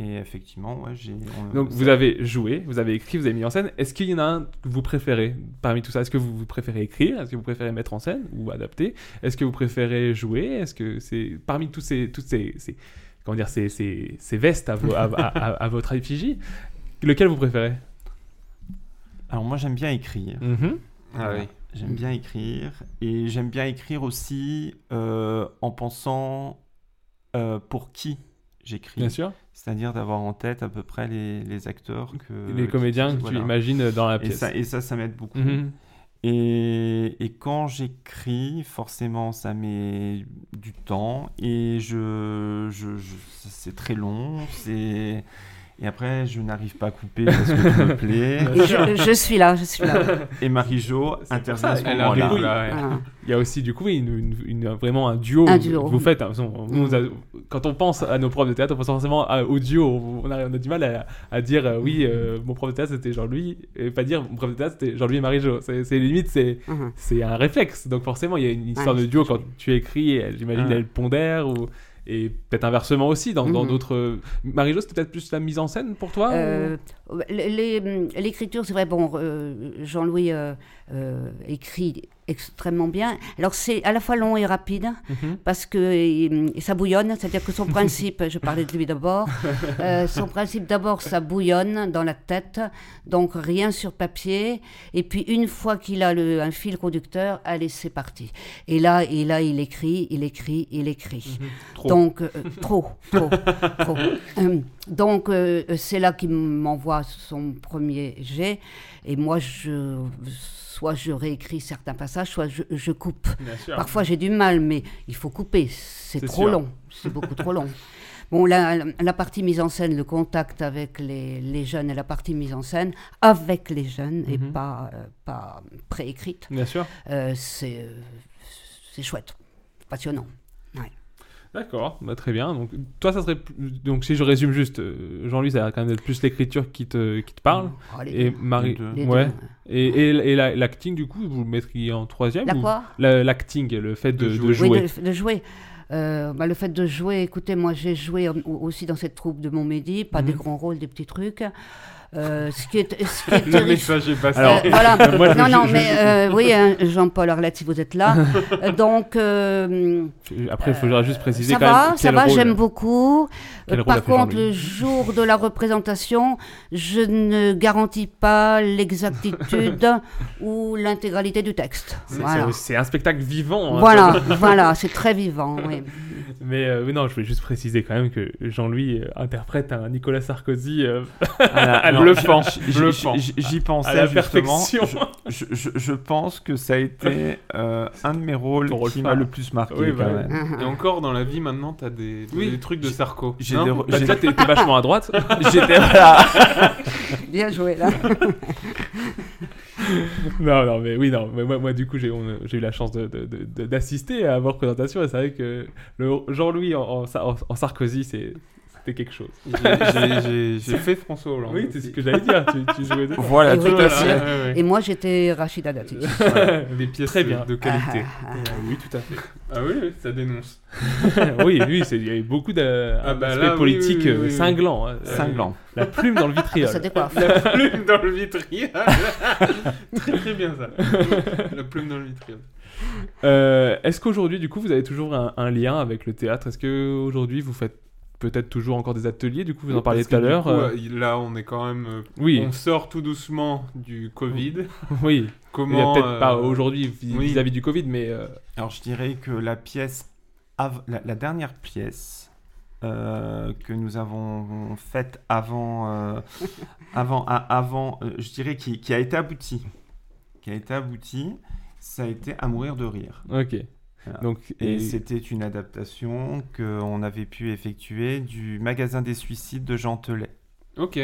[SPEAKER 10] Et effectivement, ouais, j'ai. on-
[SPEAKER 7] Donc vous avez joué, vous avez écrit, vous avez mis en scène. Est-ce qu'il y en a un que vous préférez parmi tout ça Est-ce que vous, vous préférez écrire Est-ce que vous préférez mettre en scène ou adapter Est-ce que vous préférez jouer Est-ce que c'est parmi tous ces, toutes ces, ces- comment dire ces, ces- ces vestes à, vo- à- à- à- à votre effigie, lequel vous préférez Mm-hmm.
[SPEAKER 10] Alors moi j'aime bien écrire.
[SPEAKER 4] Ah oui.
[SPEAKER 10] J'aime bien écrire. Et j'aime bien écrire aussi euh, en pensant euh, pour qui j'écris.
[SPEAKER 7] Bien sûr.
[SPEAKER 10] C'est-à-dire d'avoir en tête à peu près les, les acteurs que.
[SPEAKER 7] Les comédiens
[SPEAKER 10] qui-
[SPEAKER 7] que tu
[SPEAKER 10] voilà.
[SPEAKER 7] imagines dans la
[SPEAKER 10] Et
[SPEAKER 7] pièce.
[SPEAKER 10] ça, et ça, ça m'aide beaucoup.
[SPEAKER 7] Mhm.
[SPEAKER 10] Et, et quand j'écris, forcément, ça met du temps et je, je, je- c'est très long. C'est et après, je n'arrive pas à couper parce que tout me plaît.
[SPEAKER 9] Et je, je suis là, je suis là.
[SPEAKER 10] Et Marie-Jo intervient à ce
[SPEAKER 7] Elle arrive là,
[SPEAKER 10] moment-là.
[SPEAKER 7] ouais.
[SPEAKER 9] Voilà.
[SPEAKER 7] Il y a aussi, du coup, oui, une, une- une- vraiment un duo.
[SPEAKER 9] Un duo.
[SPEAKER 7] Vous faites. hein, de toute façon, nous, on a- quand on pense à nos profs de théâtre, on pense forcément à- au duo. On a, on a du mal à, à dire euh, oui, euh, mon prof de théâtre c'était Jean-Louis, et pas dire mon prof de théâtre c'était Jean-Louis et Marie-Jo. C'est c'est limite, c'est
[SPEAKER 9] Mhm.
[SPEAKER 7] c'est un réflexe. Donc forcément, il y a une histoire
[SPEAKER 9] Ouais,
[SPEAKER 7] de duo quand tu écris, et j'imagine,
[SPEAKER 10] Ouais.
[SPEAKER 7] elle pondère ou. Et peut-être inversement aussi, dans dans
[SPEAKER 9] Mhm.
[SPEAKER 7] d'autres. euh, Marie-Jo, c'était peut-être plus la mise en scène pour toi ou-
[SPEAKER 9] Euh, les- les- L'écriture, c'est vrai, bon, euh, Jean-Louis euh, euh, écrit extrêmement bien. Alors, c'est à la fois long et rapide,
[SPEAKER 7] Mhm.
[SPEAKER 9] parce que il- il- ça bouillonne, c'est-à-dire que son principe, je parlais de lui d'abord, euh, son principe d'abord, ça bouillonne dans la tête, donc rien sur papier, et puis une fois qu'il a le, un fil conducteur, allez, c'est parti. Et là, et là, il écrit, il écrit, il écrit.
[SPEAKER 7] Mhm. Trop.
[SPEAKER 9] Donc, euh, trop, trop, trop. Euh, donc, euh, c'est là qu'il m'envoie son premier jet, et moi, je, soit je réécris certains passages, soit je, je coupe.
[SPEAKER 7] Bien sûr.
[SPEAKER 9] Parfois j'ai du mal, mais il faut couper.
[SPEAKER 7] Ah.
[SPEAKER 9] C'est
[SPEAKER 7] C'est
[SPEAKER 9] trop
[SPEAKER 7] sûr.
[SPEAKER 9] long. C'est beaucoup trop long. Bon, la, la partie mise en scène, le contact avec les, les jeunes et la partie mise en scène avec les jeunes et
[SPEAKER 7] Mhm.
[SPEAKER 9] pas, euh, pas préécrite,
[SPEAKER 7] Bien sûr.
[SPEAKER 9] euh, c'est euh, c'est chouette, passionnant.
[SPEAKER 7] D'accord, bah, très bien. Donc, toi, ça serait. plus- Donc, si je résume juste, euh, Jean-Louis, ça va quand même être plus l'écriture qui te, qui te parle.
[SPEAKER 9] Oh, les
[SPEAKER 7] Et
[SPEAKER 9] deux.
[SPEAKER 7] Marie.
[SPEAKER 10] Les deux.
[SPEAKER 9] Les
[SPEAKER 7] Ouais.
[SPEAKER 9] deux.
[SPEAKER 7] Et, et, et la- l'acting, du coup, vous le mettriez en troisième
[SPEAKER 9] La
[SPEAKER 7] ou-
[SPEAKER 9] quoi
[SPEAKER 7] La- L'acting, le fait de,
[SPEAKER 10] De
[SPEAKER 7] de
[SPEAKER 10] jouer.
[SPEAKER 7] jouer.
[SPEAKER 9] Oui, de, de jouer. Euh, bah, le fait de jouer, écoutez, moi j'ai joué au- aussi dans cette troupe de Montmédy, pas des
[SPEAKER 7] Mhm.
[SPEAKER 9] grands rôles, des petits trucs. Euh, ce qui est, ce qui est terrif-
[SPEAKER 4] est passé.
[SPEAKER 9] Euh, voilà.
[SPEAKER 7] Moi, je-
[SPEAKER 9] non, non,
[SPEAKER 7] je-
[SPEAKER 9] mais euh, oui, hein, Jean-Paul Arlette, si vous êtes là. Euh, Donc, euh,
[SPEAKER 7] Après, il faudra juste préciser
[SPEAKER 9] ça
[SPEAKER 7] quand
[SPEAKER 9] va,
[SPEAKER 7] même.
[SPEAKER 9] ça
[SPEAKER 7] quel
[SPEAKER 9] va,
[SPEAKER 7] rôle-
[SPEAKER 9] j'aime beaucoup.
[SPEAKER 7] Quel
[SPEAKER 9] Euh,
[SPEAKER 7] rôle a
[SPEAKER 9] Par
[SPEAKER 7] fait Jean-Louis
[SPEAKER 9] contre, le jour de la représentation, je ne garantis pas l'exactitude ou l'intégralité du texte.
[SPEAKER 7] C'est-
[SPEAKER 9] Voilà.
[SPEAKER 7] c'est- C'est un spectacle vivant. hein.
[SPEAKER 9] Voilà, voilà, c'est très vivant. oui.
[SPEAKER 7] Mais euh, oui, non, je voulais juste préciser quand même que Jean-Louis euh, interprète un Nicolas Sarkozy euh,
[SPEAKER 10] Voilà,
[SPEAKER 7] à
[SPEAKER 10] non,
[SPEAKER 7] bluffant.
[SPEAKER 10] j- j-
[SPEAKER 7] bluffant.
[SPEAKER 10] j- J'y
[SPEAKER 7] à la
[SPEAKER 10] pensais justement.
[SPEAKER 7] perfection.
[SPEAKER 10] Je, je, je pense que ça a été euh, un de mes rôles
[SPEAKER 7] Ton rôle
[SPEAKER 10] qui
[SPEAKER 7] phare.
[SPEAKER 10] m'a le plus marqué
[SPEAKER 7] Oui, bah
[SPEAKER 10] quand
[SPEAKER 7] oui.
[SPEAKER 10] même.
[SPEAKER 9] Mhm.
[SPEAKER 4] Et encore dans la vie maintenant, t'as des,
[SPEAKER 7] Oui.
[SPEAKER 4] des trucs de Sarko.
[SPEAKER 10] J'ai
[SPEAKER 4] non
[SPEAKER 10] des re-
[SPEAKER 7] Bah,
[SPEAKER 10] j'ai-
[SPEAKER 7] toi, t'es t'es vachement à droite. J'étais voilà.
[SPEAKER 9] Bien joué, là.
[SPEAKER 7] Non, non, mais oui, non. mais moi, moi, du coup, j'ai on- j'ai eu la chance de- de- de- de- d'assister à vos présentations et c'est vrai que le Jean-Louis en, en Sa- en- en Sarkozy, c'est- c'était quelque chose.
[SPEAKER 4] J'ai- j'ai- J'ai fait François Hollande.
[SPEAKER 7] Oui, c'est ce que j'allais dire. tu, tu jouais dedans.
[SPEAKER 10] Voilà,
[SPEAKER 9] Et oui,
[SPEAKER 10] tout à
[SPEAKER 9] bien
[SPEAKER 10] fait.
[SPEAKER 9] sûr.
[SPEAKER 4] Ouais, ouais.
[SPEAKER 9] Et moi, j'étais Rachida Dati.
[SPEAKER 4] Des pièces
[SPEAKER 7] Très bien.
[SPEAKER 4] de qualité.
[SPEAKER 7] ah, Oui, tout à fait.
[SPEAKER 4] Ah oui, oui, ça dénonce.
[SPEAKER 7] oui, lui, c'est- il y avait beaucoup d'aspects
[SPEAKER 4] Ah bah là, oui,
[SPEAKER 7] politiques
[SPEAKER 4] oui, oui,
[SPEAKER 7] euh,
[SPEAKER 4] oui.
[SPEAKER 7] cinglants. hein.
[SPEAKER 10] Cinglant.
[SPEAKER 7] Euh, La plume dans le vitriol.
[SPEAKER 9] Ça décoiffe.
[SPEAKER 4] La plume dans le vitriol. très très bien ça. La plume dans le vitriol.
[SPEAKER 7] Euh, Est-ce qu'aujourd'hui, du coup, vous avez toujours un, un lien avec le théâtre Est-ce qu'aujourd'hui, vous faites peut-être toujours encore des ateliers Du coup, vous en parliez
[SPEAKER 4] Parce
[SPEAKER 7] tout à
[SPEAKER 4] que du
[SPEAKER 7] l'heure.
[SPEAKER 4] coup,
[SPEAKER 7] euh,
[SPEAKER 4] euh, Là, on est quand même. euh,
[SPEAKER 7] Oui,
[SPEAKER 4] On sort tout doucement du Covid.
[SPEAKER 7] oui. Il y a
[SPEAKER 4] Comment.
[SPEAKER 7] Peut-être
[SPEAKER 4] euh,
[SPEAKER 7] pas aujourd'hui vis-
[SPEAKER 4] oui.
[SPEAKER 7] vis-à-vis du Covid, mais euh,
[SPEAKER 10] Alors je dirais que la pièce, av- la, la dernière pièce euh, que nous avons faite avant, euh, avant, à- avant, euh, je dirais qui, qui a été aboutie, qui a été aboutie, ça a été à mourir de rire.
[SPEAKER 7] ok.
[SPEAKER 4] Ah,
[SPEAKER 10] Voilà.
[SPEAKER 7] Donc,
[SPEAKER 10] Et
[SPEAKER 7] et-
[SPEAKER 10] c'était une adaptation qu'on avait pu effectuer du magasin des suicides de Jean Telet.
[SPEAKER 4] Ok.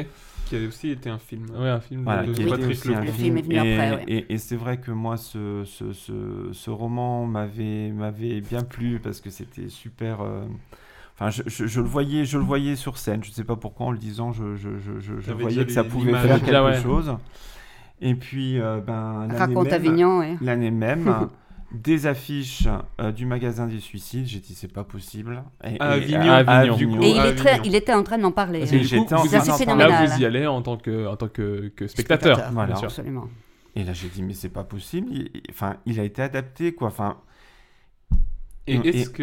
[SPEAKER 4] Qui a aussi été un film.
[SPEAKER 7] ouais, un film
[SPEAKER 10] Voilà,
[SPEAKER 7] de-
[SPEAKER 10] qui
[SPEAKER 7] de-
[SPEAKER 10] était
[SPEAKER 4] Patrick
[SPEAKER 10] aussi
[SPEAKER 4] Lebon.
[SPEAKER 10] un
[SPEAKER 9] Le film est venu
[SPEAKER 10] et,
[SPEAKER 9] après, ouais.
[SPEAKER 10] et- et c'est vrai que moi, ce, ce, ce, ce roman m'avait m'avait bien plu parce que c'était super. euh, Enfin, je, je- je le voyais, je le voyais sur scène. Je sais pas pourquoi, en le disant, je, je, je, je- je
[SPEAKER 4] T'avais
[SPEAKER 10] voyais
[SPEAKER 4] déjà
[SPEAKER 10] que ça
[SPEAKER 4] les-
[SPEAKER 10] pouvait
[SPEAKER 4] l'image.
[SPEAKER 10] faire
[SPEAKER 7] Déjà,
[SPEAKER 10] quelque
[SPEAKER 7] ouais.
[SPEAKER 10] chose. Et puis, euh, ben, l'année
[SPEAKER 9] Raconte
[SPEAKER 10] même-
[SPEAKER 9] Avignon, hein. ouais.
[SPEAKER 10] L'année même. Des affiches euh, du magasin des suicides, j'ai dit c'est pas possible. Et-
[SPEAKER 4] À
[SPEAKER 10] et-
[SPEAKER 4] Avignon.
[SPEAKER 10] à
[SPEAKER 7] À Avignon.
[SPEAKER 10] Avignon. Ah,
[SPEAKER 9] Et il, est
[SPEAKER 4] Ah,
[SPEAKER 9] très-
[SPEAKER 4] évidemment.
[SPEAKER 9] il était en train d'en parler.
[SPEAKER 7] Parce
[SPEAKER 10] Et
[SPEAKER 7] que du
[SPEAKER 10] j'étais
[SPEAKER 7] coup,
[SPEAKER 10] en
[SPEAKER 7] vous-
[SPEAKER 10] train
[SPEAKER 9] Ça, c'est
[SPEAKER 10] d'en
[SPEAKER 9] phénoménal.
[SPEAKER 10] parler.
[SPEAKER 7] Là,
[SPEAKER 9] Voilà.
[SPEAKER 7] vous y allez en tant que, en tant que, que spectateur.
[SPEAKER 9] Spectateur,
[SPEAKER 10] Voilà.
[SPEAKER 7] bien sûr.
[SPEAKER 9] Absolument.
[SPEAKER 10] Et là j'ai dit mais c'est pas possible. Il- Enfin, il a été adapté quoi. Enfin,
[SPEAKER 4] Et
[SPEAKER 10] Et-
[SPEAKER 4] est-ce que.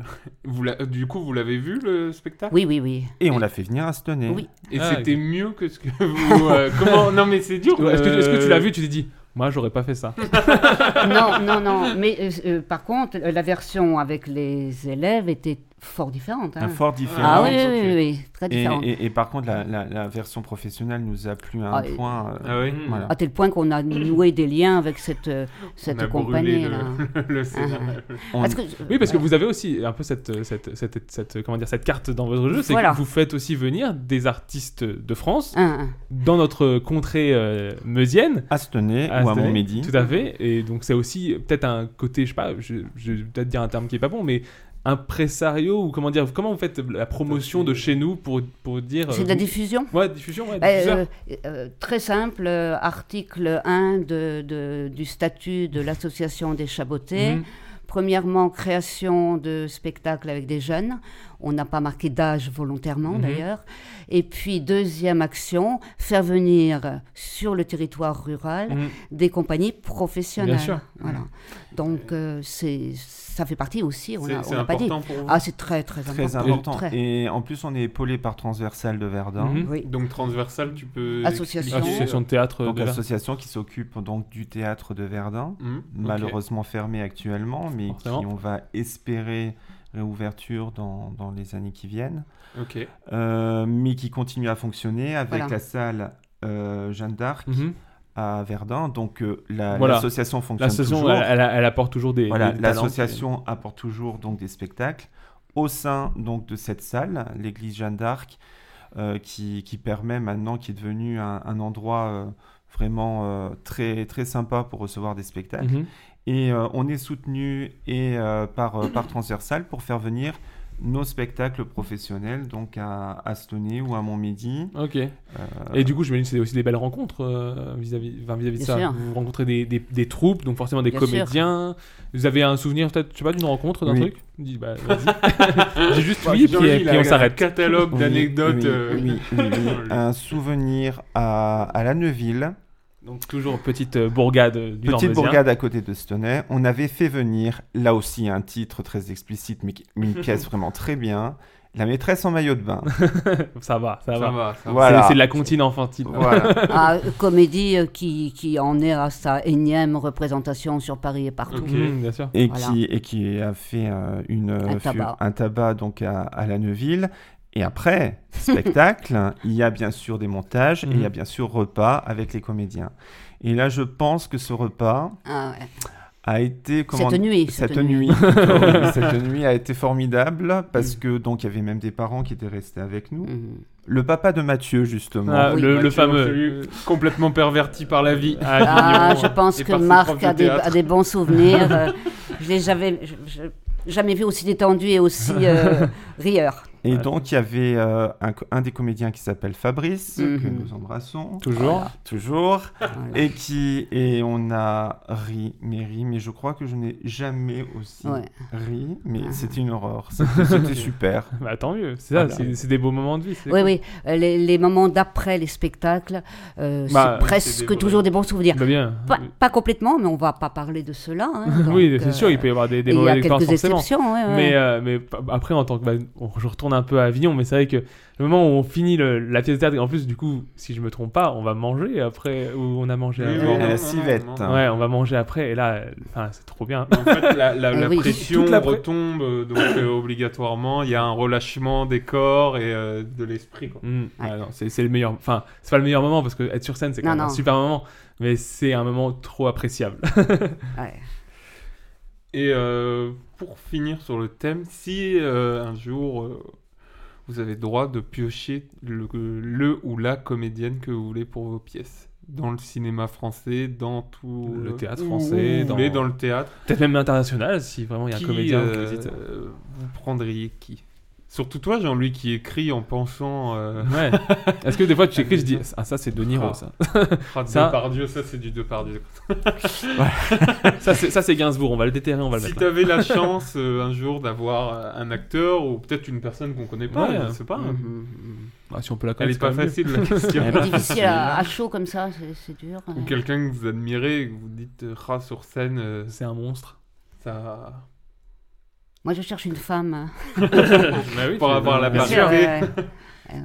[SPEAKER 4] euh, Vous l'a- Du coup, vous l'avez vu le spectacle
[SPEAKER 9] Oui, oui, oui.
[SPEAKER 10] Et on l'a fait venir à Stoney.
[SPEAKER 9] Oui.
[SPEAKER 4] Et
[SPEAKER 7] Ah,
[SPEAKER 4] c'était
[SPEAKER 7] ok.
[SPEAKER 4] mieux que ce que vous. euh, comment Non, mais c'est dur.
[SPEAKER 7] Est-ce que, est-ce que tu
[SPEAKER 4] euh,
[SPEAKER 7] l'as vu Tu t'es dit, Moi, j'aurais pas fait ça.
[SPEAKER 9] non, non, non. Mais euh, euh, par contre, euh, la version avec les élèves était fort différente. hein.
[SPEAKER 10] Ah, fort différente.
[SPEAKER 9] Ah oui, oui, oui,
[SPEAKER 10] ok.
[SPEAKER 9] oui, oui, très
[SPEAKER 10] Et-
[SPEAKER 9] différente.
[SPEAKER 10] Et, et par contre, la, la- la version professionnelle nous a plu à un
[SPEAKER 9] Ah, et-
[SPEAKER 10] point. euh,
[SPEAKER 4] Ah oui
[SPEAKER 10] voilà.
[SPEAKER 9] À tel point qu'on a noué des liens avec cette, euh, cette
[SPEAKER 4] On a
[SPEAKER 9] compagnie.
[SPEAKER 4] brûlé
[SPEAKER 9] là. Ah,
[SPEAKER 4] le, le scénario.
[SPEAKER 10] On-
[SPEAKER 9] Est-ce que-
[SPEAKER 7] Oui, parce que vous avez aussi un peu cette, cette, cette, cette- comment dire, cette carte dans votre jeu, c'est
[SPEAKER 9] Voilà.
[SPEAKER 7] que vous faites aussi venir des artistes de France,
[SPEAKER 9] Ah, ah.
[SPEAKER 7] dans notre contrée euh, meusienne.
[SPEAKER 10] À Stenay
[SPEAKER 7] à
[SPEAKER 10] ou
[SPEAKER 7] cette
[SPEAKER 10] à
[SPEAKER 7] année.
[SPEAKER 10] Montmédy.
[SPEAKER 7] Ah, Tout à fait. Et donc, c'est aussi peut-être un côté, je sais pas, je, je vais peut-être dire un terme qui est pas bon, mais un pressario ou comment dire, comment vous faites la promotion de chez nous pour, pour dire. euh,
[SPEAKER 9] C'est de la diffusion
[SPEAKER 7] Ouais, diffusion, ouais,
[SPEAKER 9] Bah,
[SPEAKER 7] diffuseur.
[SPEAKER 9] euh, euh, très simple, euh, article 1 de, de- du statut de l'association des Chabotés.
[SPEAKER 7] Mhm.
[SPEAKER 9] Premièrement, création de spectacles avec des jeunes. On n'a pas marqué d'âge volontairement
[SPEAKER 7] Mhm.
[SPEAKER 9] d'ailleurs. Et puis, deuxième action, faire venir sur le territoire rural
[SPEAKER 7] Mhm.
[SPEAKER 9] des compagnies professionnelles.
[SPEAKER 7] Bien sûr.
[SPEAKER 9] Voilà. Donc, euh, c'est ça fait partie aussi, on
[SPEAKER 4] C'est-
[SPEAKER 9] n'a
[SPEAKER 4] c'est
[SPEAKER 9] pas dit.
[SPEAKER 4] important pour vous.
[SPEAKER 9] Ah, c'est très, très important.
[SPEAKER 10] Très important.
[SPEAKER 9] Très.
[SPEAKER 10] Et en plus, on est épaulé par Transversal de Verdun.
[SPEAKER 7] Mhm.
[SPEAKER 9] Oui.
[SPEAKER 4] Donc transversal, tu peux.
[SPEAKER 9] Association.
[SPEAKER 4] expliquer, euh,
[SPEAKER 7] Association de théâtre
[SPEAKER 10] Donc,
[SPEAKER 7] de Verdun.
[SPEAKER 10] association qui s'occupe donc du théâtre de Verdun,
[SPEAKER 4] Mhm, ok.
[SPEAKER 10] malheureusement fermée actuellement, mais
[SPEAKER 7] Forcément.
[SPEAKER 10] qui on va espérer réouverture dans, dans les années qui viennent,
[SPEAKER 4] Ok.
[SPEAKER 10] Euh, mais qui continue à fonctionner avec
[SPEAKER 9] Voilà.
[SPEAKER 10] la salle euh, Jeanne d'Arc
[SPEAKER 7] Mhm.
[SPEAKER 10] à Verdun. Donc euh, la-
[SPEAKER 7] Voilà.
[SPEAKER 10] l'association fonctionne
[SPEAKER 7] L'association,
[SPEAKER 10] toujours.
[SPEAKER 7] elle, elle- elle apporte toujours des.
[SPEAKER 10] Voilà,
[SPEAKER 7] des talents.
[SPEAKER 10] l'association apporte toujours donc des spectacles au sein donc de cette salle, l'église Jeanne d'Arc, euh, qui, qui permet maintenant, qui est devenu un, un endroit euh, vraiment euh, très très sympa pour recevoir des spectacles.
[SPEAKER 7] Mhm.
[SPEAKER 10] Et euh, on est soutenu et euh, par euh, par Transversal pour faire venir nos spectacles professionnels donc à, à Stoney ou à Montmédy.
[SPEAKER 7] Ok. Et du coup, j'imagine que c'est aussi des belles rencontres euh, vis-à-vis enfin, vis-à-vis de
[SPEAKER 9] Bien
[SPEAKER 7] ça.
[SPEAKER 9] sûr.
[SPEAKER 7] Vous rencontrez des, des, des troupes, donc forcément des
[SPEAKER 9] Bien sûr.
[SPEAKER 7] comédiens. Vous avez un souvenir, peut-être, je sais pas, d'une rencontre, d'un
[SPEAKER 10] Oui.
[SPEAKER 7] truc Dis, bah, vas-y. J'ai juste oui, puis,
[SPEAKER 4] Jean-Louis,
[SPEAKER 7] puis
[SPEAKER 4] il a
[SPEAKER 7] on
[SPEAKER 4] un
[SPEAKER 7] s'arrête.
[SPEAKER 4] Catalogue
[SPEAKER 10] Oui,
[SPEAKER 4] d'anecdotes.
[SPEAKER 10] oui,
[SPEAKER 4] euh,
[SPEAKER 10] oui, oui, oui. un souvenir à, à la Neuville.
[SPEAKER 7] Donc, toujours petite euh, bourgade euh, du
[SPEAKER 10] Petite
[SPEAKER 7] Norvésien.
[SPEAKER 10] bourgade à côté de Stoney, on avait fait venir, là aussi un titre très explicite, mais qui- une pièce vraiment très bien, La maîtresse en maillot de bain.
[SPEAKER 7] Ça va, ça, va.
[SPEAKER 4] Ça va, ça va.
[SPEAKER 7] C'est-
[SPEAKER 10] Voilà.
[SPEAKER 7] C'est de la comptine enfantile.
[SPEAKER 10] Voilà.
[SPEAKER 9] Ah, euh, comédie euh, qui, qui en est à sa énième représentation sur Paris et partout.
[SPEAKER 4] Ok.
[SPEAKER 7] Mhm, bien sûr.
[SPEAKER 10] Et,
[SPEAKER 9] Voilà.
[SPEAKER 10] qui, et qui a fait euh, une, euh, fu-
[SPEAKER 9] tabac.
[SPEAKER 10] un tabac donc à, à la Neuville. Et après, spectacle, il y a bien sûr des montages et il y a
[SPEAKER 7] Mhm.
[SPEAKER 10] bien sûr repas avec les comédiens. Et là, je pense que ce repas
[SPEAKER 9] Ah ouais.
[SPEAKER 10] a été... comment-
[SPEAKER 9] Cette nuit,
[SPEAKER 10] Cette,
[SPEAKER 9] cette
[SPEAKER 10] nuit.
[SPEAKER 9] nuit. Mm.
[SPEAKER 10] Oui, cette nuit a été formidable parce que donc il y avait même des parents qui étaient restés avec nous.
[SPEAKER 9] Mhm.
[SPEAKER 10] Le papa de Mathieu, justement.
[SPEAKER 7] Ah,
[SPEAKER 9] Oui.
[SPEAKER 7] le, le
[SPEAKER 4] Mathieu,
[SPEAKER 7] fameux.
[SPEAKER 4] celui complètement perverti par la vie. à
[SPEAKER 9] Ah,
[SPEAKER 4] Avignon,
[SPEAKER 9] je pense
[SPEAKER 4] et
[SPEAKER 9] que
[SPEAKER 4] par ses
[SPEAKER 9] Marc
[SPEAKER 4] profs
[SPEAKER 9] a
[SPEAKER 4] de
[SPEAKER 9] des,
[SPEAKER 4] théâtre.
[SPEAKER 9] a des bons souvenirs. euh, je l'ai jamais, je- je- jamais vu aussi détendu et aussi euh, rieur.
[SPEAKER 10] Et donc, il y avait euh, un, co- un des comédiens qui s'appelle Fabrice, que
[SPEAKER 9] Mhm.
[SPEAKER 10] nous embrassons
[SPEAKER 7] Toujours.
[SPEAKER 10] toujours,
[SPEAKER 9] Voilà.
[SPEAKER 10] et qui et on a ri, mais ri, mais je crois que je n'ai jamais aussi
[SPEAKER 9] Ouais. Ah.
[SPEAKER 10] ri, mais c'était une aurore, c'était c'était super.
[SPEAKER 7] Bah, tant mieux. C'est ça,
[SPEAKER 10] Voilà.
[SPEAKER 7] c'est- c'est des beaux moments de vie. c'est
[SPEAKER 9] Oui,
[SPEAKER 7] cool.
[SPEAKER 9] oui, euh, les, les moments d'après les spectacles, euh,
[SPEAKER 7] Bah,
[SPEAKER 9] c'est
[SPEAKER 4] c'est des
[SPEAKER 9] presque
[SPEAKER 4] vrais-
[SPEAKER 9] toujours des bons souvenirs.
[SPEAKER 7] Bah, bien.
[SPEAKER 9] Pas, pas complètement, mais on va pas parler de cela. hein,
[SPEAKER 7] oui,
[SPEAKER 9] donc,
[SPEAKER 7] c'est
[SPEAKER 9] euh,
[SPEAKER 7] sûr, il peut y avoir des, des
[SPEAKER 9] et il y
[SPEAKER 7] mauvaises
[SPEAKER 9] a
[SPEAKER 7] expériences
[SPEAKER 9] quelques
[SPEAKER 7] forcément.
[SPEAKER 9] exceptions. ouais, ouais.
[SPEAKER 7] Mais, euh, mais p- après, en tant que. bah, on- je retourne un peu à Avignon, mais c'est vrai que le moment où on finit le- la pièce de théâtre, et en plus, du coup, si je me trompe pas, on va manger après, ou on a mangé
[SPEAKER 4] Oui,
[SPEAKER 10] À
[SPEAKER 7] avant.
[SPEAKER 4] oui,
[SPEAKER 10] la
[SPEAKER 4] non,
[SPEAKER 10] civette.
[SPEAKER 4] non,
[SPEAKER 10] hein.
[SPEAKER 7] Ouais, on va manger après, et là, euh, enfin, c'est trop bien.
[SPEAKER 4] En fait, la, la-
[SPEAKER 9] Eh
[SPEAKER 4] la
[SPEAKER 9] oui.
[SPEAKER 4] pression
[SPEAKER 7] Toute la pré-
[SPEAKER 4] retombe, euh, donc euh, obligatoirement, il y a un relâchement des corps et euh, de l'esprit. quoi.
[SPEAKER 7] Mm. Ah, non, c'est c'est le meilleur. Enfin, c'est pas le meilleur moment parce que être sur scène, c'est quand
[SPEAKER 9] Non,
[SPEAKER 7] même un
[SPEAKER 9] non.
[SPEAKER 7] super moment, mais c'est un moment trop appréciable.
[SPEAKER 9] Ouais.
[SPEAKER 4] Et euh, pour finir sur le thème, si euh, un jour euh, vous avez droit de piocher le, le ou la comédienne que vous voulez pour vos pièces, dans le cinéma français, dans tout
[SPEAKER 7] Le théâtre
[SPEAKER 4] où
[SPEAKER 7] français,
[SPEAKER 4] vous
[SPEAKER 7] dans-
[SPEAKER 4] voulez, dans le théâtre,
[SPEAKER 7] Peut-être même international, si vraiment il y a un
[SPEAKER 4] qui,
[SPEAKER 7] comédien
[SPEAKER 4] euh,
[SPEAKER 7] que vous dites.
[SPEAKER 4] euh, vous prendriez qui Surtout toi, Jean-Louis, qui écrit en pensant. Euh...
[SPEAKER 7] Ouais. Est-ce que des fois tu écris, je dis Ah, ça, c'est De Niro,
[SPEAKER 4] Ah.
[SPEAKER 7] ça.
[SPEAKER 4] Ah,
[SPEAKER 7] Ça-
[SPEAKER 4] Depardieu, ça c'est du Depardieu.
[SPEAKER 7] ça, c'est ça, c'est Gainsbourg, on va le déterrer, on va le
[SPEAKER 4] Si
[SPEAKER 7] mettre. là.
[SPEAKER 4] t'avais la chance euh, un jour d'avoir euh, un acteur ou peut-être une personne qu'on connaît pas,
[SPEAKER 7] Ouais.
[SPEAKER 4] je sais pas.
[SPEAKER 9] Mhm.
[SPEAKER 7] Ah, si on peut la
[SPEAKER 4] Elle
[SPEAKER 7] connaître,
[SPEAKER 4] est pas
[SPEAKER 7] c'est quand même
[SPEAKER 4] facile la question.
[SPEAKER 10] Elle est pas
[SPEAKER 9] Difficile à, à chaud comme ça, c'est- c'est dur.
[SPEAKER 4] Ou
[SPEAKER 9] ouais.
[SPEAKER 4] quelqu'un que vous admirez et que vous dites euh, Rah, sur scène, euh,
[SPEAKER 7] mieux. C'est un monstre.
[SPEAKER 4] ça.
[SPEAKER 9] Moi, je cherche une femme. euh,
[SPEAKER 7] Bah oui,
[SPEAKER 4] Pour
[SPEAKER 7] tu-
[SPEAKER 4] avoir la
[SPEAKER 7] Bien
[SPEAKER 4] part.
[SPEAKER 7] sûr.
[SPEAKER 4] Hervé.
[SPEAKER 9] Ouais, ouais. Ouais, ouais.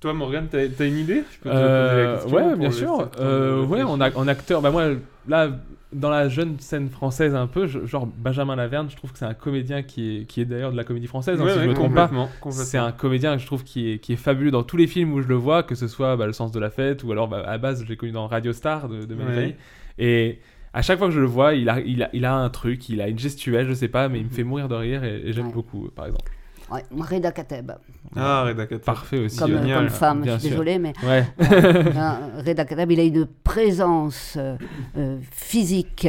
[SPEAKER 4] Toi, Morgane, t'as t'as une idée Je peux te poser la
[SPEAKER 7] Euh,
[SPEAKER 4] question
[SPEAKER 7] ouais,
[SPEAKER 4] pour
[SPEAKER 7] bien
[SPEAKER 4] laisser
[SPEAKER 7] sûr.
[SPEAKER 4] le temps de
[SPEAKER 7] Euh, ouais,
[SPEAKER 4] réfléchir.
[SPEAKER 7] en, ac- en acteur, bah moi, là, dans la jeune scène française un peu, je- genre Benjamin Laverne, je trouve que c'est un comédien qui est, qui est d'ailleurs de la comédie française, hein,
[SPEAKER 4] Ouais,
[SPEAKER 7] si
[SPEAKER 4] ouais,
[SPEAKER 7] je me trompe pas.
[SPEAKER 4] complètement, complètement.
[SPEAKER 7] C'est un comédien, je trouve, qui est, qui est fabuleux dans tous les films où je le vois, que ce soit bah, Le Sens de la Fête ou alors bah, à base, je l'ai connu dans Radio Star de, de Manifay.
[SPEAKER 4] Ouais.
[SPEAKER 7] Et à chaque fois que je le vois, il a, il, a, il a un truc, il a une gestuelle, je sais pas, mais il me fait mourir de rire et, et j'aime beaucoup, par exemple.
[SPEAKER 9] Ouais, Reda Kateb.
[SPEAKER 4] Ah, Reda Kateb.
[SPEAKER 7] Parfait aussi.
[SPEAKER 9] Comme,
[SPEAKER 7] génial.
[SPEAKER 9] comme femme,
[SPEAKER 7] Bien
[SPEAKER 9] je suis
[SPEAKER 7] sûr.
[SPEAKER 9] désolée, mais
[SPEAKER 7] Ouais.
[SPEAKER 9] voilà. Non, Reda Kateb, il a une présence euh, euh, physique,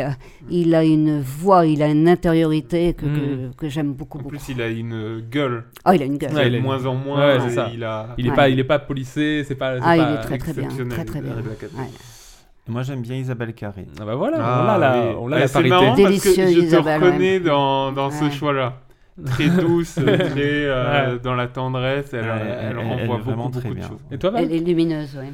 [SPEAKER 9] il a une voix, il a une intériorité que, que- que j'aime beaucoup,
[SPEAKER 4] En
[SPEAKER 9] beaucoup.
[SPEAKER 4] plus, il a une euh, gueule.
[SPEAKER 9] Ah, il a une gueule.
[SPEAKER 4] Il
[SPEAKER 7] Ouais,
[SPEAKER 4] a
[SPEAKER 7] il
[SPEAKER 4] de
[SPEAKER 7] a une-
[SPEAKER 4] moins en moins.
[SPEAKER 7] Ouais, c'est
[SPEAKER 4] et
[SPEAKER 7] ça.
[SPEAKER 4] Il a...
[SPEAKER 7] Il est
[SPEAKER 9] Ouais.
[SPEAKER 7] pas, il est pas policé, c'est pas. c'est
[SPEAKER 9] Ah, il
[SPEAKER 7] pas
[SPEAKER 9] est très très bien,
[SPEAKER 4] exceptionnel,
[SPEAKER 9] très très bien.
[SPEAKER 4] Reda Kateb.
[SPEAKER 9] Ouais.
[SPEAKER 10] Moi, j'aime bien Isabelle Carré.
[SPEAKER 7] Ah bah voilà,
[SPEAKER 4] Ah,
[SPEAKER 7] on a la,
[SPEAKER 4] oui.
[SPEAKER 7] on a
[SPEAKER 4] Ouais,
[SPEAKER 7] la
[SPEAKER 4] c'est
[SPEAKER 7] parité.
[SPEAKER 4] marrant parce que
[SPEAKER 9] Délicieux,
[SPEAKER 4] je te
[SPEAKER 9] Isabelle,
[SPEAKER 4] reconnais
[SPEAKER 9] ouais.
[SPEAKER 4] dans, dans ce
[SPEAKER 9] Ouais.
[SPEAKER 4] choix-là. Très douce, euh, très euh,
[SPEAKER 7] Ouais.
[SPEAKER 4] dans la tendresse, elle,
[SPEAKER 10] Ouais,
[SPEAKER 4] euh, elle
[SPEAKER 10] elle- elle est
[SPEAKER 4] renvoie
[SPEAKER 10] vraiment
[SPEAKER 4] beaucoup,
[SPEAKER 10] très
[SPEAKER 4] beaucoup de
[SPEAKER 10] bien.
[SPEAKER 4] choses.
[SPEAKER 7] Et toi, Val
[SPEAKER 9] Elle est lumineuse, oui.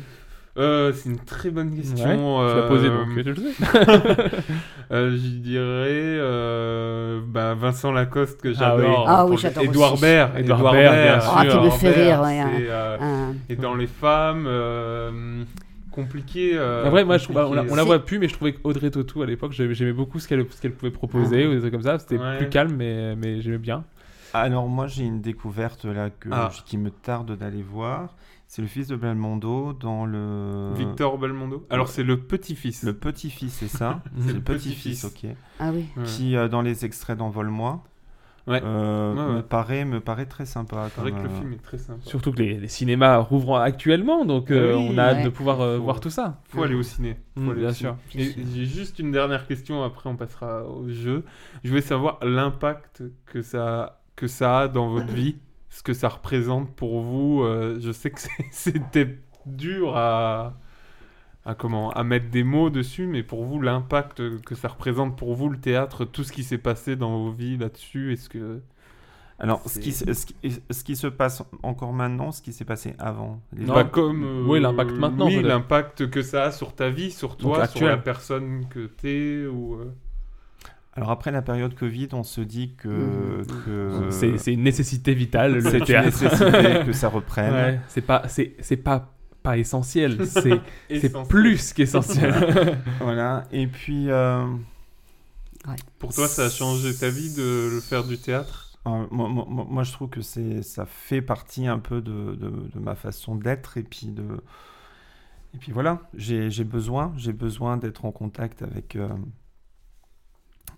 [SPEAKER 4] Euh, c'est une très bonne question.
[SPEAKER 7] Ouais,
[SPEAKER 4] euh,
[SPEAKER 7] Tu l'as posé donc, je le sais.
[SPEAKER 4] euh, je dirais euh, bah, Vincent Lacoste que j'adore.
[SPEAKER 7] oui.
[SPEAKER 9] Ah
[SPEAKER 4] Pour
[SPEAKER 9] oui,
[SPEAKER 4] le-
[SPEAKER 9] j'adore
[SPEAKER 4] Édouard
[SPEAKER 9] aussi.
[SPEAKER 4] Baird.
[SPEAKER 7] Édouard Baird, bien sûr. Ah, tu me
[SPEAKER 9] fais
[SPEAKER 4] Baird,
[SPEAKER 9] rire, ouais, hein.
[SPEAKER 4] c'est, euh,
[SPEAKER 9] Un-
[SPEAKER 4] Et dans les femmes, euh, compliqué. euh,
[SPEAKER 7] Après, moi, je trouve, bah, on, la,
[SPEAKER 4] compliqué.
[SPEAKER 7] on la
[SPEAKER 9] C'est-
[SPEAKER 7] voit plus, mais je trouvais qu'Audrey Tautou à l'époque, j'aimais j'aimais beaucoup ce qu'elle ce qu'elle pouvait proposer ou des trucs comme ça. C'était
[SPEAKER 4] Ah. Ouais.
[SPEAKER 7] plus calme, mais, mais j'aimais bien.
[SPEAKER 10] Alors moi j'ai une découverte là que,
[SPEAKER 4] Ah.
[SPEAKER 10] qui me tarde d'aller voir. C'est le fils de Belmondo dans le...
[SPEAKER 4] euh, Victor Belmondo. Alors, c'est le petit-fils.
[SPEAKER 10] Le petit-fils, c'est ça
[SPEAKER 4] C'est
[SPEAKER 10] C'est
[SPEAKER 4] le
[SPEAKER 10] le petit-fils, ok.
[SPEAKER 4] petit-fils.
[SPEAKER 9] Ah oui.
[SPEAKER 4] Ouais.
[SPEAKER 10] Qui euh, dans les extraits d'Envole-moi
[SPEAKER 4] Ouais.
[SPEAKER 10] euh,
[SPEAKER 4] Ouais, ouais.
[SPEAKER 10] Me, paraît, me paraît très sympa.
[SPEAKER 4] C'est vrai que
[SPEAKER 10] comme,
[SPEAKER 4] le
[SPEAKER 10] euh,
[SPEAKER 4] film est très sympa.
[SPEAKER 7] Surtout que les, les cinémas rouvrent actuellement, donc euh,
[SPEAKER 4] Oui,
[SPEAKER 7] on a hâte
[SPEAKER 9] ouais.
[SPEAKER 7] de pouvoir euh,
[SPEAKER 4] Faut-
[SPEAKER 7] voir tout ça.
[SPEAKER 4] Faut aller au ciné. Faut
[SPEAKER 7] Mm,
[SPEAKER 4] aller au
[SPEAKER 7] bien
[SPEAKER 4] ciné.
[SPEAKER 9] sûr.
[SPEAKER 4] Et J'ai juste une dernière question, après on passera au jeu. Je voulais savoir l'impact que ça, que ça a dans votre vie, ce que ça représente pour vous. Euh, je sais que c'est- c'était dur à, à, comment, à mettre des mots dessus, mais pour vous, l'impact que ça représente pour vous, le théâtre, tout ce qui s'est passé dans vos vies là-dessus, est-ce que...
[SPEAKER 10] Alors ce qui,
[SPEAKER 4] C'est-
[SPEAKER 10] se- ce, qui, ce qui se passe encore maintenant, ce qui s'est passé avant. Les-
[SPEAKER 7] Non.
[SPEAKER 4] Pas comme... euh,
[SPEAKER 7] Oui, l'impact maintenant,
[SPEAKER 4] Oui,
[SPEAKER 7] peut-être.
[SPEAKER 4] l'impact que ça a sur ta vie, sur
[SPEAKER 7] Donc,
[SPEAKER 4] toi, sur la
[SPEAKER 7] actuel.
[SPEAKER 4] personne que t'es, ou... euh,
[SPEAKER 10] Alors après la période Covid, on se dit que...
[SPEAKER 4] euh,
[SPEAKER 10] que-
[SPEAKER 7] Euh, C'est c'est une nécessité vitale,
[SPEAKER 10] c'est
[SPEAKER 7] le
[SPEAKER 10] une
[SPEAKER 7] théâtre.
[SPEAKER 10] nécessité que ça reprenne.
[SPEAKER 7] Ouais. C'est pas, c'est c'est pas, pas essentiel, c'est c'est
[SPEAKER 4] essentiel.
[SPEAKER 7] plus qu'essentiel.
[SPEAKER 10] Voilà. Et puis... euh,
[SPEAKER 4] Pour toi, ça a changé ta vie de le faire du théâtre
[SPEAKER 10] Euh, moi, moi- moi- moi, je trouve que c'est, ça fait partie un peu de, de- de ma façon d'être et puis de, et puis voilà, j'ai, j'ai besoin, j'ai besoin d'être en contact avec, euh,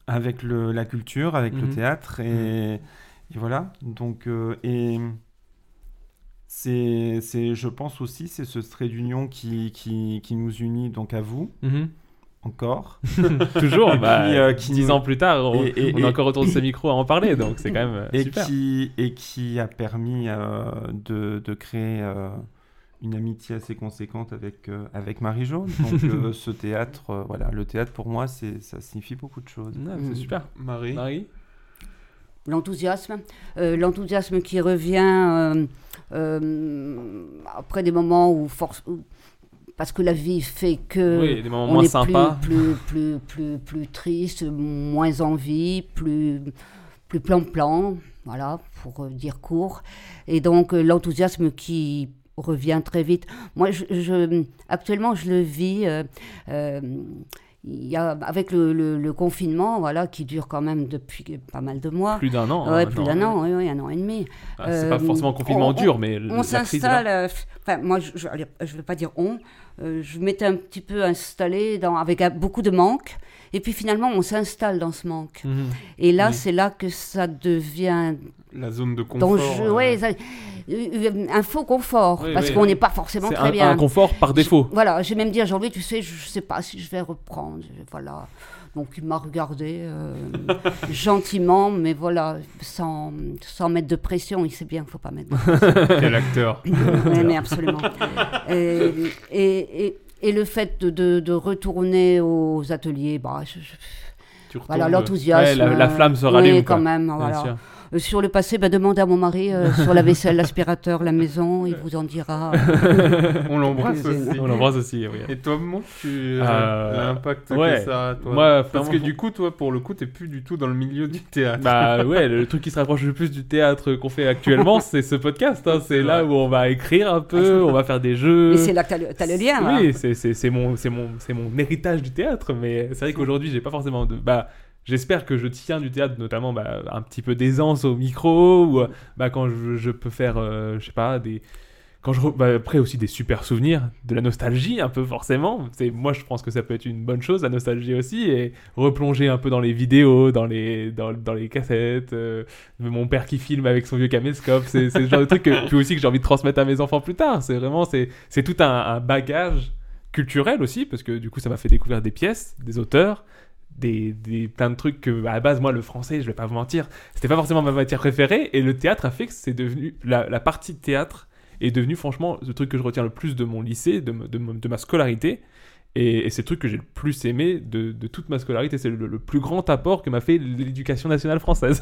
[SPEAKER 10] avec le, la culture, avec
[SPEAKER 7] Mhm.
[SPEAKER 10] le théâtre et, et voilà. Donc euh, et c'est, c'est, je pense aussi, c'est ce trait d'union qui, qui, qui nous unit donc à vous
[SPEAKER 7] Mhm.
[SPEAKER 10] encore.
[SPEAKER 7] Toujours, bah,
[SPEAKER 10] euh, qui
[SPEAKER 7] dix
[SPEAKER 10] nous-
[SPEAKER 7] ans plus tard, on,
[SPEAKER 10] Et- et-
[SPEAKER 7] on est
[SPEAKER 10] et-
[SPEAKER 7] encore autour de ce micro à en parler, donc c'est quand même euh,
[SPEAKER 10] et
[SPEAKER 7] super.
[SPEAKER 10] qui et qui a permis euh, de, de créer euh, une amitié assez conséquente avec euh, avec Marie Jo. Donc euh, ce théâtre, euh, voilà, le théâtre pour moi, c'est ça signifie beaucoup de choses.
[SPEAKER 7] Ah,
[SPEAKER 9] Mm.
[SPEAKER 7] c'est super.
[SPEAKER 4] Marie
[SPEAKER 7] Marie
[SPEAKER 9] L'enthousiasme. Euh, L'enthousiasme qui revient euh, euh, après des moments où, force, où- parce que la vie fait que.
[SPEAKER 7] Oui, il y a des moments
[SPEAKER 9] Euh, on
[SPEAKER 7] moins
[SPEAKER 9] est
[SPEAKER 7] sympas.
[SPEAKER 9] Plus, plus, plus, plus, plus triste, moins envie, plus plus plan-plan, voilà, pour euh, dire court. Et donc euh, l'enthousiasme qui revient très vite. Moi, je, je- actuellement, je le vis. euh, euh, il y a, avec le, le- le confinement, voilà, qui dure quand même depuis pas mal de mois.
[SPEAKER 7] Plus d'un an.
[SPEAKER 9] Ouais,
[SPEAKER 7] hein,
[SPEAKER 9] plus
[SPEAKER 7] genre.
[SPEAKER 9] d'un an, oui, oui, un an et demi.
[SPEAKER 7] Ah, c'est pas
[SPEAKER 9] Euh,
[SPEAKER 7] forcément un confinement
[SPEAKER 9] on-
[SPEAKER 7] dur, mais la
[SPEAKER 9] On
[SPEAKER 7] crise est là.
[SPEAKER 9] s'installe, euh, f- enfin moi je ne vais pas dire on, euh, je m'étais un petit peu installée dans, avec euh, beaucoup de manque, et puis finalement on s'installe dans ce manque.
[SPEAKER 7] Mhm.
[SPEAKER 9] Et là
[SPEAKER 4] Oui.
[SPEAKER 9] c'est là que ça devient
[SPEAKER 4] La zone de confort.
[SPEAKER 9] dangereux,
[SPEAKER 4] euh,
[SPEAKER 9] ouais, ça- euh, un faux confort,
[SPEAKER 7] Oui,
[SPEAKER 9] parce
[SPEAKER 7] oui.
[SPEAKER 9] qu'on n'est pas forcément
[SPEAKER 7] C'est
[SPEAKER 9] très
[SPEAKER 7] un,
[SPEAKER 9] bien.
[SPEAKER 7] un confort par défaut.
[SPEAKER 9] Voilà, j'ai même dit à Jean-Louis, tu sais, je ne sais pas si je vais reprendre. Voilà. Donc il m'a regardé euh, gentiment, mais voilà, sans, sans mettre de pression. Il sait bien qu'il ne faut pas mettre de
[SPEAKER 4] Quel acteur
[SPEAKER 9] oui, mais absolument. Et, et, et- et le fait de, de- de retourner aux ateliers, bah, je- je-
[SPEAKER 4] Tu retombes,
[SPEAKER 9] voilà,
[SPEAKER 4] euh,
[SPEAKER 9] l'enthousiasme.
[SPEAKER 7] Ouais, la- la
[SPEAKER 9] euh,
[SPEAKER 7] flamme se
[SPEAKER 9] oui,
[SPEAKER 7] rallume,
[SPEAKER 9] quand
[SPEAKER 7] quoi.
[SPEAKER 9] même.
[SPEAKER 7] Bien
[SPEAKER 9] voilà.
[SPEAKER 7] sûr.
[SPEAKER 9] Euh, sur le passé, bah, demandez à mon mari euh, sur la vaisselle, l'aspirateur, la maison, il vous en dira.
[SPEAKER 7] Euh,
[SPEAKER 4] euh, On l'embrasse aussi.
[SPEAKER 7] On l'embrasse aussi, oui.
[SPEAKER 4] Et toi, Mo, tu euh,
[SPEAKER 7] Euh,
[SPEAKER 4] l'impact
[SPEAKER 7] ouais.
[SPEAKER 4] que ça a, toi
[SPEAKER 7] Moi,
[SPEAKER 4] Parce
[SPEAKER 7] clairement,
[SPEAKER 4] que
[SPEAKER 7] faut-
[SPEAKER 4] du coup, toi, pour le coup, t'es plus du tout dans le milieu du théâtre.
[SPEAKER 7] Bah ouais, le truc qui se rapproche le plus du théâtre qu'on fait actuellement, c'est ce podcast. hein. C'est là où on va écrire un peu, on va faire des jeux.
[SPEAKER 9] Ah, Mais c'est là que t'as le, t'as le lien. hein. là.
[SPEAKER 7] Oui, c'est- c'est c'est mon, c'est mon, c'est mon héritage du théâtre, mais c'est vrai qu'aujourd'hui, j'ai pas forcément de. Bah, J'espère que je tiens du théâtre, notamment bah, un petit peu d'aisance au micro, ou euh, bah, quand je, je peux faire, euh, je sais pas, des. Quand je re- bah, après aussi des super souvenirs, de la nostalgie un peu forcément. C'est moi je pense que ça peut être une bonne chose la nostalgie aussi et replonger un peu dans les vidéos, dans les dans, dans les cassettes, euh, mon père qui filme avec son vieux caméscope, c'est c'est le genre de truc que puis aussi que j'ai envie de transmettre à mes enfants plus tard. C'est vraiment c'est c'est tout un, un bagage culturel aussi parce que du coup ça m'a fait découvrir des pièces, des auteurs. Des, des- plein de trucs que à la base moi le français je vais pas vous mentir c'était pas forcément ma matière préférée et le théâtre a fait que c'est devenu la, la partie théâtre est devenue franchement le truc que je retiens le plus de mon lycée, de, m- de m- de ma scolarité. Et, et c'est le truc que j'ai le plus aimé de, de toute ma scolarité. C'est le, le plus grand apport que m'a fait l'éducation nationale française.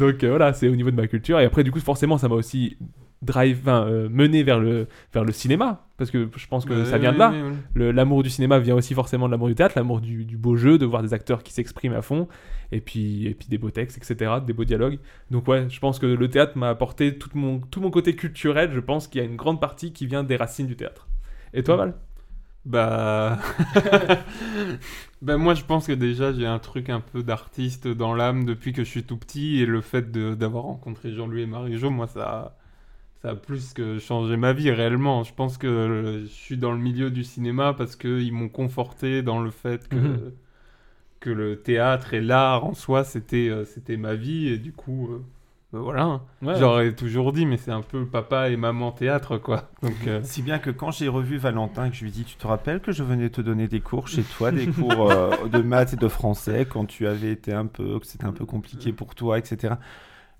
[SPEAKER 7] Donc euh, voilà, c'est au niveau de ma culture. Et après, du coup, forcément, ça m'a aussi drive, enfin, euh, mené vers le, vers le cinéma. Parce que je pense que
[SPEAKER 4] Ouais,
[SPEAKER 7] ça vient de
[SPEAKER 4] ouais,
[SPEAKER 7] là.
[SPEAKER 4] ouais, ouais.
[SPEAKER 7] Le- L'amour du cinéma vient aussi forcément de l'amour du théâtre, l'amour du, du beau jeu, de voir des acteurs qui s'expriment à fond, et puis, et puis des beaux textes, etc., des beaux dialogues. Donc ouais, je pense que le théâtre m'a apporté tout mon, tout mon côté culturel, je pense qu'il y a une grande partie qui vient des racines du théâtre. Et toi, Val
[SPEAKER 4] Bah. bah, moi, je pense que déjà, j'ai un truc un peu d'artiste dans l'âme depuis que je suis tout petit. Et le fait de- d'avoir rencontré Jean-Louis et Marie-Jo, moi, ça, ça a plus que changé ma vie réellement. Je pense que euh, je suis dans le milieu du cinéma parce qu'ils m'ont conforté dans le fait que.
[SPEAKER 7] Mhm.
[SPEAKER 4] Que le théâtre et l'art en soi, c'était euh, c'était ma vie, et du coup, euh, bah, voilà.
[SPEAKER 7] Ouais.
[SPEAKER 4] J'aurais toujours dit, mais c'est un peu papa et maman théâtre, quoi. Donc, euh,
[SPEAKER 10] Si bien que quand j'ai revu Valentin et que je lui ai dit Tu te rappelles que je venais te donner des cours chez toi, des cours euh, de maths et de français, quand tu avais été un peu, que c'était un peu compliqué pour toi, etc.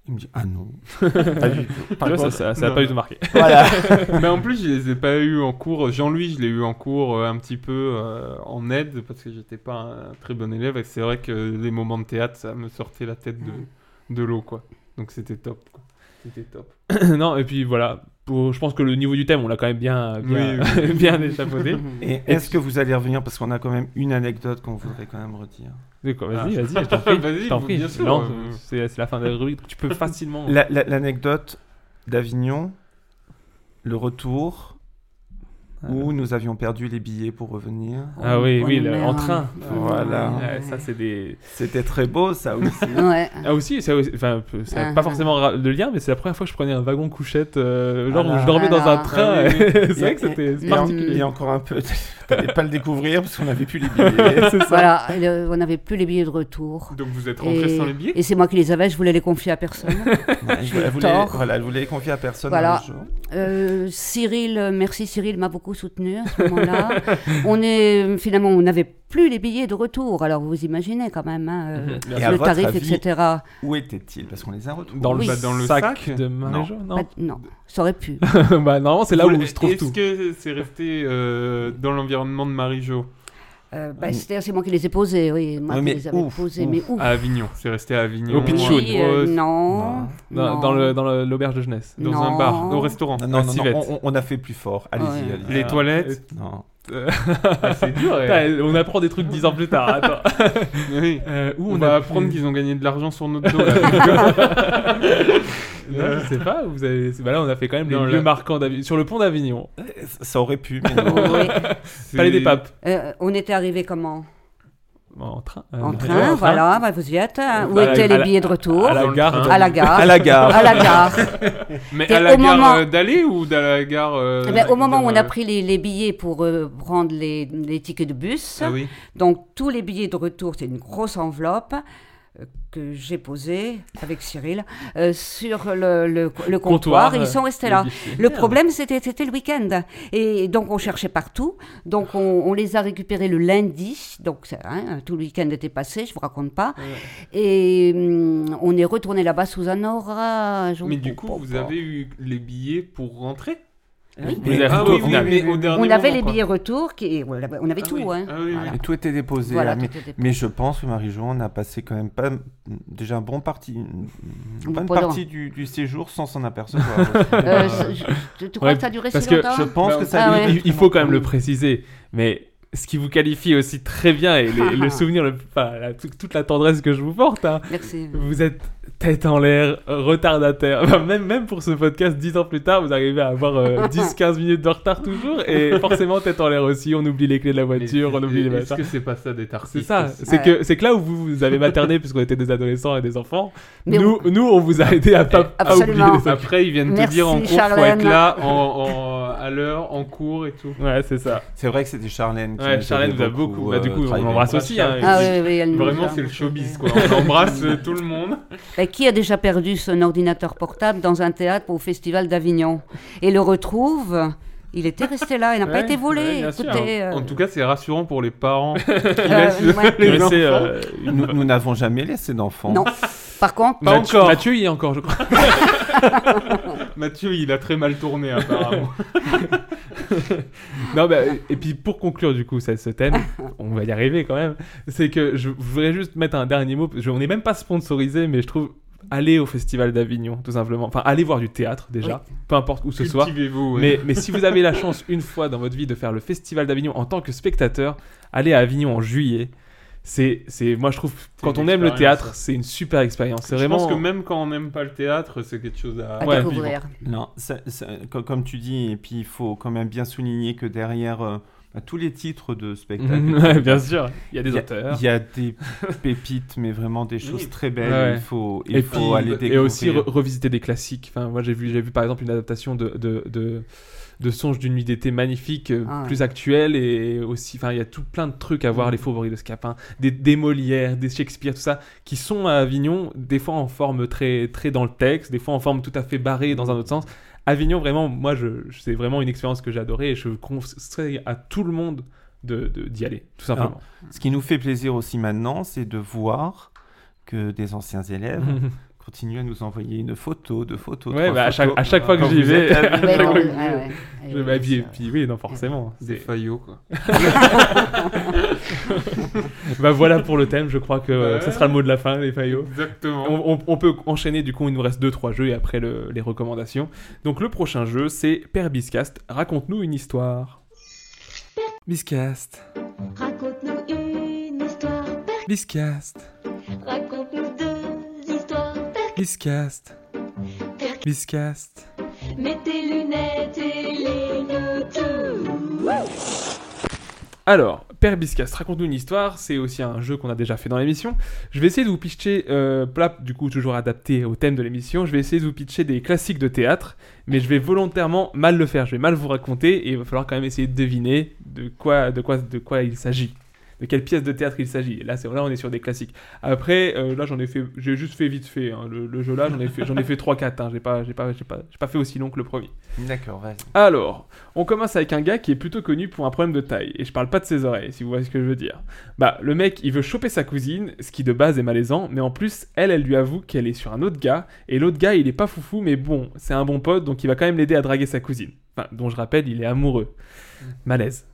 [SPEAKER 10] Il me dit Ah non, pas du tout. Par
[SPEAKER 7] Tu vois,
[SPEAKER 10] contre,
[SPEAKER 7] ça- ça- ça a
[SPEAKER 4] non.
[SPEAKER 7] pas du tout marqué.
[SPEAKER 10] voilà.
[SPEAKER 4] Mais en plus, je les ai pas eu en cours. Jean-Louis, je l'ai eu en cours euh, un petit peu euh, en aide parce que j'étais pas un très bon élève. Et c'est vrai que les moments de théâtre, ça me sortait la tête
[SPEAKER 9] Mm.
[SPEAKER 4] de, de l'eau, quoi. Donc c'était top, quoi. C'était top.
[SPEAKER 7] non, et puis voilà, Pour- je pense que le niveau du thème, on l'a quand même bien, bien,
[SPEAKER 4] Oui,
[SPEAKER 7] bien échafaudé.
[SPEAKER 10] Et est-ce que vous allez revenir Parce qu'on a quand même une anecdote qu'on voudrait quand même redire.
[SPEAKER 7] Donc, Vas-y,
[SPEAKER 4] Ah.
[SPEAKER 7] vas-y, je t'en prie.
[SPEAKER 4] Vas-y,
[SPEAKER 7] je t'en
[SPEAKER 4] vous-
[SPEAKER 7] prie.
[SPEAKER 4] bien sûr.
[SPEAKER 7] Non,
[SPEAKER 4] Euh,
[SPEAKER 7] c'est c'est la fin de la rubrique. Tu peux facilement.
[SPEAKER 10] La- la- L'anecdote d'Avignon, le retour où nous avions perdu les billets pour revenir.
[SPEAKER 7] Ah oui,
[SPEAKER 9] Oh,
[SPEAKER 7] oui,
[SPEAKER 9] oh,
[SPEAKER 7] le- en
[SPEAKER 9] merde.
[SPEAKER 7] train.
[SPEAKER 10] bah Voilà.
[SPEAKER 7] Ouais, ça, c'est des.
[SPEAKER 10] C'était très beau ça aussi.
[SPEAKER 9] Ouais.
[SPEAKER 7] Ah aussi, ça, enfin, peu- ça n'a
[SPEAKER 9] Ah,
[SPEAKER 7] pas
[SPEAKER 9] ah.
[SPEAKER 7] forcément ra- de lien, mais c'est la première fois que je prenais un wagon couchette, euh, genre
[SPEAKER 10] Ah
[SPEAKER 7] où je
[SPEAKER 10] là.
[SPEAKER 7] dormais dans
[SPEAKER 9] Ah
[SPEAKER 7] un
[SPEAKER 9] là.
[SPEAKER 7] train.
[SPEAKER 10] Ah oui, oui.
[SPEAKER 7] et- c'est
[SPEAKER 10] Et-
[SPEAKER 7] vrai que c'était
[SPEAKER 10] et- et en-
[SPEAKER 7] particulier.
[SPEAKER 10] Et encore un peu, t'allais pas le découvrir parce qu'on n'avait plus les billets.
[SPEAKER 9] Voilà, le- on n'avait plus les billets de retour.
[SPEAKER 4] Donc vous êtes rentré
[SPEAKER 9] Et,
[SPEAKER 4] sans les billets
[SPEAKER 9] et c'est moi qui les avais, je voulais les confier à personne.
[SPEAKER 10] Je voulais- voulais,
[SPEAKER 9] Tort.
[SPEAKER 10] voilà, je voulais les confier à personne.
[SPEAKER 9] Voilà.
[SPEAKER 10] un jour.
[SPEAKER 9] Euh, Cyril, euh, merci Cyril, m'a beaucoup soutenu à ce moment-là. on est finalement, on n'avait plus les billets de retour. Alors vous imaginez quand même hein, euh,
[SPEAKER 7] Mhm.
[SPEAKER 10] Et à
[SPEAKER 9] le
[SPEAKER 10] votre
[SPEAKER 9] tarif,
[SPEAKER 10] avis,
[SPEAKER 9] etc.
[SPEAKER 10] Où étaient-ils Parce qu'on les a retrouvés.
[SPEAKER 7] Dans,
[SPEAKER 9] Oui.
[SPEAKER 7] le, dans le sac, de Marie-Jo
[SPEAKER 9] Pas-
[SPEAKER 7] Non.
[SPEAKER 9] Bah, non, ça aurait pu.
[SPEAKER 7] bah, normalement, c'est là
[SPEAKER 4] Vous-
[SPEAKER 7] où se trouve
[SPEAKER 4] Est-ce
[SPEAKER 7] tout.
[SPEAKER 4] que c'est resté euh, dans l'environnement de Marie-Jo
[SPEAKER 9] Euh, bah, C'est-à-dire, c'est moi qui les ai posés, oui, moi
[SPEAKER 10] Oui,
[SPEAKER 9] qui
[SPEAKER 10] mais
[SPEAKER 9] les avais
[SPEAKER 10] ouf,
[SPEAKER 9] posés,
[SPEAKER 10] ouf. Ah,
[SPEAKER 9] mais où
[SPEAKER 4] À Avignon. C'est resté à Avignon.
[SPEAKER 7] Au Pitchoun.
[SPEAKER 9] Oui, euh,
[SPEAKER 4] Grosse-
[SPEAKER 9] non,
[SPEAKER 7] Dans,
[SPEAKER 9] non.
[SPEAKER 7] dans le- dans le- l'auberge de jeunesse.
[SPEAKER 4] Dans un
[SPEAKER 9] Non.
[SPEAKER 4] bar, au restaurant.
[SPEAKER 10] Ah, Non, non,
[SPEAKER 7] à
[SPEAKER 10] non,
[SPEAKER 7] Civette.
[SPEAKER 10] on, on a fait plus fort. Allez-y,
[SPEAKER 9] Ouais.
[SPEAKER 10] allez-y.
[SPEAKER 4] Les
[SPEAKER 7] Ah.
[SPEAKER 4] toilettes.
[SPEAKER 10] Non.
[SPEAKER 4] Ah, c'est dur. eh.
[SPEAKER 7] Putain, On apprend des trucs dix ans plus tard. Attends.
[SPEAKER 4] Oui.
[SPEAKER 7] Euh, où
[SPEAKER 4] on,
[SPEAKER 7] on,
[SPEAKER 4] va
[SPEAKER 7] a
[SPEAKER 4] apprendre
[SPEAKER 7] pu-
[SPEAKER 4] qu'ils ont gagné de l'argent sur notre dos. là.
[SPEAKER 7] Non, je sais pas. Vous avez... bah, là, on a fait quand même
[SPEAKER 4] Non,
[SPEAKER 7] les
[SPEAKER 4] là-
[SPEAKER 7] lieux marquants d'Avignon. Sur le pont d'Avignon,
[SPEAKER 10] Ça aurait pu, mais non.
[SPEAKER 9] Oui.
[SPEAKER 4] C'est-
[SPEAKER 7] Palais des Papes.
[SPEAKER 9] Euh, on était arrivé comment
[SPEAKER 7] Bon, en train. euh,
[SPEAKER 9] En train, voilà, bah, vous y êtes. hein. Où
[SPEAKER 7] À la-
[SPEAKER 9] étaient
[SPEAKER 7] à
[SPEAKER 9] les
[SPEAKER 7] la-
[SPEAKER 9] billets de retour
[SPEAKER 7] À la
[SPEAKER 4] Dans le
[SPEAKER 7] gare.
[SPEAKER 4] train.
[SPEAKER 7] de-
[SPEAKER 9] À la gare.
[SPEAKER 10] À la gare.
[SPEAKER 9] À la gare.
[SPEAKER 4] Mais
[SPEAKER 9] T'es
[SPEAKER 4] à la
[SPEAKER 9] au
[SPEAKER 4] gare
[SPEAKER 9] moment-
[SPEAKER 4] euh, d'aller ou à la gare. euh,
[SPEAKER 9] Eh ben, au moment où on
[SPEAKER 4] de-
[SPEAKER 9] a pris les, les billets pour euh, prendre les, les tickets de bus,
[SPEAKER 4] Ah oui.
[SPEAKER 9] donc tous les billets de retour, c'est une grosse enveloppe euh, que j'ai posée avec Cyril euh, sur le, le- le comptoir.
[SPEAKER 7] Comptoir, euh,
[SPEAKER 9] Ils sont restés là.
[SPEAKER 7] le-
[SPEAKER 9] Le problème, c'était c'était le week-end. Et donc, on cherchait partout. Donc, on, on les a récupérés le lundi. Donc, ça, hein, tout le week-end était passé, je vous raconte pas. Et hum, on est retourné là-bas sous un orage.
[SPEAKER 4] Mais du coup, vous avez eu les billets pour rentrer
[SPEAKER 9] Oui.
[SPEAKER 4] Vous avez
[SPEAKER 7] Ah
[SPEAKER 4] tout au
[SPEAKER 7] oui, oui,
[SPEAKER 4] final.
[SPEAKER 7] oui, oui, oui.
[SPEAKER 4] Au dernier
[SPEAKER 9] On avait
[SPEAKER 4] moment,
[SPEAKER 9] les
[SPEAKER 4] quoi.
[SPEAKER 9] billets retour, qui, et on avait on avait tout. hein.
[SPEAKER 7] Ah
[SPEAKER 9] Voilà.
[SPEAKER 10] Et tout était déposé.
[SPEAKER 9] Voilà,
[SPEAKER 10] hein,
[SPEAKER 9] tout
[SPEAKER 10] mais,
[SPEAKER 9] était
[SPEAKER 10] mais je pense que Marie-Jo, on a passé quand même pas déjà un bon parti, une
[SPEAKER 9] Bon,
[SPEAKER 10] bonne
[SPEAKER 9] pendant.
[SPEAKER 10] partie du, du séjour sans s'en apercevoir.
[SPEAKER 9] Euh, je- je- tu- tu crois
[SPEAKER 7] Ouais,
[SPEAKER 9] que ça a duré
[SPEAKER 7] parce
[SPEAKER 9] si
[SPEAKER 7] que
[SPEAKER 9] longtemps
[SPEAKER 10] je pense que ça
[SPEAKER 9] Ah
[SPEAKER 10] a
[SPEAKER 9] ouais.
[SPEAKER 10] duré
[SPEAKER 7] Il, il faut quand même le préciser, mais ce qui vous qualifie aussi très bien et les- le souvenir, le- enfin, la- tout- toute la tendresse que je vous porte, hein.
[SPEAKER 9] Merci.
[SPEAKER 7] vous êtes tête en l'air, retardataire. Enfin, même, même pour ce podcast, 10 ans plus tard, vous arrivez à avoir euh, 10-15 minutes de retard toujours et forcément tête en l'air aussi. On oublie les clés de la voiture, on oublie les
[SPEAKER 4] Est-ce
[SPEAKER 7] machins.
[SPEAKER 4] que c'est pas ça d'être
[SPEAKER 7] C'est
[SPEAKER 4] artiste
[SPEAKER 7] ça,
[SPEAKER 4] aussi
[SPEAKER 7] c'est
[SPEAKER 9] Ouais.
[SPEAKER 7] que c'est que là où vous, vous avez materné puisqu'on était des adolescents et des enfants,
[SPEAKER 9] Mais
[SPEAKER 7] nous, nous on vous a aidé à pas
[SPEAKER 4] Eh,
[SPEAKER 7] à oublier
[SPEAKER 9] Absolument.
[SPEAKER 7] les trucs.
[SPEAKER 4] Après, ils viennent te
[SPEAKER 9] Merci,
[SPEAKER 4] dire en cours, faut
[SPEAKER 9] Charlène.
[SPEAKER 4] être là, en, en- à l'heure, en cours et tout.
[SPEAKER 7] Ouais, c'est ça.
[SPEAKER 10] C'est vrai que c'était Charlène. Qui
[SPEAKER 7] Ouais,
[SPEAKER 10] nous
[SPEAKER 7] Charlène
[SPEAKER 10] avait
[SPEAKER 7] vous a beaucoup- bah, du
[SPEAKER 10] euh,
[SPEAKER 7] coup, on
[SPEAKER 10] travaillé.
[SPEAKER 7] l'embrasse aussi, hein,
[SPEAKER 9] Ah oui,
[SPEAKER 7] c'est-
[SPEAKER 9] oui, elle nous
[SPEAKER 4] Vraiment,
[SPEAKER 9] a-
[SPEAKER 4] c'est le showbiz, quoi. On embrasse euh, tout le monde.
[SPEAKER 9] Bah, qui a déjà perdu son ordinateur portable dans un théâtre au Festival d'Avignon et le retrouve Il était resté là, il n'a pas
[SPEAKER 7] Ouais,
[SPEAKER 9] été volé.
[SPEAKER 7] ouais, bien sûr.
[SPEAKER 9] Écoutez, euh,
[SPEAKER 4] En tout cas, c'est rassurant pour les parents.
[SPEAKER 9] euh, ouais.
[SPEAKER 7] Mais
[SPEAKER 4] enfants.
[SPEAKER 7] c'est, euh,
[SPEAKER 10] Nous nous n'avons jamais laissé d'enfants.
[SPEAKER 9] Non. Par contre,
[SPEAKER 7] Pas
[SPEAKER 4] Mathieu-
[SPEAKER 7] encore. Mathieu y est encore, je crois.
[SPEAKER 4] Mathieu, il a très mal tourné, apparemment.
[SPEAKER 7] non, bah, et puis pour conclure du coup ça- ce thème, on va y arriver quand même. C'est que je voudrais juste mettre un dernier mot. Je- on n'est même pas sponsorisé, mais je trouve aller au Festival d'Avignon, tout simplement. Enfin, aller voir du théâtre déjà, peu importe où ce soit.
[SPEAKER 4] Cultivez-vous. ouais.
[SPEAKER 7] Mais, mais si vous avez la chance une fois dans votre vie de faire le Festival d'Avignon en tant que spectateur, aller à Avignon en juillet, c'est, c'est moi je trouve quand
[SPEAKER 4] une
[SPEAKER 7] on aime le
[SPEAKER 4] expérience,
[SPEAKER 7] théâtre, c'est une super expérience. C'est
[SPEAKER 4] je
[SPEAKER 7] vraiment.
[SPEAKER 4] pense que même quand on n'aime pas le théâtre, c'est quelque chose à.
[SPEAKER 9] à
[SPEAKER 7] ouais,
[SPEAKER 9] découvrir.
[SPEAKER 10] Non, ça- ça- co- comme tu dis, et puis il faut quand même bien souligner que derrière euh, bah, tous les titres de spectacle,
[SPEAKER 7] Ouais, bien sûr, il y a des
[SPEAKER 10] il y a-
[SPEAKER 7] auteurs.
[SPEAKER 10] il y, a des pépites, mais vraiment des choses très belles.
[SPEAKER 7] Ouais.
[SPEAKER 10] Il faut, il
[SPEAKER 7] Et,
[SPEAKER 10] faut
[SPEAKER 7] puis,
[SPEAKER 10] aller découvrir.
[SPEAKER 7] et aussi re- revisiter des classiques. Enfin, moi, j'ai vu, j'ai vu par exemple une adaptation de, de, de, de Songe d'une nuit d'été magnifique, euh,
[SPEAKER 9] Ah ouais. Mm.
[SPEAKER 7] plus actuelle et aussi. Enfin, il y a tout plein de trucs à voir, les favoris de Scapin, des, des Molières, des Shakespeare, tout ça, qui sont à Avignon, des fois en forme très, très dans le texte, des fois en forme tout à fait barrée dans un autre sens. Avignon, vraiment, moi, je, je- c'est vraiment une expérience que j'ai adorée et je conseille à tout le monde de, de- d'y aller, tout
[SPEAKER 9] Ah.
[SPEAKER 7] simplement.
[SPEAKER 10] Ce qui nous fait plaisir aussi maintenant, c'est de voir que des anciens élèves continuent à nous envoyer une photo, deux photos.
[SPEAKER 7] ouais,
[SPEAKER 10] trois
[SPEAKER 7] bah, à, chaque,
[SPEAKER 10] photos.
[SPEAKER 7] à chaque fois que
[SPEAKER 10] Quand
[SPEAKER 7] j'y
[SPEAKER 10] vous
[SPEAKER 7] vais,
[SPEAKER 10] êtes à
[SPEAKER 7] à
[SPEAKER 9] Ouais,
[SPEAKER 7] chaque
[SPEAKER 9] non,
[SPEAKER 7] fois
[SPEAKER 9] Ah
[SPEAKER 7] que
[SPEAKER 9] ouais, Ah
[SPEAKER 7] j'y vais,
[SPEAKER 9] ouais.
[SPEAKER 7] je
[SPEAKER 9] Et-
[SPEAKER 7] m'habille. Et puis, oui, non, forcément.
[SPEAKER 4] Des
[SPEAKER 7] c'est-
[SPEAKER 4] faillots, quoi.
[SPEAKER 7] Bah voilà pour le thème, je crois que euh,
[SPEAKER 4] Ouais.
[SPEAKER 7] ça sera le mot de la fin, les faillots.
[SPEAKER 4] Exactement.
[SPEAKER 7] On, on- on peut enchaîner, du coup, il nous reste 2-3 jeux et après le- les recommandations. Donc le prochain jeu, c'est Père Biscast, raconte-nous une histoire. Biscast,
[SPEAKER 14] Raconte-nous une histoire,
[SPEAKER 7] Biscast,
[SPEAKER 14] raconte-nous deux histoires.
[SPEAKER 7] Biscast, Biscast.
[SPEAKER 14] Mets tes lunettes et lis-nous tout.
[SPEAKER 7] Alors, Père Biscast, raconte-nous une histoire, c'est aussi un jeu qu'on a déjà fait dans l'émission. Je vais essayer de vous pitcher, euh, plat, du coup toujours adapté au thème de l'émission, je vais essayer de vous pitcher des classiques de théâtre, mais je vais volontairement mal le faire, je vais mal vous raconter, et il va falloir quand même essayer de deviner de quoi, de quoi, de quoi il s'agit. De quelle pièce de théâtre il s'agit. Et Là, c'est là, on est sur des classiques. Après, euh, là, j'en ai fait, j'ai juste fait vite fait. hein, Le, le jeu là, j'en ai fait, j'en ai fait 3-4. Hein, j'ai pas, j'ai pas, j'ai pas, j'ai pas fait aussi long que le premier.
[SPEAKER 10] D'accord, vas-y.
[SPEAKER 7] Alors, on commence avec un gars qui est plutôt connu pour un problème de taille, et je parle pas de ses oreilles, si vous voyez ce que je veux dire. Bah, le mec, il veut choper sa cousine, ce qui de base est malaisant, mais en plus, elle, elle lui avoue qu'elle est sur un autre gars, et l'autre gars, il est pas foufou, mais bon, c'est un bon pote, donc il va quand même l'aider à draguer sa cousine. Enfin, dont je rappelle, il est amoureux.
[SPEAKER 4] Mm.
[SPEAKER 7] Malaise.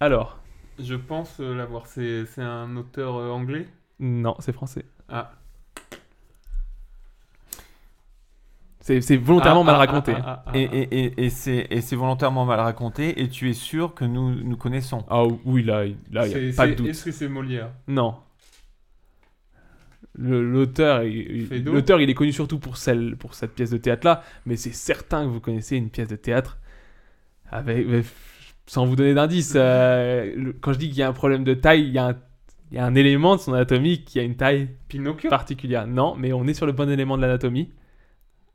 [SPEAKER 7] Alors,
[SPEAKER 4] Je pense euh, l'avoir. C'est c'est un auteur euh, anglais.
[SPEAKER 7] non, c'est français.
[SPEAKER 4] Ah.
[SPEAKER 7] C'est c'est volontairement
[SPEAKER 4] Ah,
[SPEAKER 7] mal
[SPEAKER 4] ah,
[SPEAKER 7] raconté.
[SPEAKER 4] ah, ah, ah,
[SPEAKER 10] Et,
[SPEAKER 4] ah.
[SPEAKER 10] et- et- et c'est et c'est volontairement mal raconté, et tu es sûr que nous, nous connaissons.
[SPEAKER 7] Ah oui, là, Ah, il là, y
[SPEAKER 4] C'est-
[SPEAKER 7] a pas de
[SPEAKER 4] c'est-
[SPEAKER 7] doute.
[SPEAKER 4] Est-ce que c'est Molière
[SPEAKER 7] Non. Le- L'auteur, il- il-
[SPEAKER 4] Feydeau
[SPEAKER 7] l'auteur, il est connu surtout pour celle, pour cette pièce de théâtre là, mais c'est certain que vous connaissez une pièce de théâtre avec, avec- sans vous donner d'indice. euh, le- quand je dis qu'il y a un problème de taille, il y, a un, il y a un élément de son anatomie qui a une taille
[SPEAKER 4] Pinocchio
[SPEAKER 7] particulière. Non, mais on est sur le bon élément de l'anatomie.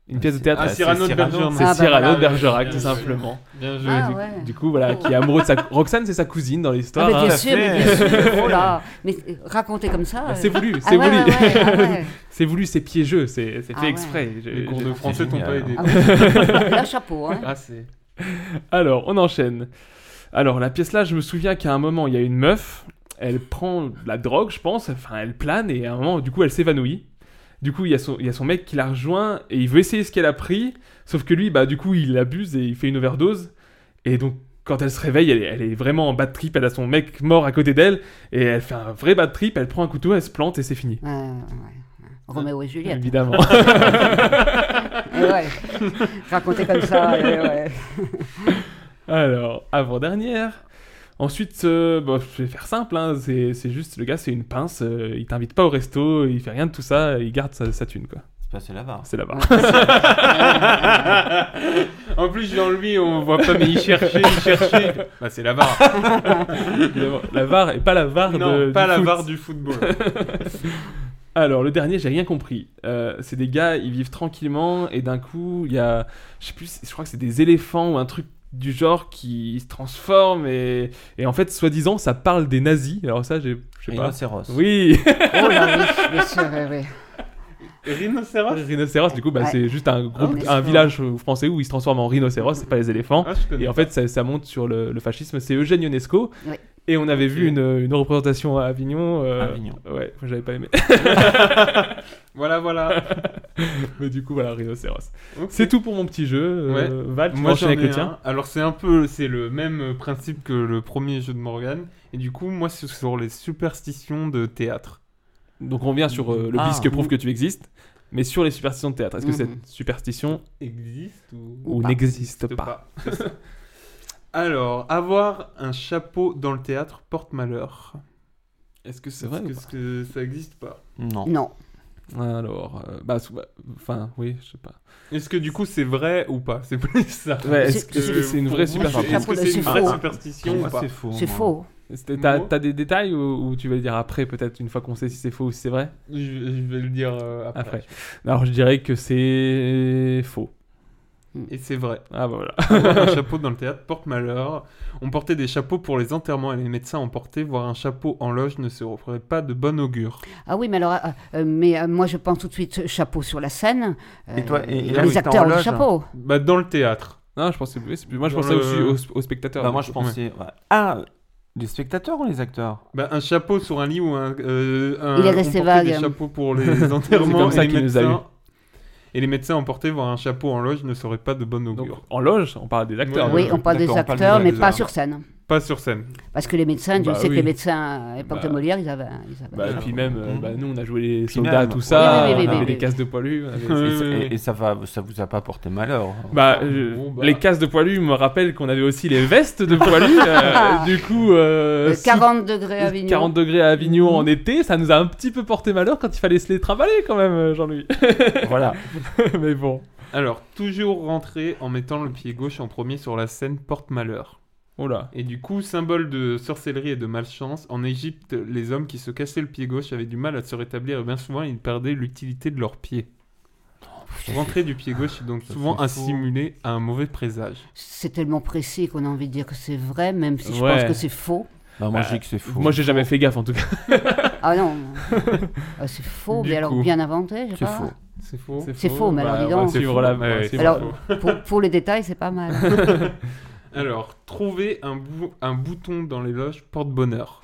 [SPEAKER 7] Une
[SPEAKER 10] Ah,
[SPEAKER 7] pièce de
[SPEAKER 10] c'est-
[SPEAKER 7] théâtre,
[SPEAKER 4] Ah,
[SPEAKER 10] c'est
[SPEAKER 4] Cyrano de
[SPEAKER 10] Cyrano.
[SPEAKER 4] Bergerac.
[SPEAKER 7] c'est
[SPEAKER 9] Ah, bah
[SPEAKER 7] Cyrano
[SPEAKER 9] voilà.
[SPEAKER 7] Bergerac, tout
[SPEAKER 4] Bien joué.
[SPEAKER 7] simplement.
[SPEAKER 4] Bien joué.
[SPEAKER 9] Ah
[SPEAKER 4] du-
[SPEAKER 9] ouais.
[SPEAKER 7] Du coup, voilà, qui est amoureux de sa. Roxane, c'est sa cousine dans
[SPEAKER 9] Ah,
[SPEAKER 7] l'histoire.
[SPEAKER 9] mais
[SPEAKER 7] hein.
[SPEAKER 9] bien sûr,
[SPEAKER 10] fait.
[SPEAKER 9] mais bien sûr. Oh là. Mais euh, raconter comme ça.
[SPEAKER 7] Bah,
[SPEAKER 9] euh,
[SPEAKER 7] c'est voulu,
[SPEAKER 9] ah
[SPEAKER 7] c'est
[SPEAKER 9] ouais,
[SPEAKER 7] voulu.
[SPEAKER 9] ouais, ouais, ah ouais.
[SPEAKER 7] C'est voulu, c'est piégeux, c'est c'est
[SPEAKER 9] Ah
[SPEAKER 7] fait
[SPEAKER 9] ouais.
[SPEAKER 7] exprès. Je-
[SPEAKER 4] Les cours
[SPEAKER 7] je-
[SPEAKER 4] de français t'ont pas
[SPEAKER 10] génial.
[SPEAKER 4] aidé.
[SPEAKER 9] Ah ouais. Là, chapeau. Hein.
[SPEAKER 4] Ah, c'est.
[SPEAKER 7] Alors, on enchaîne. Alors, la pièce là, je me souviens qu'à un moment, il y a une meuf, elle prend de la drogue, je pense, enfin, elle plane et à un moment, du coup, elle s'évanouit. Du coup, il y, a son- il y a son mec qui la rejoint et il veut essayer ce qu'elle a pris. Sauf que lui, bah, du coup, il abuse et il fait une overdose. Et donc, quand elle se réveille, elle est, elle est vraiment en bad trip. Elle a son mec mort à côté d'elle. Et elle fait un vrai bad trip. Elle prend un couteau, elle se plante et c'est fini.
[SPEAKER 9] Ouais, ouais, ouais. Roméo et Juliette.
[SPEAKER 7] Évidemment.
[SPEAKER 9] Et ouais. Raconté comme ça, et ouais.
[SPEAKER 7] Alors, avant-dernière. Ensuite, euh, bah, je vais faire simple, hein, c'est c'est juste, le gars, c'est une pince, euh, il t'invite pas au resto, il fait rien de tout ça, il garde sa, sa thune, quoi.
[SPEAKER 1] C'est pas c'est la barre.
[SPEAKER 7] C'est la barre.
[SPEAKER 4] En plus, dans lui, on voit pas, mais il cherchait, il cherchait. Bah, c'est la VAR.
[SPEAKER 7] Évidemment, la VAR et pas la VAR
[SPEAKER 4] Non,
[SPEAKER 7] de-
[SPEAKER 4] pas
[SPEAKER 7] du
[SPEAKER 4] la
[SPEAKER 7] foot.
[SPEAKER 4] VAR du football.
[SPEAKER 7] Alors, le dernier, j'ai rien compris. Euh, c'est des gars, ils vivent tranquillement, et d'un coup, il y a. Je sais plus, je crois que c'est des éléphants ou un truc du genre qui se transforment, et, et en fait, soi-disant, ça parle des nazis. Alors, ça, j'ai.
[SPEAKER 4] Ah,
[SPEAKER 7] je sais pas.
[SPEAKER 1] Rhinocéros.
[SPEAKER 7] Oui
[SPEAKER 9] Oh la riche, bien sûr, ouais, ouais.
[SPEAKER 4] Rhinocéros
[SPEAKER 7] Rhinocéros, du coup, bah,
[SPEAKER 9] Ouais.
[SPEAKER 7] c'est juste un groupe,
[SPEAKER 9] mais
[SPEAKER 7] un
[SPEAKER 9] c'est-
[SPEAKER 7] village euh, français où ils se transforment en rhinocéros, c'est pas les éléphants.
[SPEAKER 4] Ah, je connais
[SPEAKER 7] et en fait, ça, ça monte sur le, le fascisme. C'est Eugène Ionesco.
[SPEAKER 9] Ouais.
[SPEAKER 7] Et on avait vu une, une représentation à Avignon. euh,
[SPEAKER 1] Avignon.
[SPEAKER 7] Ouais, moi, j'avais pas aimé.
[SPEAKER 4] Voilà, voilà.
[SPEAKER 7] Mais du coup, voilà, rhinocéros.
[SPEAKER 4] Ok.
[SPEAKER 7] C'est tout pour mon petit jeu. euh, Val, tu
[SPEAKER 4] Moi,
[SPEAKER 7] enchaînes
[SPEAKER 4] j'en ai
[SPEAKER 7] avec le
[SPEAKER 4] un.
[SPEAKER 7] tien.
[SPEAKER 4] Alors, c'est un peu, c'est le même principe que le premier jeu de Morgan. Et du coup, moi, c'est sur les superstitions de théâtre.
[SPEAKER 7] Donc, on revient sur euh, le
[SPEAKER 1] Ah.
[SPEAKER 7] bisque prouve que tu existes. Mais sur les superstitions de théâtre, est-ce que
[SPEAKER 9] Mhm.
[SPEAKER 7] cette superstition
[SPEAKER 4] Existe ou,
[SPEAKER 7] ou
[SPEAKER 9] pas.
[SPEAKER 7] n'existe pas,
[SPEAKER 4] C'est ça. Alors, avoir un chapeau dans le théâtre porte malheur. Est-ce que
[SPEAKER 7] C'est vrai ou
[SPEAKER 4] est-ce que, est-ce que ça existe pas
[SPEAKER 10] Non.
[SPEAKER 9] Non.
[SPEAKER 7] Alors, euh, bah, sous- bah, enfin, oui, je sais pas.
[SPEAKER 4] Est-ce que du coup c'est vrai ou pas C'est plus ça.
[SPEAKER 7] Ouais,
[SPEAKER 9] C'est-
[SPEAKER 7] est-ce que
[SPEAKER 9] c'est-
[SPEAKER 7] c'est une vraie
[SPEAKER 9] pour moi,
[SPEAKER 7] superstition
[SPEAKER 4] Est-ce que c'est une
[SPEAKER 9] C'est
[SPEAKER 4] vraie
[SPEAKER 9] faux.
[SPEAKER 4] superstition ou
[SPEAKER 10] Moi,
[SPEAKER 4] pas
[SPEAKER 10] c'est faux.
[SPEAKER 9] C'est
[SPEAKER 10] moi.
[SPEAKER 9] faux.
[SPEAKER 7] C'était- T'as
[SPEAKER 4] Moi-
[SPEAKER 7] t'as des détails ou, ou tu vas le dire après, peut-être, une fois qu'on sait si c'est faux ou si c'est vrai
[SPEAKER 4] je, je vais le dire euh, après.
[SPEAKER 7] Après. Alors, je dirais que c'est faux.
[SPEAKER 4] Et c'est vrai.
[SPEAKER 7] Ah bah voilà.
[SPEAKER 4] Avoir un chapeau dans le théâtre porte malheur. On portait des chapeaux pour les enterrements et les médecins en portaient. Voir un chapeau en loge ne se referait pas de bon augure.
[SPEAKER 9] Ah oui, mais alors, euh, euh, mais euh, moi je pense tout de suite euh, chapeau sur la scène. euh,
[SPEAKER 1] Et toi, et- et là, oui,
[SPEAKER 9] les
[SPEAKER 1] t'es
[SPEAKER 9] acteurs
[SPEAKER 1] en
[SPEAKER 9] ont
[SPEAKER 1] loge.
[SPEAKER 9] du chapeau.
[SPEAKER 4] Bah dans le théâtre.
[SPEAKER 7] Non, je pensais, oui, c'est plus- moi je
[SPEAKER 4] Dans
[SPEAKER 7] pensais
[SPEAKER 4] le-
[SPEAKER 7] aussi aux, aux spectateurs.
[SPEAKER 10] Bah,
[SPEAKER 7] du
[SPEAKER 10] moi,
[SPEAKER 7] coup.
[SPEAKER 10] je pensais. ouais. Ah, les spectateurs ou les acteurs
[SPEAKER 4] Bah, un chapeau sur un lit ou un. euh, un-
[SPEAKER 9] Il est resté
[SPEAKER 4] on portait
[SPEAKER 9] vague.
[SPEAKER 4] Des chapeaux pour les enterrements.
[SPEAKER 7] comme ça
[SPEAKER 4] et les
[SPEAKER 7] qu'il nous a
[SPEAKER 4] médecins- Et les médecins emportés voir un chapeau en loge ne serait pas de bonne
[SPEAKER 7] Donc,
[SPEAKER 4] augure.
[SPEAKER 7] en loge, on parle des acteurs.
[SPEAKER 9] Oui,
[SPEAKER 4] Ouais, ouais,
[SPEAKER 9] on parle des
[SPEAKER 10] d'accord, on parle
[SPEAKER 9] acteurs,
[SPEAKER 10] des
[SPEAKER 9] mais
[SPEAKER 4] acteurs.
[SPEAKER 9] pas sur scène.
[SPEAKER 4] Pas sur scène.
[SPEAKER 9] Parce que les médecins, je
[SPEAKER 7] Bah
[SPEAKER 9] sais que
[SPEAKER 7] oui.
[SPEAKER 9] les médecins, à l'époque de
[SPEAKER 7] Bah-
[SPEAKER 9] Molière, ils avaient. Ils avaient
[SPEAKER 7] Bah, et puis même, euh,
[SPEAKER 10] Mhm.
[SPEAKER 7] bah, nous on a joué les
[SPEAKER 10] Puis
[SPEAKER 7] soldats,
[SPEAKER 10] même,
[SPEAKER 7] tout ça,
[SPEAKER 9] oui, oui, oui,
[SPEAKER 7] on
[SPEAKER 9] oui,
[SPEAKER 7] avait
[SPEAKER 9] oui,
[SPEAKER 7] des
[SPEAKER 9] oui.
[SPEAKER 7] casses de poilus. on avait-
[SPEAKER 4] Ouais,
[SPEAKER 10] Et,
[SPEAKER 4] ouais,
[SPEAKER 10] ça-
[SPEAKER 4] ouais.
[SPEAKER 10] et- et ça va, ça vous a pas porté malheur. hein.
[SPEAKER 7] Bah, euh,
[SPEAKER 4] Bon, bah.
[SPEAKER 7] les casses de poilus me rappellent qu'on avait aussi les vestes de poilus. euh, du coup, euh,
[SPEAKER 9] Euh,
[SPEAKER 7] si-
[SPEAKER 9] 40 degrés à Avignon.
[SPEAKER 7] 40 degrés à Mmh. Avignon en été, ça nous a un petit peu porté malheur quand il fallait se les trimballer quand même, euh, Jean-Louis.
[SPEAKER 10] voilà.
[SPEAKER 7] mais bon.
[SPEAKER 4] Alors, toujours rentrer en mettant le pied gauche en premier sur la scène porte malheur.
[SPEAKER 7] Oh là.
[SPEAKER 4] Et du coup, symbole de sorcellerie et de malchance, en Égypte, les hommes qui se cassaient le pied gauche avaient du mal à se rétablir et bien souvent ils perdaient l'utilité de leurs pieds.
[SPEAKER 9] Oh,
[SPEAKER 4] Rentrer du pied gauche est donc souvent
[SPEAKER 10] c'est faux.
[SPEAKER 4] assimilé à un mauvais présage.
[SPEAKER 9] C'est tellement précis qu'on a envie de dire que c'est vrai, même si je
[SPEAKER 7] Ouais.
[SPEAKER 9] pense que c'est faux.
[SPEAKER 10] Bah, moi,
[SPEAKER 7] Bah,
[SPEAKER 10] je dis que c'est faux.
[SPEAKER 7] Moi j'ai jamais fait gaffe en tout cas.
[SPEAKER 9] Ah non, Ah, c'est faux,
[SPEAKER 4] Du
[SPEAKER 9] mais alors
[SPEAKER 4] coup,
[SPEAKER 9] bien inventé, je sais
[SPEAKER 10] c'est
[SPEAKER 9] pas.
[SPEAKER 10] faux.
[SPEAKER 4] C'est faux.
[SPEAKER 9] C'est faux, Bah, mais alors dis donc.
[SPEAKER 7] C'est faux,
[SPEAKER 4] la-
[SPEAKER 7] ouais,
[SPEAKER 4] ouais,
[SPEAKER 7] c'est
[SPEAKER 4] c'est
[SPEAKER 7] faux.
[SPEAKER 9] Alors, pour, pour les détails, c'est pas mal.
[SPEAKER 4] Alors, trouver un, bou- un bouton dans les loges porte bonheur.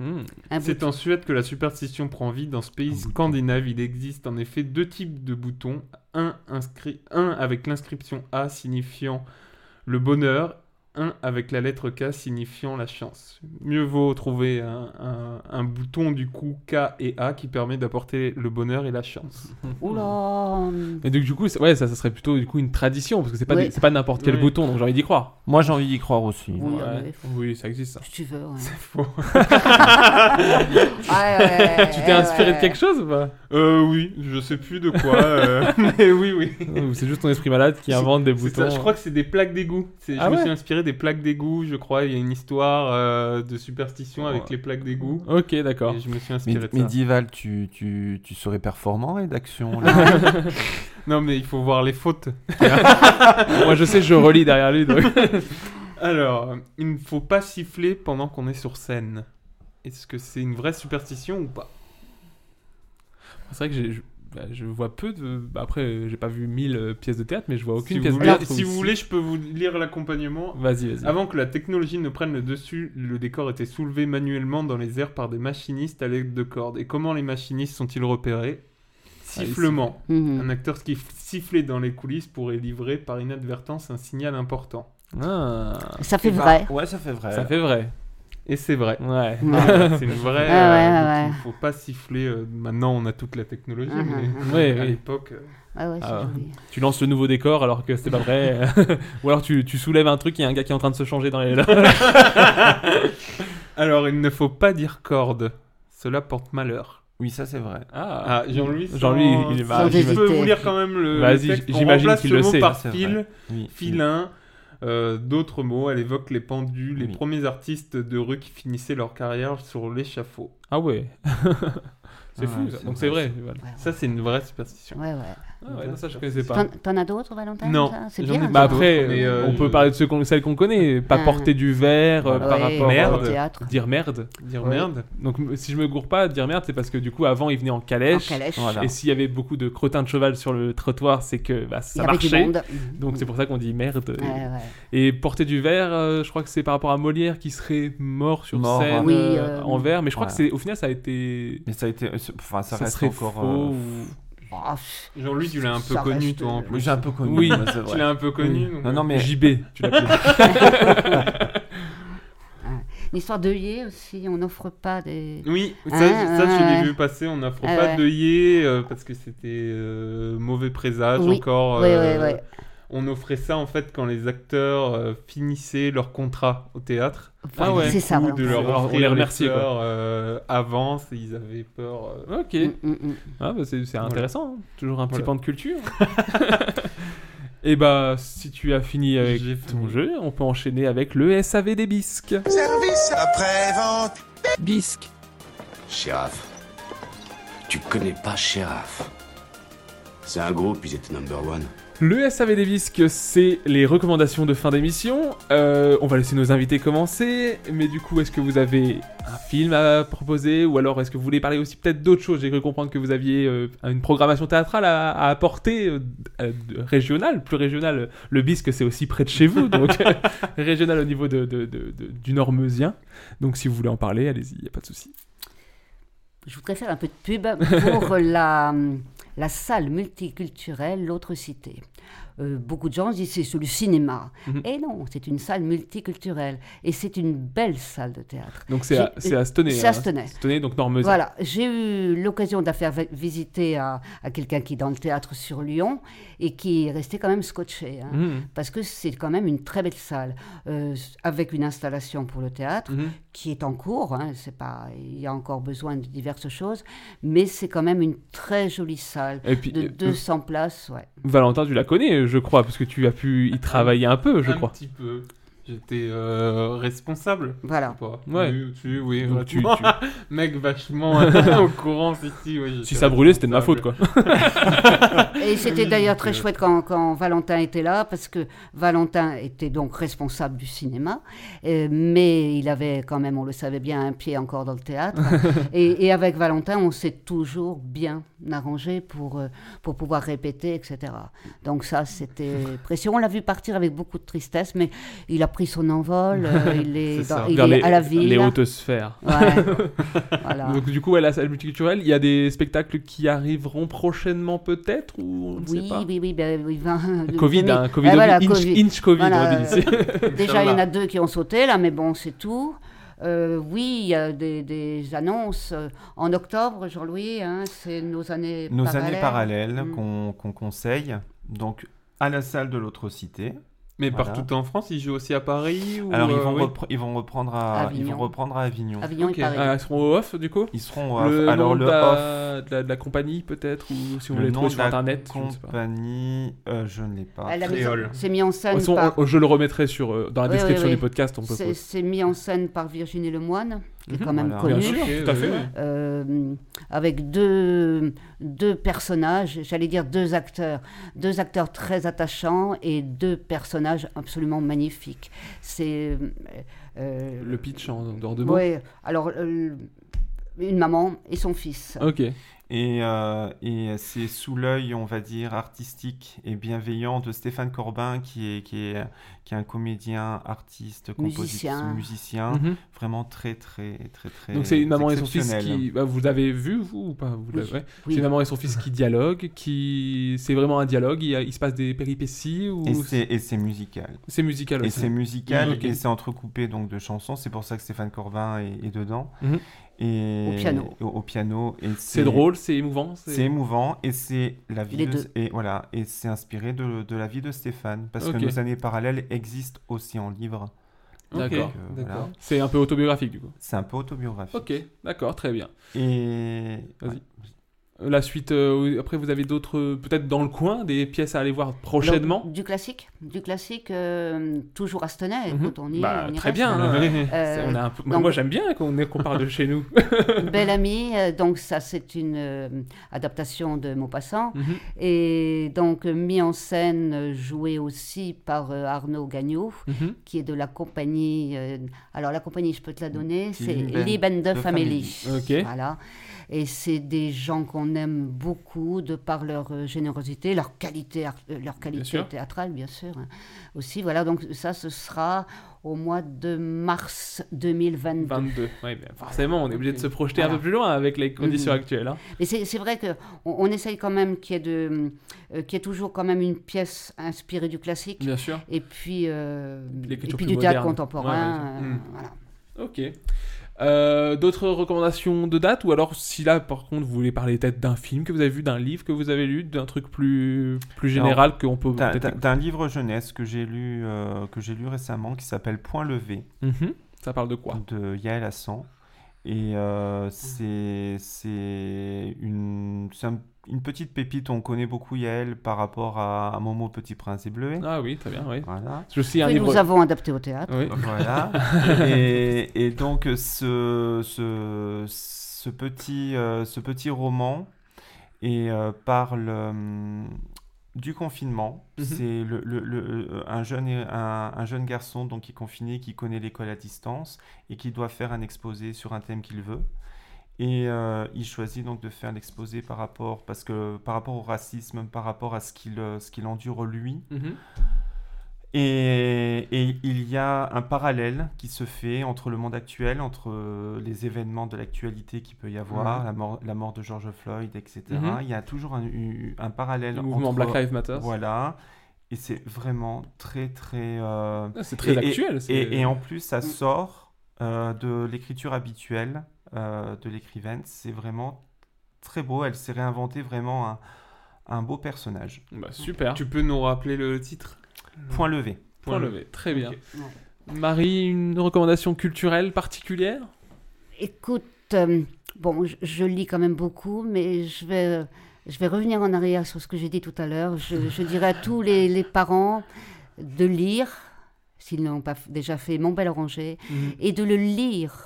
[SPEAKER 7] Hmm.
[SPEAKER 9] Un
[SPEAKER 4] C'est en Suède que la superstition prend vie. Dans ce pays scandinave, il existe en effet deux types de boutons. Un, inscrit, un avec l'inscription A signifiant le bonheur, un avec la lettre K signifiant la chance. Mieux vaut trouver un, un- un bouton du coup K et A qui permet d'apporter le bonheur et la
[SPEAKER 9] Mmh.
[SPEAKER 4] chance.
[SPEAKER 9] Hmm. Oula
[SPEAKER 7] Et donc du coup, c'est- ouais, ça, ça serait plutôt du coup une tradition parce que c'est pas
[SPEAKER 9] Oui.
[SPEAKER 7] des- c'est pas n'importe quel
[SPEAKER 4] Oui.
[SPEAKER 7] bouton, donc j'ai envie d'y croire.
[SPEAKER 10] Moi, j'ai envie d'y croire aussi.
[SPEAKER 9] Oui, oui,
[SPEAKER 7] Oui, ça existe ça.
[SPEAKER 9] si tu veux, ouais.
[SPEAKER 4] Faux.
[SPEAKER 9] Ouais, ouais,
[SPEAKER 7] Tu
[SPEAKER 9] ouais,
[SPEAKER 7] t'es inspiré de
[SPEAKER 9] Eh, ouais.
[SPEAKER 7] quelque chose ou pas
[SPEAKER 4] Euh, oui, je sais plus de quoi, euh, mais oui, oui.
[SPEAKER 7] Ou c'est juste ton esprit malade qui invente des
[SPEAKER 4] C'est
[SPEAKER 7] boutons hein.
[SPEAKER 4] ça, je crois que c'est des plaques d'égout. C'est- Je
[SPEAKER 7] Ah
[SPEAKER 4] me
[SPEAKER 7] ouais
[SPEAKER 4] suis inspiré des plaques d'égout, je crois. Il y a une histoire euh, de superstition avec
[SPEAKER 7] Ouais.
[SPEAKER 4] les plaques d'égout.
[SPEAKER 7] Ok, Oh. d'accord.
[SPEAKER 4] Et je me suis
[SPEAKER 10] Mais,
[SPEAKER 4] inspiré de
[SPEAKER 10] mais
[SPEAKER 4] ça.
[SPEAKER 10] Dival, tu, tu, tu serais performant en rédaction. là.
[SPEAKER 4] Non, mais il faut voir les fautes.
[SPEAKER 7] Moi je sais, je relis derrière lui. donc.
[SPEAKER 4] Alors, il ne faut pas siffler pendant qu'on est sur scène. Est-ce que c'est une vraie superstition ou pas
[SPEAKER 7] C'est vrai que j'ai- je, bah, je vois peu de. bah, après, euh, j'ai pas vu 1000 euh, pièces de théâtre, mais je vois aucune
[SPEAKER 4] si
[SPEAKER 7] pièce
[SPEAKER 4] vous,
[SPEAKER 7] de
[SPEAKER 4] voulez,
[SPEAKER 7] théâtre.
[SPEAKER 4] si
[SPEAKER 7] où-
[SPEAKER 4] vous voulez, Ah. je peux vous lire l'accompagnement.
[SPEAKER 7] Vas-y, vas-y.
[SPEAKER 4] Avant que la technologie ne prenne le dessus, le décor était soulevé
[SPEAKER 7] Ah,
[SPEAKER 4] manuellement dans les airs par des machinistes à l'aide de cordes. Et comment les machinistes sont-ils repérés Sifflement.
[SPEAKER 9] Mhm.
[SPEAKER 7] Mm.
[SPEAKER 4] Un acteur qui sifflait dans les coulisses pourrait livrer par inadvertance un signal important.
[SPEAKER 7] Ah,
[SPEAKER 9] Ça
[SPEAKER 7] bah.
[SPEAKER 9] fait Eh ben, vrai.
[SPEAKER 10] ouais, ça fait vrai.
[SPEAKER 4] Ça fait vrai. Et c'est vrai.
[SPEAKER 7] Ah Ouais.
[SPEAKER 9] Ouais.
[SPEAKER 4] c'est une vraie.
[SPEAKER 9] Ah ouais,
[SPEAKER 4] euh,
[SPEAKER 9] ouais,
[SPEAKER 4] donc
[SPEAKER 9] ouais.
[SPEAKER 4] Il faut pas siffler. euh, maintenant, on a toute la technologie.
[SPEAKER 9] Ah,
[SPEAKER 4] mais
[SPEAKER 9] ah,
[SPEAKER 7] ah. Ouais,
[SPEAKER 4] à
[SPEAKER 7] oui.
[SPEAKER 4] l'époque. euh,
[SPEAKER 9] Ah ouais, c'est
[SPEAKER 7] Ah,
[SPEAKER 9] joli.
[SPEAKER 7] tu lances le nouveau décor alors que c'est pas vrai. Ou alors tu, tu soulèves un truc, il y a un gars qui est en train de se changer dans les.
[SPEAKER 4] Alors, il ne faut pas dire corde. Cela porte malheur.
[SPEAKER 10] Oui, ça c'est vrai.
[SPEAKER 4] Ah, Jean-Louis.
[SPEAKER 7] Jean-Louis,
[SPEAKER 4] sans-
[SPEAKER 7] il est
[SPEAKER 4] sans-
[SPEAKER 7] hésiter.
[SPEAKER 4] Je peux vous lire quand même le.
[SPEAKER 7] Vas-y,
[SPEAKER 4] le texte. On
[SPEAKER 7] j'imagine
[SPEAKER 4] remplace
[SPEAKER 7] qu'il
[SPEAKER 4] ce
[SPEAKER 7] le
[SPEAKER 4] mot
[SPEAKER 7] sait.
[SPEAKER 4] Par
[SPEAKER 7] C'est vrai.
[SPEAKER 4] fil,
[SPEAKER 10] Oui.
[SPEAKER 4] filin. euh, D'autres mots, elle évoque les pendus, les premiers artistes de rue qui finissaient leur carrière sur l'échafaud.
[SPEAKER 7] Ah ouais. c'est
[SPEAKER 4] Ouais,
[SPEAKER 7] fou. ça.
[SPEAKER 4] c'est
[SPEAKER 7] Donc c'est vrai. voilà.
[SPEAKER 4] Ça, c'est une vraie superstition.
[SPEAKER 9] Ouais, ouais.
[SPEAKER 7] Ah ouais, non, ça je connaissais pas.
[SPEAKER 9] T'en t'en as d'autres, Valentin
[SPEAKER 4] Non,
[SPEAKER 9] ça C'est
[SPEAKER 4] j'en ai
[SPEAKER 9] bien.
[SPEAKER 7] Bah
[SPEAKER 9] ça.
[SPEAKER 7] après,
[SPEAKER 4] Mais, euh,
[SPEAKER 7] on peut
[SPEAKER 4] je-
[SPEAKER 7] parler de ceux qu'on, celles qu'on connaît, pas
[SPEAKER 9] Ah.
[SPEAKER 7] porter du verre euh,
[SPEAKER 9] Ouais,
[SPEAKER 7] par rapport à
[SPEAKER 4] Merde.
[SPEAKER 9] théâtre. Ah,
[SPEAKER 7] dire merde,
[SPEAKER 4] Dire
[SPEAKER 7] Ouais.
[SPEAKER 4] merde.
[SPEAKER 7] Donc m- si je me gourre pas, dire merde, c'est parce que du coup avant ils venaient en calèche.
[SPEAKER 9] En calèche.
[SPEAKER 7] Et s'il y avait beaucoup de crottins de cheval sur le trottoir, c'est que bah,
[SPEAKER 9] Il y
[SPEAKER 7] ça
[SPEAKER 9] avait du
[SPEAKER 7] marchait.
[SPEAKER 9] monde. Ah
[SPEAKER 7] Donc c'est pour ça qu'on dit merde.
[SPEAKER 9] Ouais, ouais.
[SPEAKER 7] Et porter du verre, euh, je crois que c'est par rapport à Molière qui serait mort sur
[SPEAKER 10] Mort,
[SPEAKER 7] scène
[SPEAKER 9] Oui,
[SPEAKER 7] euh,
[SPEAKER 9] euh,
[SPEAKER 7] en verre, mais je crois
[SPEAKER 10] ouais.
[SPEAKER 7] que c'est au final ça a été.
[SPEAKER 10] Mais ça a été, c'est- enfin, ça,
[SPEAKER 7] Ça
[SPEAKER 10] reste
[SPEAKER 7] serait
[SPEAKER 10] encore.
[SPEAKER 7] faux.
[SPEAKER 10] euh,
[SPEAKER 7] ou-
[SPEAKER 9] Oh, pff,
[SPEAKER 4] Jean-Louis, tu l'as un peu
[SPEAKER 9] Ça
[SPEAKER 4] connu,
[SPEAKER 9] reste,
[SPEAKER 4] toi. en
[SPEAKER 9] euh,
[SPEAKER 4] plus.
[SPEAKER 10] mais J'ai un peu connu.
[SPEAKER 7] Oui,
[SPEAKER 10] ouais, c'est vrai.
[SPEAKER 4] tu l'as un peu connu. donc,
[SPEAKER 10] Non, non, mais
[SPEAKER 7] JB, tu l'appelles.
[SPEAKER 9] L'histoire d'œillet aussi, on n'offre pas des.
[SPEAKER 4] Oui, ça,
[SPEAKER 9] Ah,
[SPEAKER 4] ça,
[SPEAKER 9] ouais,
[SPEAKER 4] je l'ai
[SPEAKER 9] ouais.
[SPEAKER 4] vu passer. On n'offre
[SPEAKER 9] Ah,
[SPEAKER 4] pas
[SPEAKER 9] ouais.
[SPEAKER 4] d'œillet euh, parce que c'était euh, mauvais présage
[SPEAKER 9] Oui.
[SPEAKER 4] encore.
[SPEAKER 9] Ouais,
[SPEAKER 4] euh,
[SPEAKER 9] ouais, ouais.
[SPEAKER 4] On offrait ça en fait quand les acteurs euh, finissaient leur contrat au théâtre.
[SPEAKER 9] Ah ouais. C'est ça,
[SPEAKER 4] Ou
[SPEAKER 9] voilà.
[SPEAKER 4] de leur
[SPEAKER 7] On les
[SPEAKER 4] offrir les
[SPEAKER 7] remercie, quoi.
[SPEAKER 4] fleurs, euh, avant, c'est- ils avaient peur. euh,
[SPEAKER 7] ok.
[SPEAKER 9] Mm, mm, mm.
[SPEAKER 7] Ah, bah, c'est, c'est
[SPEAKER 4] Voilà.
[SPEAKER 7] intéressant, hein. toujours un petit
[SPEAKER 4] Voilà.
[SPEAKER 7] pan de culture. Et bah, si tu as fini avec
[SPEAKER 4] J'ai
[SPEAKER 7] ton
[SPEAKER 4] fini.
[SPEAKER 7] jeu, on peut enchaîner avec le SAV des bisques.
[SPEAKER 6] bisque,
[SPEAKER 5] Shérif, tu connais pas Shérif. C'est un groupe, ils étaient number one.
[SPEAKER 7] Le SAV des bisques, c'est les recommandations de fin d'émission. Euh, on va laisser nos invités commencer, mais du coup, est-ce que vous avez un film à proposer ou alors est-ce que vous voulez parler aussi peut-être d'autres choses J'ai cru comprendre que vous aviez euh, une programmation théâtrale à, à apporter, euh, euh, de- régionale, plus régionale. Le bisque, c'est aussi près de chez vous, donc euh, régional au niveau de, de- de- de- du Normeusien. Donc si vous voulez en parler, allez-y, il a pas de souci.
[SPEAKER 9] Je voudrais faire un peu de pub pour la, la salle multiculturelle L'autre Cité. Euh, beaucoup de gens disent c'est sur le cinéma.
[SPEAKER 7] Mhm.
[SPEAKER 9] Et non, c'est une salle multiculturelle. Et c'est une belle salle de théâtre.
[SPEAKER 7] Donc c'est à,
[SPEAKER 9] J'ai-
[SPEAKER 7] c'est à Stenay.
[SPEAKER 9] C'est
[SPEAKER 7] hein.
[SPEAKER 9] à Stenay.
[SPEAKER 7] Stenay, donc Normeusien.
[SPEAKER 9] Voilà, j'ai eu l'occasion de la faire vi- visiter à, à quelqu'un qui est dans le théâtre sur Lyon et qui est resté quand même scotché. hein,
[SPEAKER 7] Mhm.
[SPEAKER 9] Parce que c'est quand même une très belle salle, euh, s- avec une installation pour le théâtre
[SPEAKER 7] Mhm.
[SPEAKER 9] qui est en cours. hein, c'est pas, il y a encore besoin de diverses choses, mais c'est quand même une très jolie salle
[SPEAKER 7] Et puis,
[SPEAKER 9] de
[SPEAKER 7] euh,
[SPEAKER 9] 200 places. Ouais.
[SPEAKER 7] Valentin, tu la connais, je crois, parce que tu as pu y travailler un peu,
[SPEAKER 10] Ah,
[SPEAKER 7] je
[SPEAKER 4] un
[SPEAKER 7] crois.
[SPEAKER 4] petit peu. J'étais euh, responsable.
[SPEAKER 9] Voilà.
[SPEAKER 4] ou pas
[SPEAKER 7] Ouais.
[SPEAKER 4] Oui, tu, oui,
[SPEAKER 7] Donc tu-
[SPEAKER 4] vachement. Mec, vachement au courant, si, si, oui,
[SPEAKER 7] Si
[SPEAKER 4] j'étais
[SPEAKER 7] ça brûlait, c'était de ma faute, quoi.
[SPEAKER 9] Et c'était d'ailleurs très
[SPEAKER 4] Euh,
[SPEAKER 9] chouette quand, quand Valentin était là, parce que Valentin était donc responsable du cinéma, euh, mais il avait quand même, on le savait bien, un pied encore dans le théâtre. et, et avec Valentin, on s'est toujours bien arrangé pour, euh, pour pouvoir répéter, etc. Donc ça, c'était précieux. On l'a vu partir avec beaucoup de tristesse, mais il a pris son envol, euh, il est,
[SPEAKER 4] C'est
[SPEAKER 9] dans-
[SPEAKER 4] ça.
[SPEAKER 9] il
[SPEAKER 7] Vers
[SPEAKER 9] est
[SPEAKER 7] les,
[SPEAKER 9] à la ville. hein.
[SPEAKER 7] les hautes sphères.
[SPEAKER 9] voilà.
[SPEAKER 7] Donc, du coup, à la salle multiculturelle, il y a des spectacles qui arriveront prochainement, peut-être, ou on ne
[SPEAKER 9] oui,
[SPEAKER 7] sait pas.
[SPEAKER 9] oui, oui, ben, oui, ben,
[SPEAKER 7] Covid,
[SPEAKER 9] Covid.
[SPEAKER 7] hein, Covid,
[SPEAKER 9] Eh voilà,
[SPEAKER 7] inch,
[SPEAKER 9] Covid.
[SPEAKER 7] inch Covid,
[SPEAKER 9] Voilà, euh,
[SPEAKER 7] on dit.
[SPEAKER 9] Déjà, il y en a deux qui ont sauté, là, mais bon, c'est tout. Euh, oui, il y a des, des annonces. euh, En octobre, Jean-Louis, hein, c'est nos années
[SPEAKER 10] Nos
[SPEAKER 9] parallèles.
[SPEAKER 10] années parallèles
[SPEAKER 9] Mm.
[SPEAKER 10] qu'on qu'on conseille, donc à la salle de l'autre cité.
[SPEAKER 4] Mais
[SPEAKER 10] Voilà.
[SPEAKER 4] partout en France, ils jouent aussi à Paris ou
[SPEAKER 10] Alors ils
[SPEAKER 4] euh,
[SPEAKER 10] vont,
[SPEAKER 4] oui.
[SPEAKER 10] repre- ils vont reprendre à ils
[SPEAKER 9] Avignon.
[SPEAKER 10] vont reprendre à Avignon.
[SPEAKER 9] Avignon
[SPEAKER 4] Ok.
[SPEAKER 9] et Paris.
[SPEAKER 7] Ah, ils seront au off, du coup
[SPEAKER 10] Ils seront au-
[SPEAKER 7] Le
[SPEAKER 10] alors
[SPEAKER 7] nom
[SPEAKER 10] le
[SPEAKER 7] de
[SPEAKER 10] off.
[SPEAKER 7] la, de, la, de la compagnie, peut-être, ou si on
[SPEAKER 10] le
[SPEAKER 7] les
[SPEAKER 10] nom
[SPEAKER 7] trouve
[SPEAKER 10] de
[SPEAKER 7] sur
[SPEAKER 10] la
[SPEAKER 7] Internet, je ne sais pas.
[SPEAKER 10] compagnie, euh, je ne l'ai pas.
[SPEAKER 9] Elle a mis-
[SPEAKER 4] Créole.
[SPEAKER 9] C'est mis en
[SPEAKER 7] De
[SPEAKER 9] scène
[SPEAKER 7] toute façon,
[SPEAKER 9] par.
[SPEAKER 7] on- je le remettrai sur, euh, dans la
[SPEAKER 9] Oui, oui,
[SPEAKER 7] description
[SPEAKER 9] oui.
[SPEAKER 7] du podcast, on peut
[SPEAKER 9] c'est- C'est mis en scène par Virginie Lemoine, qui est
[SPEAKER 7] Mhm,
[SPEAKER 9] quand même
[SPEAKER 10] voilà.
[SPEAKER 7] Bien
[SPEAKER 9] connue.
[SPEAKER 7] sûr,
[SPEAKER 4] Ok,
[SPEAKER 7] tout à
[SPEAKER 4] oui,
[SPEAKER 7] fait.
[SPEAKER 4] oui.
[SPEAKER 7] ouais.
[SPEAKER 9] euh, avec deux, deux personnages, j'allais dire deux acteurs, deux acteurs très attachants et deux personnages absolument magnifiques. C'est euh,
[SPEAKER 7] Le pitch en, en deux mots.
[SPEAKER 10] Hein
[SPEAKER 9] Ouais, alors euh, une maman et son fils.
[SPEAKER 7] Ok.
[SPEAKER 10] Et, euh, et c'est sous l'œil, on va dire, artistique et bienveillant de Stéphane Corbin, qui est, qui est, qui est un comédien, artiste, compositeur,
[SPEAKER 9] Musicien.
[SPEAKER 10] musicien,
[SPEAKER 7] Mhm.
[SPEAKER 10] vraiment très, très, très, très.
[SPEAKER 7] Donc c'est une maman et son fils
[SPEAKER 10] exceptionnel.
[SPEAKER 7] qui... bah, vous l'avez vu, vous, ou pas vous
[SPEAKER 10] Oui.
[SPEAKER 7] l'avez- ouais.
[SPEAKER 10] Oui.
[SPEAKER 7] C'est une maman et son fils qui dialoguent, qui... C'est vraiment un dialogue, il, y a- il se passe des péripéties ou...
[SPEAKER 10] Et c'est- et c'est musical.
[SPEAKER 7] C'est musical
[SPEAKER 10] Et
[SPEAKER 7] aussi.
[SPEAKER 10] c'est musical,
[SPEAKER 7] Ok.
[SPEAKER 10] et c'est entrecoupé donc de chansons. C'est pour ça que Stéphane Corbin est, est dedans.
[SPEAKER 7] Mhm.
[SPEAKER 10] Et
[SPEAKER 7] Au piano.
[SPEAKER 10] Au, au piano. et
[SPEAKER 7] C'est drôle, c'est émouvant, c'est-
[SPEAKER 10] C'est émouvant, et c'est la vie
[SPEAKER 7] Les
[SPEAKER 10] de-
[SPEAKER 7] deux.
[SPEAKER 10] et voilà, et c'est inspiré de, de la vie de Stéphane, parce
[SPEAKER 7] Ok.
[SPEAKER 10] que nos années parallèles existent aussi en livre.
[SPEAKER 7] D'accord,
[SPEAKER 10] Donc, euh,
[SPEAKER 7] d'accord.
[SPEAKER 10] voilà.
[SPEAKER 7] C'est un peu autobiographique, du coup.
[SPEAKER 10] C'est un peu autobiographique.
[SPEAKER 7] Ok, d'accord, très bien.
[SPEAKER 10] Et
[SPEAKER 7] Vas-y. La suite, euh, après vous avez d'autres, euh, peut-être dans le coin, des pièces à aller voir prochainement
[SPEAKER 9] Du classique, du classique, euh, toujours Astonais,
[SPEAKER 7] Mhm.
[SPEAKER 9] quand on y
[SPEAKER 7] Bah,
[SPEAKER 9] est. on y
[SPEAKER 7] très
[SPEAKER 9] reste.
[SPEAKER 7] bien.
[SPEAKER 4] Ah,
[SPEAKER 7] hein.
[SPEAKER 9] Euh,
[SPEAKER 7] C'est- on a un peu-
[SPEAKER 9] donc,
[SPEAKER 7] Moi j'aime bien qu'on qu'on parle de chez nous.
[SPEAKER 9] Belle Amie, euh, donc ça c'est une euh, adaptation de Maupassant,
[SPEAKER 7] Mhm.
[SPEAKER 9] et donc euh, mis en scène, euh, joué aussi par euh, Arnaud Gagnon,
[SPEAKER 7] Mhm.
[SPEAKER 9] qui est de la compagnie, euh, alors la compagnie je peux te la donner, c'est
[SPEAKER 7] Lieben-
[SPEAKER 9] Liebende
[SPEAKER 7] de
[SPEAKER 9] Family.
[SPEAKER 7] Family. Ok.
[SPEAKER 9] Voilà. Et c'est des gens qu'on aime beaucoup de par leur euh, générosité, leur qualité, ar- euh, leur qualité
[SPEAKER 7] sûr.
[SPEAKER 9] théâtrale, bien sûr. hein. Aussi, voilà, donc ça, ce sera au mois de mars 2022.
[SPEAKER 7] 22. Ouais, ben, forcément, on est obligé de se projeter un
[SPEAKER 9] Voilà.
[SPEAKER 7] peu plus loin avec les conditions
[SPEAKER 9] Mhm.
[SPEAKER 7] actuelles. hein.
[SPEAKER 9] Mais c'est c'est vrai qu'on on on essaye quand même qu'il y, ait de, euh, qu'il y ait toujours quand même une pièce inspirée du classique.
[SPEAKER 7] Bien sûr.
[SPEAKER 9] Et puis, euh,
[SPEAKER 7] les
[SPEAKER 9] et puis,
[SPEAKER 7] cultures plus
[SPEAKER 9] du théâtre
[SPEAKER 7] modernes.
[SPEAKER 9] contemporain.
[SPEAKER 7] Ouais, Mmh. ouais,
[SPEAKER 9] euh,
[SPEAKER 7] ouais.
[SPEAKER 9] voilà.
[SPEAKER 7] Ok. Euh, D'autres recommandations de date Ou alors, si là, par contre, vous voulez parler peut-être d'un film que vous avez vu, d'un livre que vous avez lu, d'un truc plus, plus général
[SPEAKER 10] Alors,
[SPEAKER 7] qu'on peut
[SPEAKER 10] d'un-
[SPEAKER 7] peut-être-
[SPEAKER 10] d'un d'un livre jeunesse que j'ai lu euh, que j'ai lu récemment qui s'appelle Point levé.
[SPEAKER 7] Mhm. Ça parle de quoi
[SPEAKER 10] De Yael Hassan. Et euh, c'est c'est une c'est un- une petite pépite. On connaît beaucoup Yael par rapport à, à Momo Petit Prince et Bleuet.
[SPEAKER 7] Ah oui, très bien, oui.
[SPEAKER 10] Voilà.
[SPEAKER 7] C'est aussi un
[SPEAKER 9] Que
[SPEAKER 7] livre-
[SPEAKER 9] nous avons adapté au théâtre.
[SPEAKER 7] Oui.
[SPEAKER 10] Voilà. et, et donc ce, ce, ce petit, euh, ce petit roman et, euh, parle euh, du confinement.
[SPEAKER 7] Mhm.
[SPEAKER 10] C'est le, le- le- euh, un, jeune, un, un jeune garçon donc, qui est confiné, qui connaît l'école à distance et qui doit faire un exposé sur un thème qu'il veut. Et euh, il choisit donc de faire l'exposé par rapport, parce que, par rapport au racisme, par rapport à ce qu'il euh, ce qu'il endure lui.
[SPEAKER 7] Mhm.
[SPEAKER 10] Et, et il y a un parallèle qui se fait entre le monde actuel, entre euh, les événements de l'actualité qu'il peut y avoir,
[SPEAKER 7] Mhm.
[SPEAKER 10] la, mort, la mort de George Floyd, etc.
[SPEAKER 7] Mhm.
[SPEAKER 10] Il y a toujours un, eu- un parallèle.
[SPEAKER 7] Le mouvement
[SPEAKER 10] entre-
[SPEAKER 7] Black Lives Matter.
[SPEAKER 10] Voilà. Et c'est vraiment très, très. euh,
[SPEAKER 7] Ah, c'est très
[SPEAKER 10] et- et-
[SPEAKER 7] actuel, c'est-
[SPEAKER 10] Et, et en plus,
[SPEAKER 7] Mm.
[SPEAKER 10] ça sort euh, de l'écriture habituelle euh, de l'écrivaine. C'est vraiment très beau. Elle s'est réinventée vraiment un, un beau personnage.
[SPEAKER 7] Bah, super.
[SPEAKER 4] Tu peux nous rappeler le titre
[SPEAKER 7] Mm.
[SPEAKER 10] Point levé.
[SPEAKER 7] Point levé, très bien.
[SPEAKER 4] Ok.
[SPEAKER 7] Marie, une recommandation culturelle particulière
[SPEAKER 9] Écoute, euh, bon, je, je lis quand même beaucoup, mais je vais, je vais revenir en arrière sur ce que j'ai dit tout à l'heure. Je, je dirais à tous les, les parents de lire, s'ils n'ont pas f- déjà fait Mon Bel Oranger,
[SPEAKER 14] Mhm.
[SPEAKER 9] et de le lire,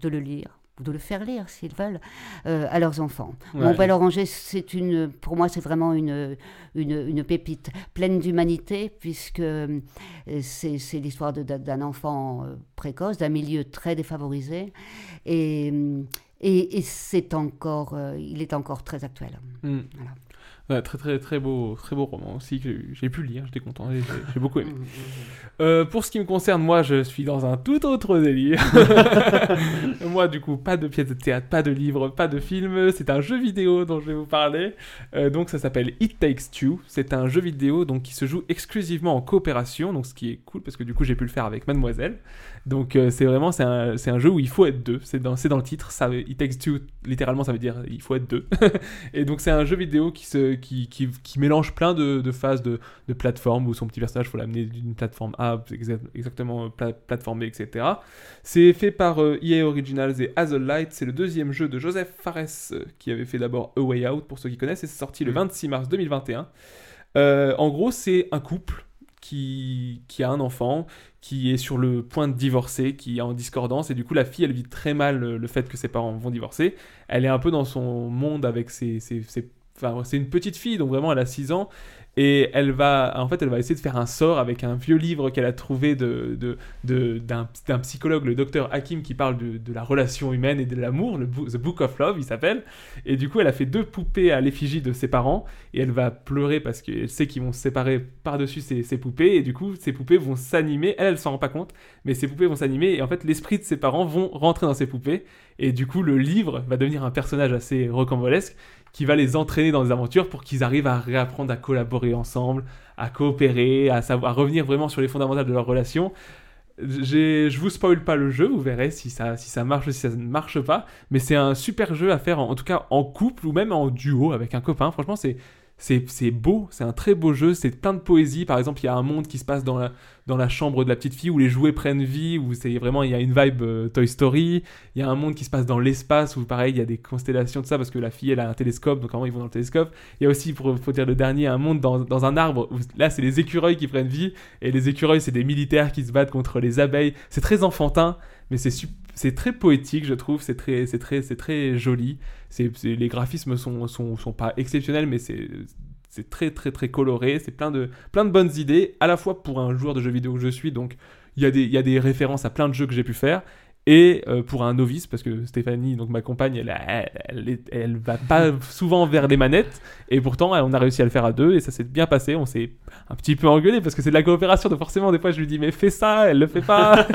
[SPEAKER 9] de le lire ou de le faire lire s'ils veulent euh, à leurs enfants.
[SPEAKER 14] Ouais.
[SPEAKER 9] Mon bel oranger, c'est une, pour moi, c'est vraiment une, une, une pépite pleine d'humanité puisque euh, c'est c'est l'histoire de- d'un d'un enfant euh, précoce, d'un milieu très défavorisé et euh, et, et c'est encore, euh, il est encore très actuel.
[SPEAKER 7] Hmm.
[SPEAKER 9] Voilà.
[SPEAKER 7] Ouais, très très très beau, très beau roman aussi que j'ai- j'ai pu lire, j'étais content, j'ai j'ai beaucoup aimé. Euh, pour ce qui me concerne, moi je suis dans un tout autre délire. moi du coup, pas de pièce de théâtre, pas de livre, pas de film, c'est un jeu vidéo dont je vais vous parler. Euh, donc ça s'appelle It Takes Two, c'est un jeu vidéo donc qui se joue exclusivement en coopération, donc ce qui est cool parce que du coup j'ai pu le faire avec Mademoiselle. Donc euh, c'est vraiment c'est un, c'est un jeu où il faut être deux, c'est dans, c'est dans le titre, ça, It Takes Two littéralement ça veut dire il faut être deux. et donc c'est un jeu vidéo qui, se, qui, qui, qui mélange plein de, de phases de, de plateforme où son petit personnage faut l'amener d'une plateforme A, c'est exa- exactement euh, pla- plateformée, etc. C'est fait par euh, EA Originals et Hazel Light, c'est le deuxième jeu de Joseph Fares euh, qui avait fait d'abord A Way Out pour ceux qui connaissent et c'est sorti le 26 mars 2021. Euh, en gros c'est un couple qui, qui a un enfant, qui est sur le point de divorcer, qui est en discordance, et du coup la fille elle vit très mal euh, le fait que ses parents vont divorcer. Elle est un peu dans son monde avec ses, ses- ses Enfin, c'est une petite fille, donc vraiment elle a 6 ans. Et elle va, en fait, elle va essayer de faire un sort avec un vieux livre qu'elle a trouvé de, de- de- d'un, d'un psychologue, le docteur Hakim, qui parle de, de la relation humaine et de l'amour, le bou- The Book of Love, il s'appelle. Et du coup, elle a fait deux poupées à l'effigie de ses parents, et elle va pleurer parce qu'elle sait qu'ils vont se séparer par-dessus ses, ses poupées, et du coup, ces poupées vont s'animer. Elle, elle s'en rend pas compte, mais ces poupées vont s'animer, et en fait, l'esprit de ses parents vont rentrer dans ces poupées, et du coup, le livre va devenir un personnage assez rocambolesque qui va les entraîner dans des aventures pour qu'ils arrivent à réapprendre à collaborer ensemble, à coopérer, à, savoir, à revenir vraiment sur les fondamentales de leur relation. J'ai- Je vous spoil pas le jeu, vous verrez si ça, si ça marche ou si ça ne marche pas. Mais c'est un super jeu à faire, en, en tout cas en couple ou même en duo avec un copain. Franchement, c'est. C'est c'est beau, c'est un très beau jeu, c'est plein de poésie. Par exemple, il y a un monde qui se passe dans la, dans la chambre de la petite fille où les jouets prennent vie, où c'est vraiment, il y a une vibe euh, Toy Story. Il y a un monde qui se passe dans l'espace où, pareil, il y a des constellations, tout ça, parce que la fille, elle a un télescope, donc vraiment, ils vont dans le télescope. Il y a aussi, pour, faut dire le dernier, un monde dans, dans un arbre où là, c'est les écureuils qui prennent vie, et les écureuils, c'est des militaires qui se battent contre les abeilles. C'est très enfantin, mais c'est sup- c'est très poétique, je trouve. C'est très, c'est très, c'est très joli. C'est, c'est- les graphismes sont, sont, sont pas exceptionnels, mais c'est c'est très très très coloré, c'est plein de, plein de bonnes idées, à la fois pour un joueur de jeux vidéo que je suis, donc il y, a des- il y a des références à plein de jeux que j'ai pu faire, et euh, pour un novice, parce que Stéphanie, donc ma compagne, elle, a- elle, est- elle va pas souvent vers les manettes, et pourtant elle- on a réussi à le faire à deux, et ça s'est bien passé, on s'est un petit peu engueulé, parce que c'est de la coopération, donc forcément des fois je lui dis mais fais ça, elle le fait pas.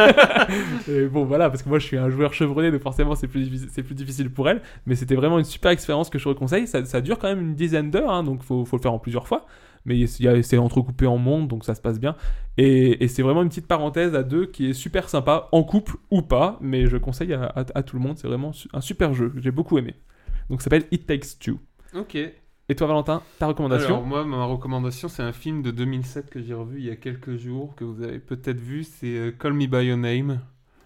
[SPEAKER 7] et bon voilà, parce que moi je suis un joueur chevronné, donc forcément c'est plus, difficile- c'est plus difficile pour elle, mais c'était vraiment une super expérience que je reconseille, ça, ça dure quand même une dizaine d'heures, hein, donc faut, faut le faire en plusieurs fois mais il y a- c'est entrecoupé en monde, donc ça se passe bien. Et, et c'est vraiment une petite parenthèse à deux qui est super sympa, en couple ou pas, mais je conseille à, à- à tout le monde, c'est vraiment su- un super jeu que j'ai beaucoup aimé. Donc ça s'appelle It Takes Two.
[SPEAKER 4] Ok.
[SPEAKER 7] Et toi Valentin, ta recommandation
[SPEAKER 4] Alors moi, ma recommandation, c'est un film de 2007 que j'ai revu il y a quelques jours, que vous avez peut-être vu, c'est euh, Call Me By Your Name.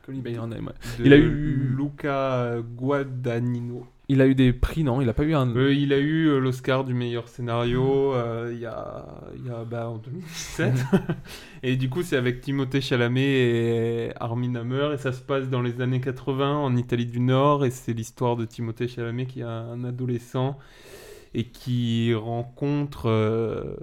[SPEAKER 7] Call Me By Your Name, ouais.
[SPEAKER 4] De
[SPEAKER 7] Il a eu-
[SPEAKER 4] Luca Guadagnino.
[SPEAKER 7] Il a eu des prix, non Il a pas eu un...
[SPEAKER 4] Euh, il a eu euh, l'Oscar du meilleur scénario euh, il y a, il y a, bah, en 2017. et du coup, c'est avec Timothée Chalamet et Armin Hammer. Et ça se passe dans les années 80 en Italie du Nord. Et c'est l'histoire de Timothée Chalamet qui est un adolescent et qui rencontre euh,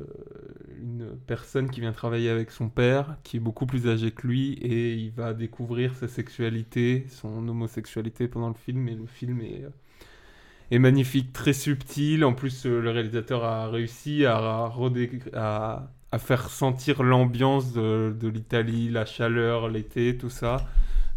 [SPEAKER 4] une personne qui vient travailler avec son père, qui est beaucoup plus âgé que lui, et il va découvrir sa sexualité, son homosexualité pendant le film, et le film est, euh, est magnifique, très subtil. En plus, euh, le réalisateur a réussi à, à redé- à- à faire sentir l'ambiance de, de l'Italie, la chaleur, l'été, tout ça.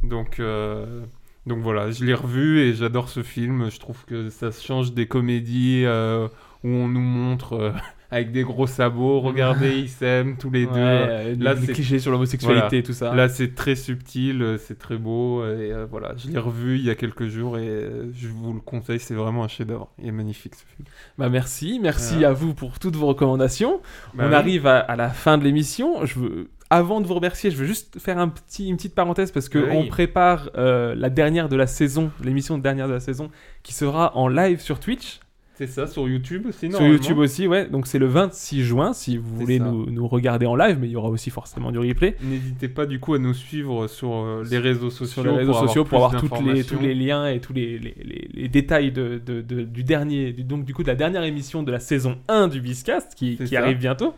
[SPEAKER 4] Donc, euh, donc voilà, je l'ai revu et j'adore ce film. Je trouve que ça se change des comédies euh, où on nous montre euh, avec des gros sabots, regardez, ils s'aiment tous les
[SPEAKER 7] Ouais, euh,
[SPEAKER 4] deux. Là,
[SPEAKER 7] les
[SPEAKER 4] c'est-
[SPEAKER 7] clichés sur l'homosexualité
[SPEAKER 4] Voilà.
[SPEAKER 7] et tout ça.
[SPEAKER 4] Là, c'est très subtil, euh, c'est très beau. Et euh, voilà, je l'ai revu il y a quelques jours et euh, je vous le conseille, c'est vraiment un chef-d'œuvre. Il est magnifique ce film.
[SPEAKER 7] Bah merci, merci
[SPEAKER 4] Voilà.
[SPEAKER 7] à vous pour toutes vos recommandations.
[SPEAKER 4] Bah
[SPEAKER 7] On
[SPEAKER 4] oui.
[SPEAKER 7] arrive à, à la fin de l'émission. Je veux, avant de vous remercier, je veux juste faire un petit, une petite parenthèse parce que
[SPEAKER 4] Bah Oui.
[SPEAKER 7] on prépare euh, la dernière de la saison, l'émission dernière de la saison, qui sera en live sur Twitch.
[SPEAKER 4] C'est ça, sur YouTube aussi,
[SPEAKER 7] Sur
[SPEAKER 4] normalement.
[SPEAKER 7] YouTube aussi, ouais. Donc c'est le 26 juin si vous voulez
[SPEAKER 4] ça.
[SPEAKER 7] nous, nous regarder en live, mais il y aura aussi forcément du replay.
[SPEAKER 4] N'hésitez pas du coup à nous suivre sur euh, les réseaux sociaux.
[SPEAKER 7] sur les réseaux sociaux pour avoir
[SPEAKER 4] plus
[SPEAKER 7] toutes les, tous
[SPEAKER 4] d'informations.
[SPEAKER 7] les liens et tous les, les- les- les détails de, de- de- du dernier, du- donc du coup de la dernière émission de la saison 1 du Biscast qui,
[SPEAKER 4] C'est
[SPEAKER 7] qui
[SPEAKER 4] ça.
[SPEAKER 7] arrive bientôt.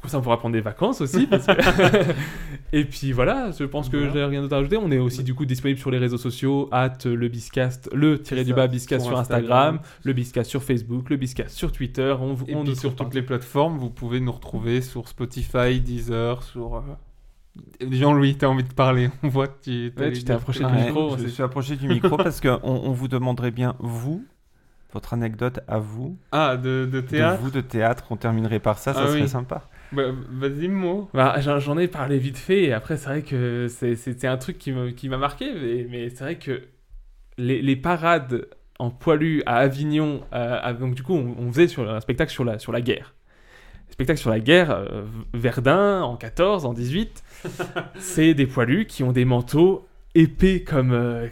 [SPEAKER 7] Comme ça, on pourra prendre des vacances aussi. parce que- et puis voilà, je pense que j'ai rien d'autre à ajouter. On est aussi du coup disponible sur les réseaux sociaux, at le Biscast, le tiré
[SPEAKER 4] C'est
[SPEAKER 7] du
[SPEAKER 4] ça,
[SPEAKER 7] bas Biscast
[SPEAKER 4] sur
[SPEAKER 7] sur Instagram,
[SPEAKER 4] Instagram.
[SPEAKER 7] le Biscast sur Facebook, le Biscast sur Twitter. On, vous-
[SPEAKER 4] Et
[SPEAKER 7] on
[SPEAKER 4] puis
[SPEAKER 7] nous
[SPEAKER 4] sur
[SPEAKER 7] trouve partout.
[SPEAKER 4] toutes les plateformes, vous pouvez nous retrouver sur Spotify, Deezer, sur. euh, Jean-Louis, t'as envie de parler On voit que tu
[SPEAKER 7] Ouais, tu t'es approché du
[SPEAKER 10] Ouais,
[SPEAKER 7] micro,
[SPEAKER 10] Je
[SPEAKER 7] c'est-
[SPEAKER 10] suis approché du micro parce qu'on on on vous demanderait bien, vous, votre anecdote à vous.
[SPEAKER 4] Ah, de, de
[SPEAKER 10] De
[SPEAKER 4] théâtre
[SPEAKER 10] vous, de théâtre. On terminerait par ça, ça
[SPEAKER 4] Ah
[SPEAKER 10] serait
[SPEAKER 4] oui.
[SPEAKER 10] sympa.
[SPEAKER 4] Bah, Vas-y, mot.
[SPEAKER 7] Bah, j'en j'en ai parlé vite fait, et après, c'est vrai que c'est- c'était un truc qui me- qui m'a marqué, mais, mais c'est vrai que les, les parades en poilu à Avignon, euh, à- donc du coup, on, on faisait sur, un spectacle sur la, sur la guerre. Spectacle sur la guerre, euh, Verdun en 14, en 18, c'est des poilus qui ont des manteaux épais comme. euh,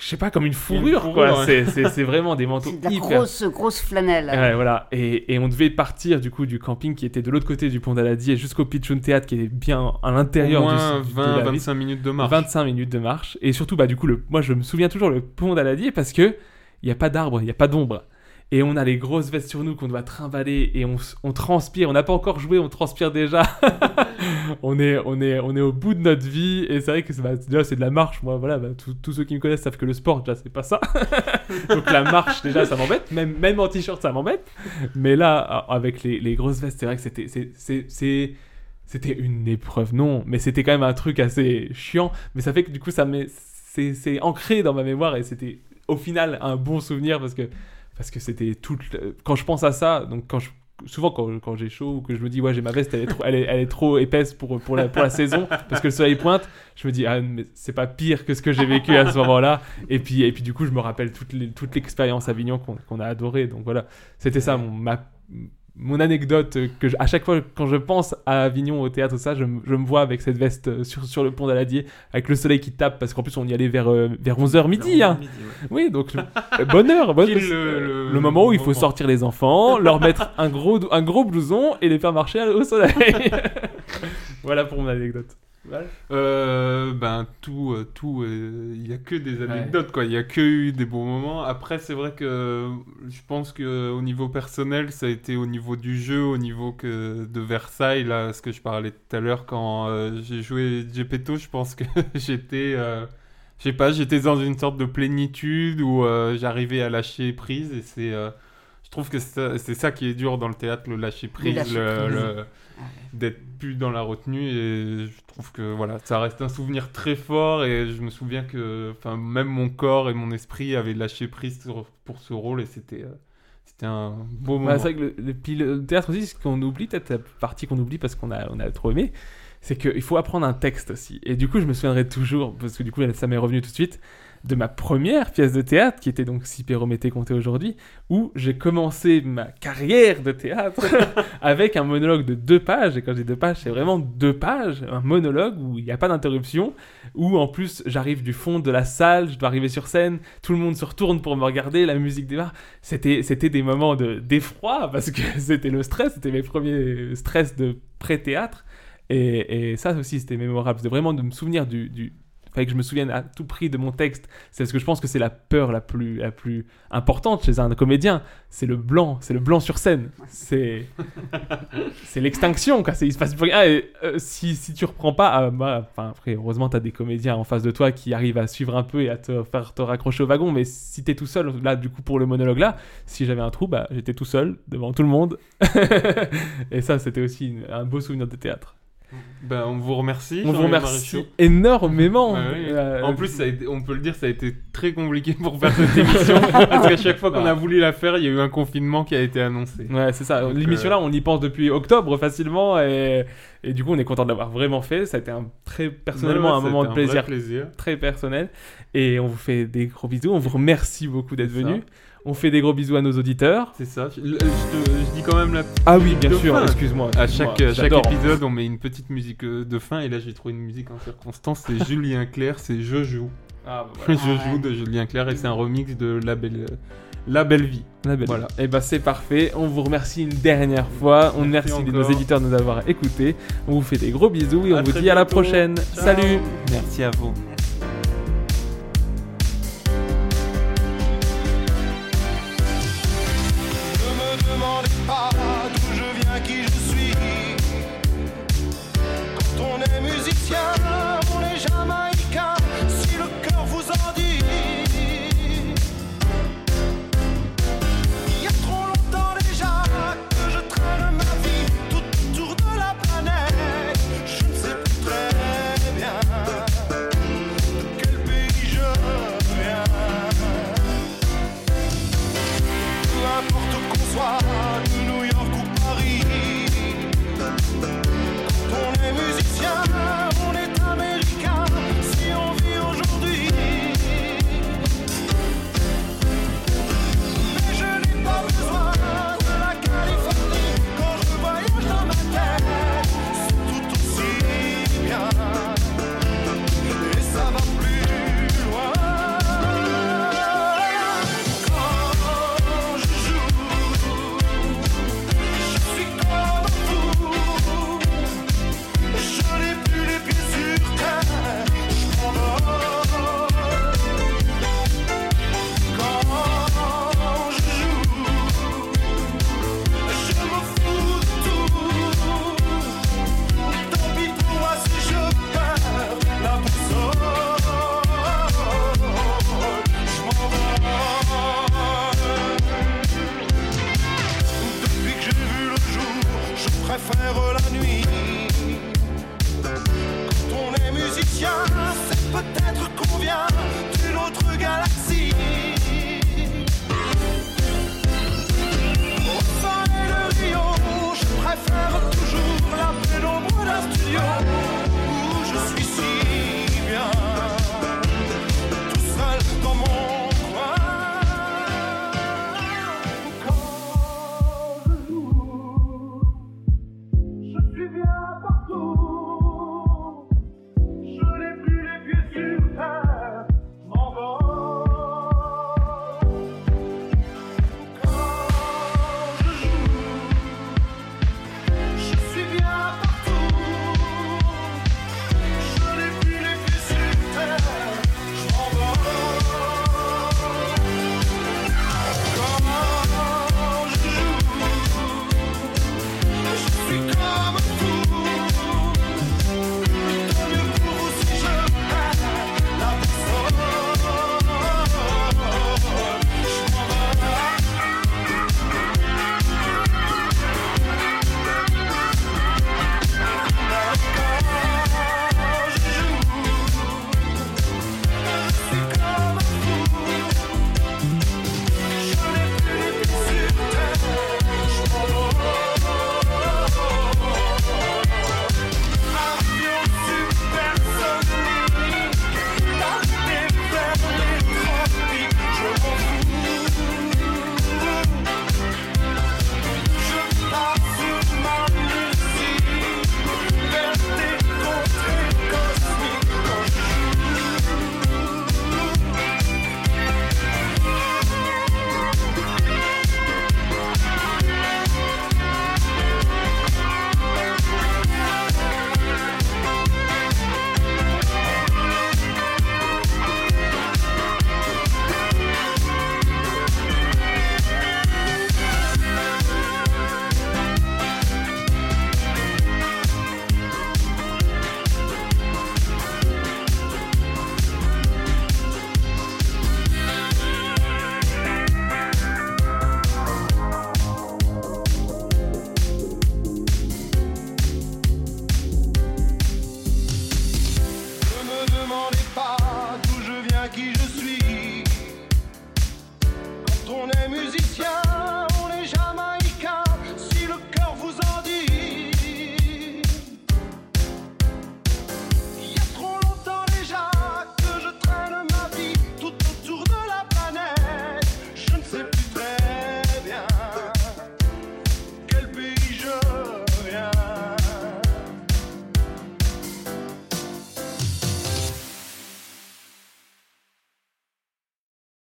[SPEAKER 7] je sais pas, comme une fourrure,
[SPEAKER 4] fourrure,
[SPEAKER 7] quoi.
[SPEAKER 4] ouais.
[SPEAKER 7] C'est- C'est c'est vraiment des manteaux
[SPEAKER 9] C'est de la
[SPEAKER 7] hyper
[SPEAKER 9] grosse, grosse flanelle.
[SPEAKER 7] Ouais, voilà. Et, et on devait partir du coup du camping qui était de l'autre côté du pont d'Aladier jusqu'au Pitchoun Théâtre qui est bien à l'intérieur
[SPEAKER 4] Au
[SPEAKER 7] du-
[SPEAKER 4] moins
[SPEAKER 7] du, de
[SPEAKER 4] 20,
[SPEAKER 7] la ville.
[SPEAKER 4] 25 minutes de marche.
[SPEAKER 7] 25 minutes de marche. Et surtout, bah, du coup, le, moi je me souviens toujours le pont d'Aladier parce que il n'y a pas d'arbre, il n'y a pas d'ombre. et on a les grosses vestes sur nous qu'on doit trimballer et on, s- on transpire. On n'a pas encore joué, on transpire déjà. on, est, on, est, on est au bout de notre vie et c'est vrai que c'est bah, déjà, c'est de la marche. Moi, voilà, bah, tous- tous ceux qui me connaissent savent que le sport, déjà, c'est pas ça. Donc la marche, déjà, ça m'embête. Même, même en t-shirt, ça m'embête. Mais là, a- avec les, les grosses vestes, c'est vrai que c'était. c'est- c'est- c'est- C'était une épreuve, non, mais c'était quand même un truc assez chiant. Mais ça fait que du coup, ça m'est- c'est c'est ancré dans ma mémoire et c'était au final un bon souvenir parce que parce que c'était tout le- quand je pense à ça donc quand je souvent quand, quand j'ai chaud ou que je me dis ouais j'ai ma veste elle est trop, elle est, elle est trop épaisse pour, pour, la, pour la saison parce que le soleil pointe je me dis ah mais c'est pas pire que ce que j'ai vécu à ce moment là et puis et puis du coup je me rappelle toute les- toute l'expérience Avignon qu'on qu'on a adoré donc voilà c'était ça mon ma mon anecdote que je- à chaque fois quand je pense à Avignon au théâtre ça je, me- je me vois avec cette veste euh, sur, sur le pont d'Aladier avec le soleil qui tape parce qu'en plus on y allait vers euh, vers 11h midi, hein. oui donc le- bonne heure bonne
[SPEAKER 4] Pile le- le-
[SPEAKER 7] le moment où
[SPEAKER 4] le
[SPEAKER 7] il faut
[SPEAKER 4] moment.
[SPEAKER 7] sortir les enfants leur mettre un gros un gros blouson et les faire marcher au soleil voilà pour mon anecdote
[SPEAKER 4] Euh, ben tout, euh, tout, euh, il y a que des anecdotes quoi. Il y a que eu des bons moments. Après, c'est vrai que euh, je pense que euh, au niveau personnel, ça a été au niveau du jeu, au niveau que de Versailles là, ce que je parlais tout à l'heure quand euh, j'ai joué Gepetto, je pense que j'étais, euh, je sais pas, j'étais dans une sorte de plénitude où euh, j'arrivais à lâcher prise et c'est, euh, je trouve que ça- c'est ça qui est dur dans le théâtre, le lâcher prise,
[SPEAKER 1] lâcher
[SPEAKER 4] le-
[SPEAKER 1] prise.
[SPEAKER 4] le- d'être plus dans la retenue et je trouve que voilà ça reste un souvenir très fort et je me souviens que enfin même mon corps et mon esprit avaient lâché prise sur- pour ce rôle et c'était euh, c'était un beau moment
[SPEAKER 7] Bah, c'est vrai que le, le- puis le théâtre aussi, ce qu'on oublie, peut-être la partie qu'on oublie parce qu'on a, on a trop aimé, c'est qu'il faut apprendre un texte aussi. Et du coup, je me souviendrai toujours, parce que du coup, ça m'est revenu tout de suite, de ma première pièce de théâtre, qui était donc Si Pérométhée comptait aujourd'hui, où j'ai commencé ma carrière de théâtre avec un monologue de deux pages. Et quand je dis deux pages, c'est vraiment deux pages, un monologue où il n'y a pas d'interruption, où en plus, j'arrive du fond de la salle, je dois arriver sur scène, tout le monde se retourne pour me regarder, la musique démarre. C'était, c'était des moments de, d'effroi parce que c'était le stress, c'était mes premiers stress de pré-théâtre. Et, et ça aussi, c'était mémorable. C'était vraiment de me souvenir du. du fallait que je me souvienne à tout prix de mon texte. C'est parce que je pense que c'est la peur la plus, la plus importante chez un comédien. C'est le blanc, c'est le blanc sur scène. C'est, c'est l'extinction, quoi. C'est, il se passe plus rien. Et, euh, si, si tu reprends pas, ah, bah, enfin, après, heureusement, t'as des comédiens en face de toi qui arrivent à suivre un peu et à te faire te raccrocher au wagon. Mais si t'es tout seul, là, du coup, pour le monologue là, si j'avais un trou, bah, j'étais tout seul devant tout le monde. et ça, c'était aussi une- un beau souvenir de théâtre.
[SPEAKER 4] Ben, on vous remercie
[SPEAKER 7] On vous
[SPEAKER 4] Jean-Louis
[SPEAKER 7] remercie
[SPEAKER 4] Maréchaux.
[SPEAKER 7] énormément.
[SPEAKER 4] Ouais, ouais.
[SPEAKER 7] Euh,
[SPEAKER 4] en plus ça a été- on peut le dire ça a été très compliqué pour faire cette émission parce qu'à chaque fois qu'on
[SPEAKER 7] Ah.
[SPEAKER 4] a voulu la faire il y a eu un confinement qui a été annoncé
[SPEAKER 7] Ouais, c'est ça.
[SPEAKER 4] Donc,
[SPEAKER 7] L'émission
[SPEAKER 4] euh,
[SPEAKER 7] là, on y pense depuis octobre facilement et, et du coup, on est content de l'avoir vraiment fait. Ça a été un très personnellement
[SPEAKER 4] Ouais,
[SPEAKER 7] un
[SPEAKER 4] ouais,
[SPEAKER 7] moment
[SPEAKER 4] c'était
[SPEAKER 7] de
[SPEAKER 4] un vrai
[SPEAKER 7] plaisir,
[SPEAKER 4] plaisir.
[SPEAKER 7] très personnel et on vous fait des gros bisous. On vous remercie beaucoup d'être
[SPEAKER 4] C'est
[SPEAKER 7] venu.
[SPEAKER 4] ça.
[SPEAKER 7] On fait des gros bisous à nos auditeurs.
[SPEAKER 4] C'est ça. Je, te- je dis quand même la petite
[SPEAKER 7] Ah oui,
[SPEAKER 4] musique
[SPEAKER 7] bien
[SPEAKER 4] de
[SPEAKER 7] sûr,
[SPEAKER 4] fin.
[SPEAKER 7] excuse-moi,
[SPEAKER 4] À
[SPEAKER 7] excuse-moi,
[SPEAKER 4] chaque, à chaque
[SPEAKER 7] j'adore.
[SPEAKER 4] épisode, on met une petite musique euh, de fin. Et là, j'ai trouvé une musique en circonstance. C'est Julien Clerc, c'est Je joue.
[SPEAKER 7] Ah, bah voilà.
[SPEAKER 4] Je joue de Julien Clerc et c'est un remix de La Belle, la belle Vie.
[SPEAKER 7] La belle
[SPEAKER 4] Voilà.
[SPEAKER 7] Et bah c'est parfait. On vous remercie une dernière fois. On
[SPEAKER 4] Merci
[SPEAKER 7] remercie nos
[SPEAKER 4] encore.
[SPEAKER 7] éditeurs de nous avoir écoutés. On vous fait des gros bisous et on
[SPEAKER 10] À
[SPEAKER 7] vous dit
[SPEAKER 10] très
[SPEAKER 7] à la
[SPEAKER 10] bientôt.
[SPEAKER 7] prochaine.
[SPEAKER 10] Ciao.
[SPEAKER 7] Salut.
[SPEAKER 10] Merci à vous.
[SPEAKER 13] Ne me demandez pas d'où je viens, qui je suis. Quand on est musicien, on est jamaïcain, si le cœur vous en dit. Il y a trop longtemps déjà que je traîne ma vie tout autour de la planète. Je ne sais plus très bien faire la nuit. Quand on est musicien, c'est peut-être qu'on vient d'une autre galaxie. Au soleil de Rio, je préfère toujours la pénombre d'un studio où je suis si bien. Tout seul dans mon coin. Je suis bien partout, je n'ai plus les pieds sur terre, m'envole. Quand je joue, je suis bien partout, je n'ai plus les pieds sur terre, je m'envole. Quand je joue, je suis comme un Ne me demandez pas d'où je viens, qui je suis. Quand on est musicien,